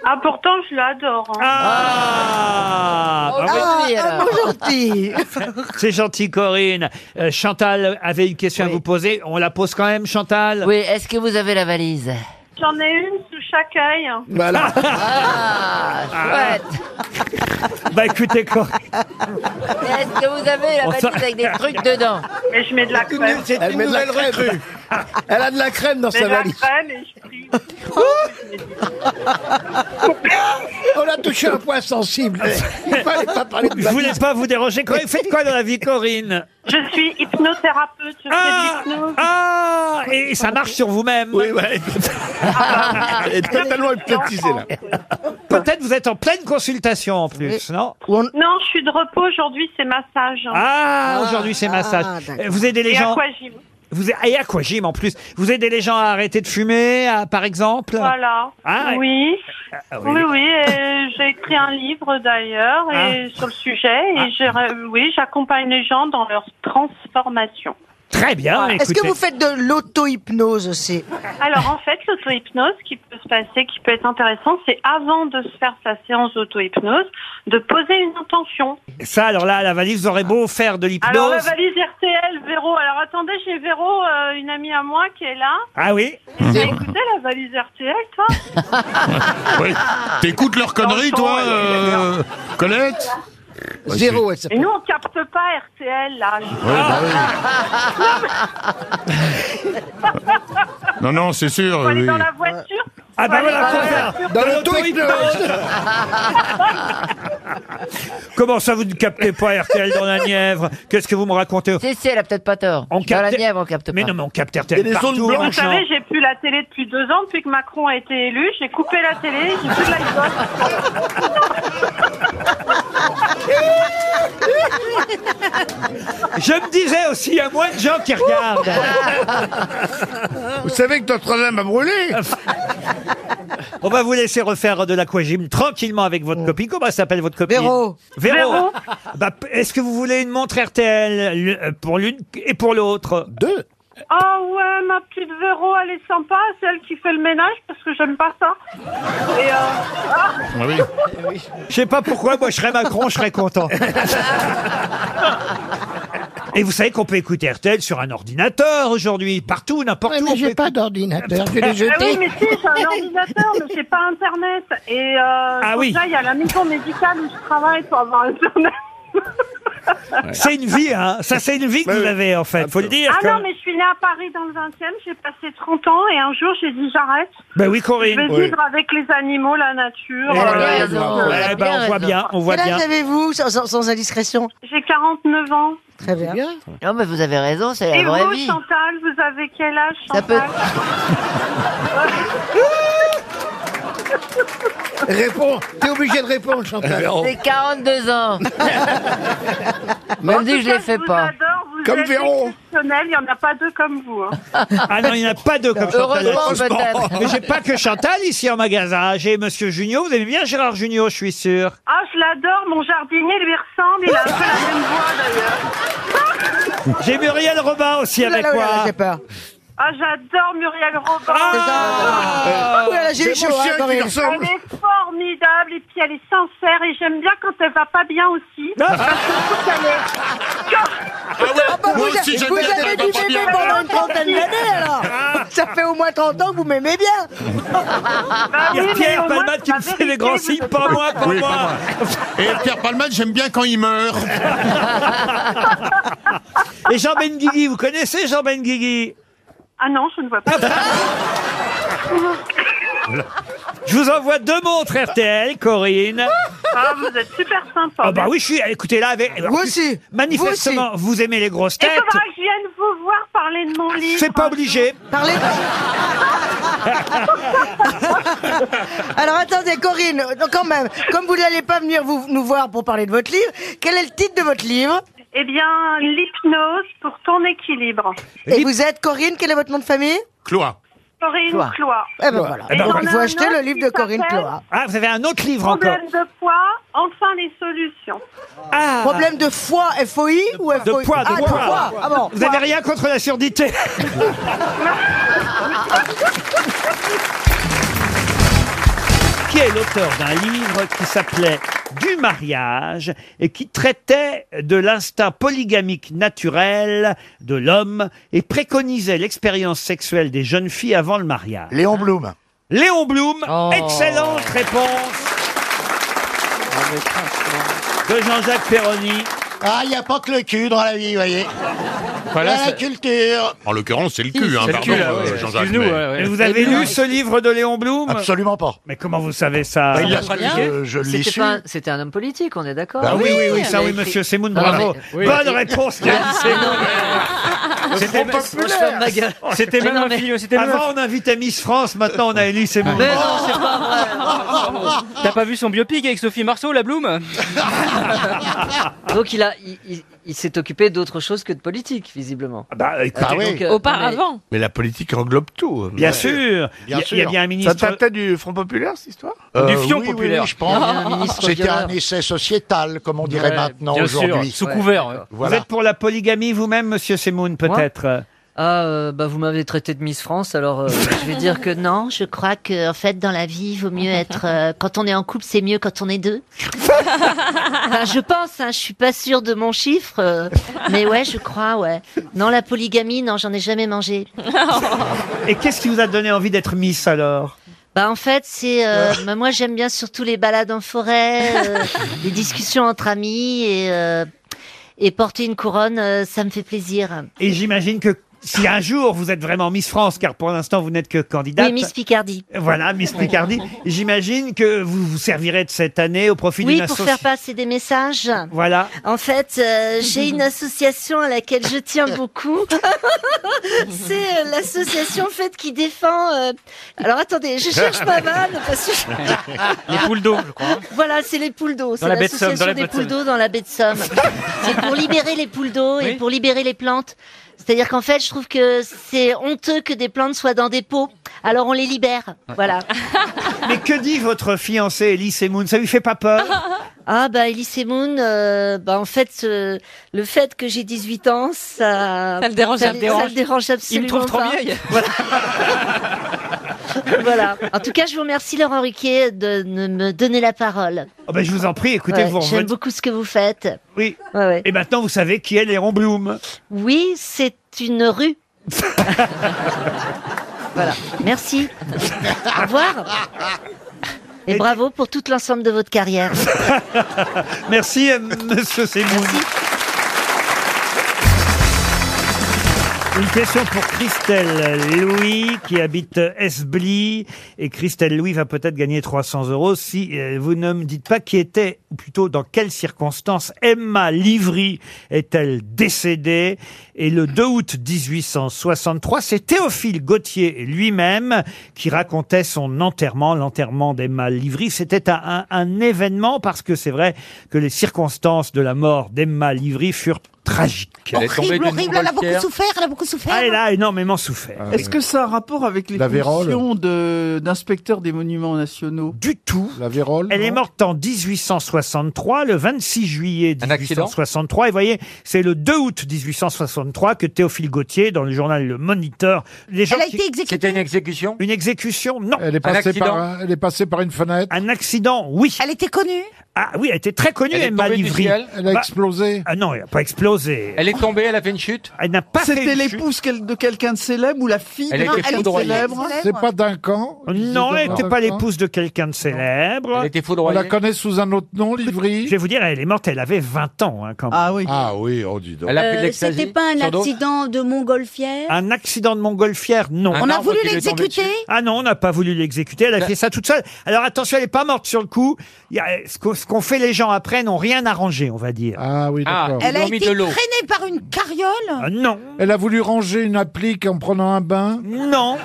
ah, pourtant, je l'adore. hein.
Ah,
Oh,
bah oui.
gentil, alors.
C'est gentil, Corinne. Euh, Chantal avait une question à vous poser. On la pose quand même, Chantal
Oui, est-ce que vous avez la valise
J'en ai une sous chaque œil.
Voilà.
Ah, chouette.
Bah écoutez, Corinne.
Est-ce que vous avez la
On
valise
s'en-
avec des trucs dedans
Mais je mets de la crème.
Elle met de la crème.
Elle a de la crème
dans sa valise.
la crème et je prie.
Oh
On a touché un point sensible. Il fallait pas parler de
Je voulais pas Euh, vous déranger. Corinne, faites quoi dans la vie, Corinne
Je suis hypnothérapeute. Je
Ah,
fais de l'hypnose.
Ah Et ça marche sur vous-même. Oui, ouais.
Ah,
Elle est totalement hypnotisée, là. Peut-être vous êtes en pleine consultation en plus, non
Non, je suis de repos aujourd'hui, c'est massage.
Ah, aujourd'hui c'est massage. vous aidez les
Et
gens.
aquagym.
Vous a- et aquagym en plus. Vous aidez les gens à arrêter de fumer, à- par exemple.
Voilà.
Ah,
oui.
Ah,
Oui, oui, et j'ai écrit un livre d'ailleurs et
Ah.
sur le sujet et je- oui, j'accompagne les gens dans leur transformation.
Très bien.
Est-ce que
écoutez.
vous faites de l'auto-hypnose aussi
Alors en fait, l'auto-hypnose qui peut se passer, qui peut être intéressant, c'est avant de se faire sa séance d'auto-hypnose, de poser une intention.
Ça, alors là, la valise, vous aurez beau faire de l'hypnose.
Alors la valise RTL, Véro. Alors attendez, j'ai Véro, euh, une amie à moi qui est là.
Ah oui
T'as écouté la valise RTL, toi
T'écoutes leurs conneries, toi, euh, Colette
Zéro, Et nous, on capte pas RTL, là.
bah
Ah.
Ah.
Non, non, Oh, c'est sûr.
On est
oui.
dans la voiture.
Ah
On
bah
est
voilà, faut
la
faire
voiture.
dans Comment ça, vous ne captez pas RTL dans la Nièvre Qu'est-ce que vous me racontez
Si, si, elle a peut-être pas tort.
On
Dans la
capte-
Nièvre, on capte pas.
Mais non, mais on capte RTL partout. hein.
Vous
maintenant.
savez, j'ai plus la télé depuis deux ans, depuis que Macron a été élu. J'ai coupé la télé, j'ai plus de
Je me disais aussi, il y a moins de gens qui regardent.
Vous savez que notre Dame a brûlé.
On va vous laisser refaire de l'aquagym tranquillement avec votre copine. Comment elle s'appelle votre copine
Véro.
Véro.
Véro.
Bah, p- Est-ce que vous voulez une montre RTL l'u- euh, pour l'une et pour l'autre Deux.
Oh ouais, ma petite Véro, elle est sympa, celle qui fait le ménage, parce que j'aime pas ça. Et euh, ah,
Je sais pas pourquoi, moi je serais Macron, je serais content. Et vous savez qu'on peut écouter RTL sur un ordinateur aujourd'hui, partout, n'importe où. Mais j'ai pas d'ordinateur,
Ah oui, mais si, j'ai un ordinateur, mais j'ai pas Internet. Et euh,
Ah
pour
oui.
ça, il y a la maison médicale où je travaille pour avoir Internet.
C'est une vie, hein. Ça, c'est une vie que vous avez, en fait. Faut le dire.
Ah
quand
non,
même.
mais je suis née à Paris dans le 20e, j'ai passé 30 ans et un jour j'ai dit j'arrête.
Ben oui, Corinne.
Je vais
Oui.
vivre avec les animaux, la nature.
Eh
euh,
ouais,
euh,
ouais, ben, on voit bien, on voit
Quel
bien.
âge avez-vous, sans, sans- sans indiscrétion
J'ai 49 ans.
Très bien.
Non, mais vous avez raison, c'est la
Et
vraie
vous,
vie.
Chantal, vous avez quel âge,
Ça peut-
Chantal
Réponds, t'es obligé de répondre, Chantal.
J'ai 42 ans. Même
En
si
tout
je les
cas,
fais
vous
pas.
adore, vous
Comme
êtes
Véro.
exceptionnels, Il n'y en a pas deux comme vous. hein.
Ah non, il n'y en a pas deux comme Chantal.
Heureusement, peut-être.
Mais j'ai pas que Chantal ici en magasin. J'ai Monsieur Junio. Vous aimez bien Gérard Junio, je suis sûr.
Ah, je l'adore, mon jardinier lui ressemble, il a un peu la même voix d'ailleurs.
J'ai Muriel Robin aussi
Ouh là
avec
là, ouh là
moi.
là, j'ai
peur.
Ah, j'adore Muriel Robin.
Ah, ouh là là, j'ai les C'est mon cheveux, chien hein, qui Corinne. lui ressemble.
Elle est formidable et puis elle est sincère et j'aime bien quand elle va pas bien aussi. Parce que je trouve qu'elle est-
Ah bah, vous, a- vous avez dû m'aimer pendant une trentaine d'années alors Ça fait au moins 30 ans que vous m'aimez bien
Ah
Il y a Pierre Palmade qui me fait des grands signes, pas moi, pas
Oui,
moi.
pas Et Pierre Palmade, j'aime bien quand il meurt.
Et Jean Benguigui, vous connaissez Jean Benguigui
Ah non, je ne vois pas.
Je vous envoie deux montres RTL, Corinne.
Ah, vous êtes super sympa.
Ah bah oui, je suis. Écoutez là, avec.
Vous aussi,
Manifestement,
vous
vous aimez les grosses
Et
têtes.
faudra que je vienne vous voir parler de mon livre.
Ah, C'est pas obligé.
Parlez Alors attendez, Corinne, donc quand même, comme vous n'allez pas venir vous, nous voir pour parler de votre livre, quel est le titre de votre livre
Eh bien, l'hypnose pour ton équilibre.
Et vous êtes Corinne, quel est votre nom de famille
Cloa.
Corinne
Cloa.
Cloa.
Eh ben voilà,
Eh ben
donc
voilà.
il faut acheter le livre de Corinne Cloa.
Ah, vous avez un autre livre encore.
Problème de poids, enfin les solutions.
Problème de foie, FOI ou FOI
De poids, de
ah,
poids.
Ah bon.
Vous n'avez rien contre la surdité. qui est l'auteur d'un livre qui s'appelait Du mariage et qui traitait de l'instinct polygamique naturel de l'homme et préconisait l'expérience sexuelle des jeunes filles avant le mariage.
Léon Blum.
Léon Blum,
Oh.
excellente réponse de Jean-Jacques Perroni.
Ah, il n'y a pas que le cul dans la vie, voyez. Voilà la culture.
En l'occurrence, c'est le
Si,
cul, hein,
c'est le
pardon,
cul, là,
euh,
ouais,
Jean-Jacques.
excuse-nous,
mais-
ouais, ouais. Et vous avez lu ce livre de Léon Blum
Absolument pas.
Mais comment vous savez ça
Bah, il l'a pratiqué. Je- je l'ai
C'était
su.
pas un- C'était un homme politique, on est d'accord
Ah
Bah oui, oui, oui, ça
Il a
oui,
écrit-
monsieur Semoun,
Non,
bravo.
mais- oui.
Ah
Bonne réponse,
Non,
Yann Semoun.
mais-
C'était même,
Oh,
C'était même un film. c'était même un
Avant, on invitait Miss France, maintenant on a élu ses
Mais non, c'est pas vrai. T'as pas vu son biopic avec Sophie Marceau, la Bloom
Donc il a, il, il- il s'est occupé d'autre chose que de politique, visiblement.
Bah, écoutez,
Ah oui.
donc, euh,
Auparavant.
Mais la politique englobe
euh,
tout. Bien
Ouais.
sûr.
Bien
il, y a, il y a
sûr.
bien un
Ça
ministre.
date
peut-être du Front Populaire, cette histoire
Euh,
Du fion
oui, oui,
populaire.
oui, je pense.
Ah, un ministre
C'était
violeur.
un essai sociétal, comme on dirait maintenant aujourd'hui.
Vous êtes pour la polygamie vous-même, monsieur Semoun, peut-être
Ah, euh, bah vous m'avez traité de Miss France, alors euh, je vais dire que non.
Je crois que en fait dans la vie, il vaut mieux être euh, quand on est en couple, c'est mieux quand on est deux. Enfin, je pense, hein, je suis pas sûre de mon chiffre, euh, mais ouais, je crois, ouais. Non, la polygamie, non, j'en ai jamais mangé.
Et qu'est-ce qui vous a donné envie d'être Miss alors
Bah en fait, c'est euh, bah, moi j'aime bien surtout les balades en forêt, euh, les discussions entre amis et euh, et porter une couronne, euh, ça me fait plaisir.
Et j'imagine que si un jour vous êtes vraiment Miss France, car pour l'instant vous n'êtes que candidate.
Oui, Miss Picardie.
Voilà, Miss Picardie. J'imagine que vous vous servirez de cette année au profit
Oui,
d'une
pour
association.
faire passer des messages.
Voilà.
En fait, euh, j'ai une association à laquelle je tiens beaucoup. C'est euh, l'association Fête qui défend. euh, Alors attendez, je cherche ma vanne parce que
Les poules d'eau, je crois.
voilà, c'est les poules d'eau. C'est
la baie de Somme,
l'association
dans la
des
baie de
poules
Somme.
d'eau dans la baie de Somme. c'est pour libérer les poules d'eau et
Oui.
pour libérer les plantes. C'est-à-dire qu'en fait, je trouve que c'est honteux que des plantes soient dans des pots. Alors on les libère. Voilà.
Mais que dit votre fiancé Elise Moon Ça lui fait pas peur
Ah bah Elise et Moon, euh, bah en fait euh, le fait que j'ai 18 ans, ça
Ça le dérange, ça le dérange.
le dérange
Il
absolument
me trouve trop
pas.
vieille.
voilà. En tout cas, je vous remercie Laurent Ruquier de ne- me donner la parole.
Ah,
Oh
bah,
ben, Je vous en prie, écoutez,
Ouais,
vous
j'aime
revenez-
beaucoup ce que vous faites.
Oui.
ouais.
Et maintenant, vous savez qui est Léon Blum.
Oui, c'est une rue. voilà. Merci. Au revoir. Et bravo pour tout l'ensemble de votre carrière.
Merci, euh, monsieur Semoun. Une question pour Christelle Louis qui habite Esbly. Et Christelle Louis va peut-être gagner 300 euros si euh, vous ne me dites pas qui était, ou plutôt dans quelles circonstances Emma Livry est-elle décédée. Et le 2 août 1863, c'est Théophile Gautier lui-même qui racontait son enterrement, l'enterrement d'Emma Livry. C'était un, un- un événement parce que c'est vrai que les circonstances de la mort d'Emma Livry furent tragiques.
Horrible, horrible, elle a beaucoup souffert, elle a beaucoup souffert.
Ah, elle a énormément souffert.
Ah,
Est-ce que ça a un rapport avec les
La Vérole.
fonctions de- d'inspecteur des monuments nationaux
Du tout.
La Vérole
Elle est morte en 1863, le 26 juillet 1863. Et voyez, c'est le 2 août 1863 que Théophile Gautier, dans le journal Le Moniteur, les gens
Elle a
qui-
été exécutée C'était
une exécution Une exécution, non.
Elle est, passée par, un- elle est passée par une fenêtre.
Un accident, oui.
Elle était connue
Ah oui, elle était très connue,
Elle est
Emma
tombée du
Livry.
ciel Elle a
explosé Ah non, elle n'a pas explosé.
Elle est tombée, elle a fait une chute
Elle n'a pas fait
C'était
une
l'épouse quel- de quelqu'un de célèbre ou la fille de
Elle était
quelqu'un de
foudroyée.
célèbre
C'est pas d'un camp
Non, elle n'était
D'un
pas
camp
l'épouse de quelqu'un de célèbre. Elle
était foudroyée. On la
connaît sous un autre nom, Livry Je vais vous dire, elle est morte, elle avait 20 ans hein, quand même.
Ah oui.
Ah
oui, on dit donc.
Euh, C'était pas un accident de montgolfière
Un accident de montgolfière, non.
On a voulu l'exécuter
Ah non, on n'a pas voulu l'exécuter. Elle a
La-
fait ça toute seule. Alors attention, elle n'est pas morte sur le coup. Il y a- ce qu'o- ce qu'ont fait les gens après n'ont rien arrangé, on va dire. Ah oui,
d'accord.
Elle a
Ils ont mis
été
de l'eau.
traînée par une carriole
Ah, non.
Elle a voulu ranger une applique en prenant un bain
Non.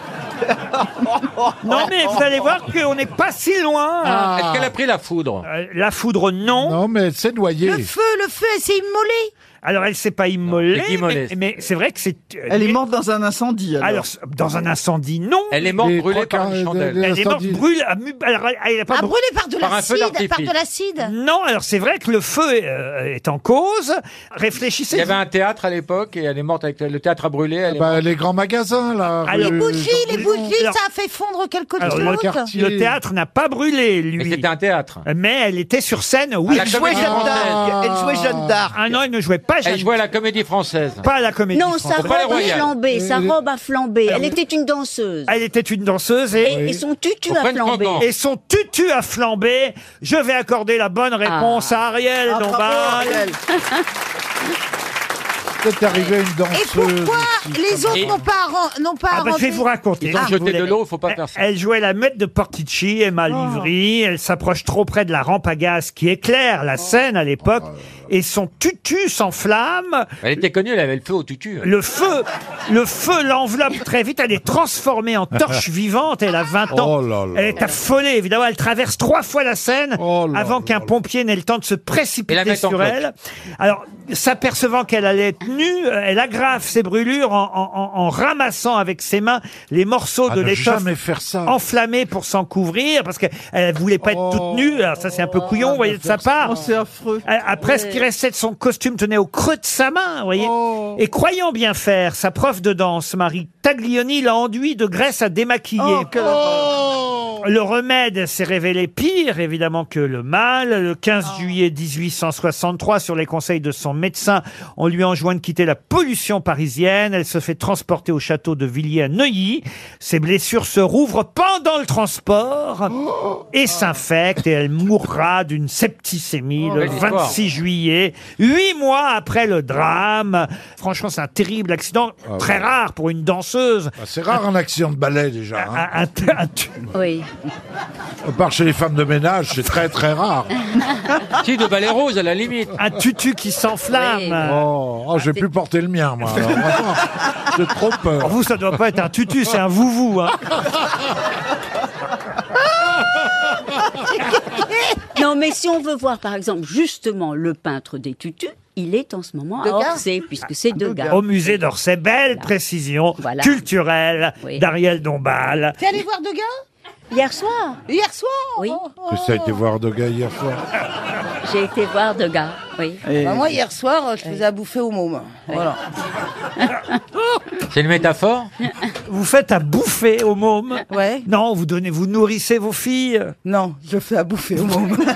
non, mais vous allez voir qu'on n'est pas si loin.
Ah. Est-ce qu'elle a pris la foudre
La foudre, non. Non, mais elle s'est noyée.
Le feu, le feu, elle s'est immolée
Alors, elle s'est pas immolée,
c'est immolée.
mais, mais c'est vrai que c'est...
Elle est
morte dans un incendie, alors dans un incendie, non.
Elle est morte brûlée par une chandelle.
Elle est morte
Incendie.
brûlée... à mu- alors, elle- elle a pas
Ah,
brû-
brûlée par de l'acide Par de l'acide
Non, alors c'est vrai que le feu est, euh, est en cause. Réfléchissez.
Il y avait un théâtre à l'époque et elle est morte avec le le théâtre a brûlé. Elle est morte. Bah, les grands magasins, là.
Ah,
Les bougies, les bougies,
alors-
ça a fait fondre quelque
Alors,
chose
le, le théâtre n'a pas brûlé, lui. Mais c'était
un théâtre.
Mais elle était sur scène, oui.
Elle jouait Jeanne d'Arc. Elle jouait Jeanne d'Arc.
Ah non, elle ne jouait pas Jeanne
Elle jouait à la comédie française.
Pas à la Euh, comédie
Non, sa
française.
robe a flambé,
Euh,
sa robe a flambé. Elle
oui.
était une danseuse.
Elle était une danseuse et,
Et- et son tutu a Au printemps. flambé.
Et son tutu a flambé. Je vais accorder la bonne réponse à Ariel
Ah, bravo,
Dombal.
Ariel.
C'est arrivé une danseuse.
Et pourquoi
Euh,
les autres n'ont pas, arran- n'ont pas
Ah bah, je vais
arrangé
vous raconter.
Ils ont
Ah,
jeté
vous voulez.
de l'eau, faut pas faire ça.
Elle jouait la maître de
Oh. Oh.
Portici, Emma Livry. Elle s'approche trop près de la rampe à gaz qui éclaire la scène à l'époque. et son tutu s'enflamme.
Elle était connue, elle avait le feu au tutu.
Le feu, le feu l'enveloppe très vite. Elle est transformée en torche vivante. Elle a 20 ans.
Oh là là. Oh
Elle est affolée, évidemment. Elle traverse trois fois la Seine avant qu'un pompier n'ait le temps de se
Et la
précipiter
mettre
sur
en flotte.
elle. Alors, s'apercevant qu'elle allait être nue, euh, elle aggrave ses brûlures en, en- en- en ramassant avec ses mains les morceaux
Ah,
de
ne
l'étoffe
jamais faire ça.
enflammée pour s'en couvrir parce qu'elle voulait pas être
Oh.
toute nue. Alors ça, c'est un peu couillon, vous voyez, de sa part. Oh, c'est affreux. Après, ce qui restait de son costume tenait au creux de sa main, vous voyez.
Oh.
Et croyant bien faire, sa prof de danse, Marie Taglioni, l'a enduit de graisse à démaquiller.
Oh,
Le remède s'est révélé pire, évidemment, que le mal. Le 15
Ah.
juillet 1863, sur les conseils de son médecin, on lui enjoint de quitter la pollution parisienne. Elle se fait transporter au château de Villiers à Neuilly. Ses blessures se rouvrent pendant le transport
Oh.
et s'infectent. Et elle mourra d'une septicémie
Oh,
le
belle histoire.
26 juillet, huit mois après le drame. Franchement, c'est un terrible accident,
Ah
très
ouais.
rare pour une danseuse.
Bah, C'est rare un accident de ballet déjà. hein.
Un- un- un-
Oui.
À part chez les femmes de ménage, c'est très très rare.
si, de balai rose, à la limite.
Un tutu qui s'enflamme.
Oh, oh, j'ai plus porté le mien, moi. alors, vraiment, J'ai trop peur.
Oh, Vous, ça doit pas être un tutu, c'est un vouvou. Hein.
Non, mais si on veut voir, par exemple, justement, le peintre des tutus, il est en ce moment à
Degas Oh,
Orsay, puisque c'est Degas.
Ah, Au musée d'Orsay, belle précision culturelle d'Ariel Dombal.
T'es allé voir Degas Hier soir. Hier soir Oui.
Que ça a été voir Degas hier soir.
J'ai été voir Degas, oui.
Et- Bah, moi,
hier soir, je faisais à bouffer au môme. Voilà.
C'est une métaphore
Vous faites à bouffer aux mômes Ouais. Non, vous donnez, vous nourrissez vos filles Non, je fais à bouffer aux mômes.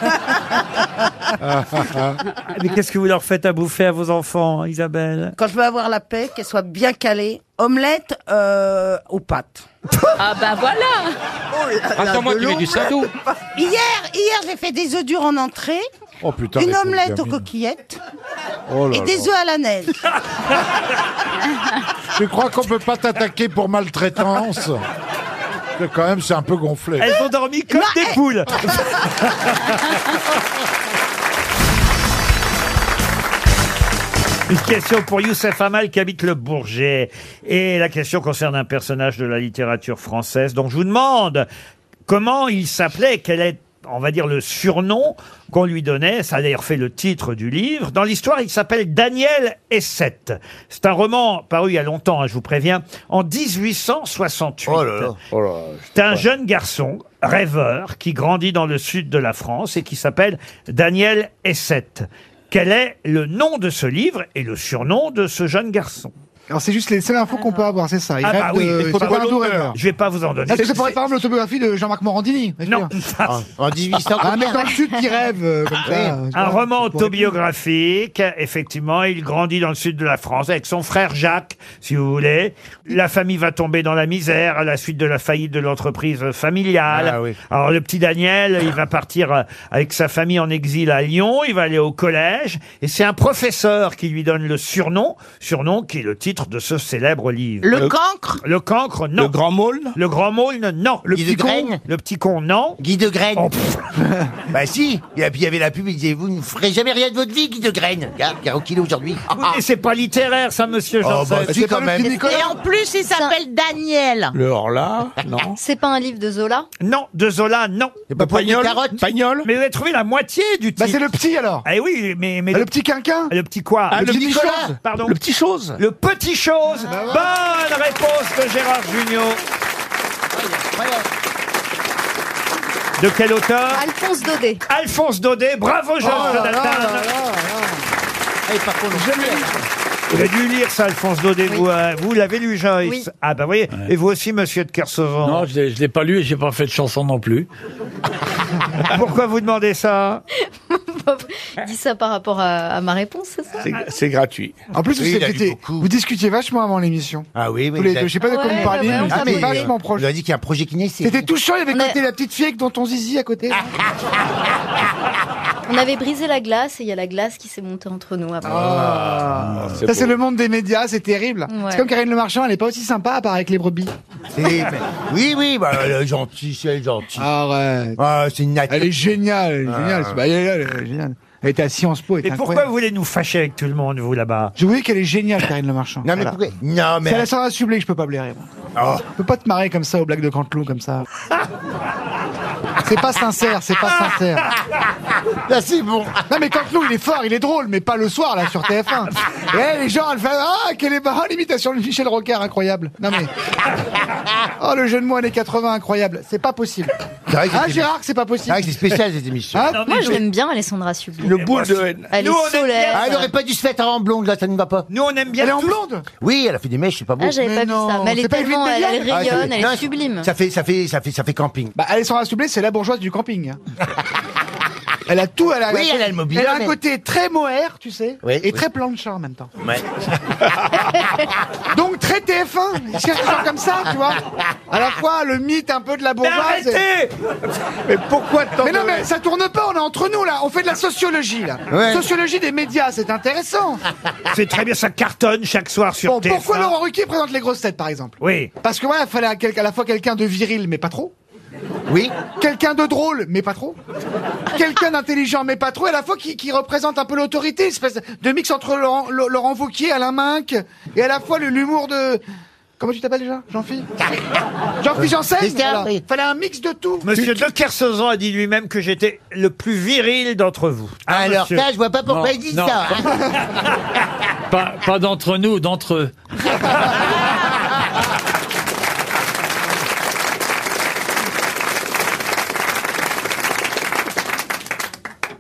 Mais qu'est-ce que vous leur faites à bouffer à vos enfants, Isabelle
Quand je veux avoir la paix, qu'elle soit bien calée, omelette euh, aux pâtes. Oh
Ah bah voilà
Attends-moi tu mets du sado.
Hier, hier j'ai fait des œufs durs en entrée,
Oh putain.
une
les pauvres
omelette aux
gamines.
coquillettes
Oh là
et des
là.
œufs à la neige.
Tu crois qu'on peut pas t'attaquer pour maltraitance Que Quand même, c'est un peu gonflé.
Elles ont dormi comme des poules. Une question pour Youssef Amal qui habite le Bourget. Et la question concerne un personnage de la littérature française dont je vous demande comment il s'appelait, quel est, on va dire, le surnom qu'on lui donnait. Ça a d'ailleurs fait le titre du livre. Dans l'histoire, il s'appelle Daniel Essette. C'est un roman paru il y a longtemps, hein, je vous préviens, en 1868.
Oh
C'est un jeune garçon, rêveur, qui grandit dans le sud de la France et qui s'appelle Daniel Essette. Quel est le nom de ce livre et le surnom de ce jeune garçon
Alors c'est juste les seules infos qu'on peut avoir, c'est ça. Il
Ah
rêve
bah oui,
de-
mais
c'est
faut
pas
trouver
un doux
l'auteur.
rêveur.
Je vais pas vous en donner.
Ah, c'est- c'est par exemple l'autobiographie de Jean-Marc Morandini. Non.
En
Un mec dans le sud qui rêve euh,
Ah
comme ça. euh,
Un
je sais pas.
roman autobiographique. Effectivement, il grandit dans le sud de la France avec son frère Jacques, si vous voulez. La famille va tomber dans la misère à la suite de la faillite de l'entreprise familiale.
Ah oui.
Alors le petit Daniel, il va partir euh, avec sa famille en exil à Lyon. Il va aller au collège et c'est un professeur qui lui donne le surnom, surnom qui est le titre de ce célèbre livre.
Le cancre
Le cancre, non. Euh, Le grand môle Le grand môle, non. Le
Guy de
petit con
Graine
Le petit con, non.
Guy de Graine.
Oh, pff.
bah si, et puis il y avait la pub, il disait, vous ne ferez jamais rien de votre vie, Guy de Graine. Regarde, il y a un kilo aujourd'hui.
Oui, Ah, mais c'est pas littéraire, ça, monsieur
Oh, bah,
Janssen.
c'est quand même.
Et en plus, il s'appelle Daniel.
Le Horla, non.
C'est pas un livre de Zola
Non, de Zola, Ah, non. Et pas Pagnol Pagnol Mais vous avez trouvé la moitié du titre. Bah c'est le
petit alors.
Eh oui, mais... mais
Ah, le petit quinquin
Le petit quoi
Ah, le petit chose
Pardon
Le petit chose Ah, bah
Le petit chose Bonne réponse de Gérard Junior. De quel auteur
Ah,
Alphonse Daudet.
Alphonse Daudet, bravo Jean-
Oh là là
Jonathan.
là
Vous avez dû lire ça, Alphonse Daudet, vous, euh, vous l'avez lu, Joyce
Oui.
Ah bah voyez, et vous aussi, monsieur de Kersauzon.
Non, je ne l'ai pas lu et j'ai pas fait de chanson non plus.
Pourquoi vous demandez ça
Dis ça par rapport à, à ma réponse, c'est ça
C'est gratuit.
En plus, vous,
Oui, il a
discutez-
lu beaucoup.
vous discutiez vachement avant l'émission.
Ah oui, oui.
Tous les deux, je sais pas de quoi
Ouais,
vous parliez,
ouais,
mais
ouais,
vous
ouais,
étiez
ouais.
vachement proche.
Il a dit qu'il y a un projet qui naît, c'est-
C'était touchant, il y avait côté la petite fille avec dont ton zizi à côté.
On avait brisé la glace et il y a la glace qui s'est montée entre nous après.
Ah.
Ah. Ça, c'est le monde des médias, c'est terrible.
Ouais.
C'est comme Karine Le Marchand, elle est pas aussi sympa à part avec les brebis.
C'est- Oui, oui, bah, elle est gentille, c'est elle est gentille. Ah ouais. Ah, c'est une nature.
Elle est géniale, elle est
Ah.
géniale. Bah, elle est- elle est géniale. Elle était à Sciences Po.
Et pourquoi vous voulez nous fâcher avec tout le monde, vous, là-bas
Je vous dis qu'elle est géniale, Karine Le Marchand.
Non, mais pourquoi Non, mais-
C'est la sœur à Sublet que je peux pas blairer. moi.
Oh.
Je peux pas te marrer comme ça aux blagues de Canteloup, comme ça. C'est pas sincère, c'est pas sincère.
Ah,
Là, c'est bon. Non, mais Canteloup, il est fort, il est drôle, mais pas le soir, là, sur TF1. Et elle, les gens, elle fait Ah, quelle est marrant, l'imitation de Michel Rocard, incroyable. Non, mais. Oh, le jeu de mots années 80, incroyable. C'est pas possible.
vrai que
Ah,
c'était-
Gérard, c'est pas possible.
C'est vrai que c'est spécial, cette émission.
Ah,
Moi, je l'aime bien, Alessandra Sublet.
Le boule de haine.
Elle est solaire.
Ah, elle aurait pas dû se faire en blonde, là, ça ne va pas.
Nous, on aime bien.
Elle est en
blonde
Oui, elle a fait des mèches, c'est pas beau.
Ah, j'avais pas vu ça. Mais elle est tellement, elle, elle rayonne, elle est sublime.
Ah, Ça fait, ça fait, ça fait, ça fait camping.
Bah, Alessandra Sublet, c'est la bourgeoise du camping. hein. Elle a tout, elle a,
Oui, elle a le mobile,
Elle a un
mais-
côté très mohair, tu sais,
Oui,
et
oui.
très planchard en même temps.
Ouais.
Donc très TF1, ils cherchent des gens comme ça, tu vois. À la fois le mythe un peu de la bourgeoise.
Mais arrêtez Mais pourquoi tant
Mais non,
de-
mais ça tourne pas, on est entre nous là, on fait de la sociologie là.
Ouais.
Sociologie des médias, c'est intéressant.
C'est très bien, ça cartonne chaque soir sur
Bon,
TF1.
pourquoi Laurent Ruquier présente les grosses têtes par exemple
Oui.
Parce que voilà, il fallait à, quel- à la fois quelqu'un de viril, mais pas trop.
Oui.
Quelqu'un de drôle, mais pas trop. Quelqu'un d'intelligent, mais pas trop. Et à la fois qui, qui représente un peu l'autorité, espèce de mix entre Laurent, Lo- Laurent Wauquiez, Alain Minck, et à la fois le- l'humour de. Comment tu t'appelles déjà Jean-Philippe Jean-Philippe Janssen
Christian,
voilà.
oui.
Fallait un mix de tout.
Monsieur de Kersozon a dit lui-même que j'étais le plus viril d'entre vous.
Ah,
Ah,
Alors ça, je vois pas pourquoi
Non,
il dit
non.
ça. hein.
Pas, pas d'entre nous, d'entre eux.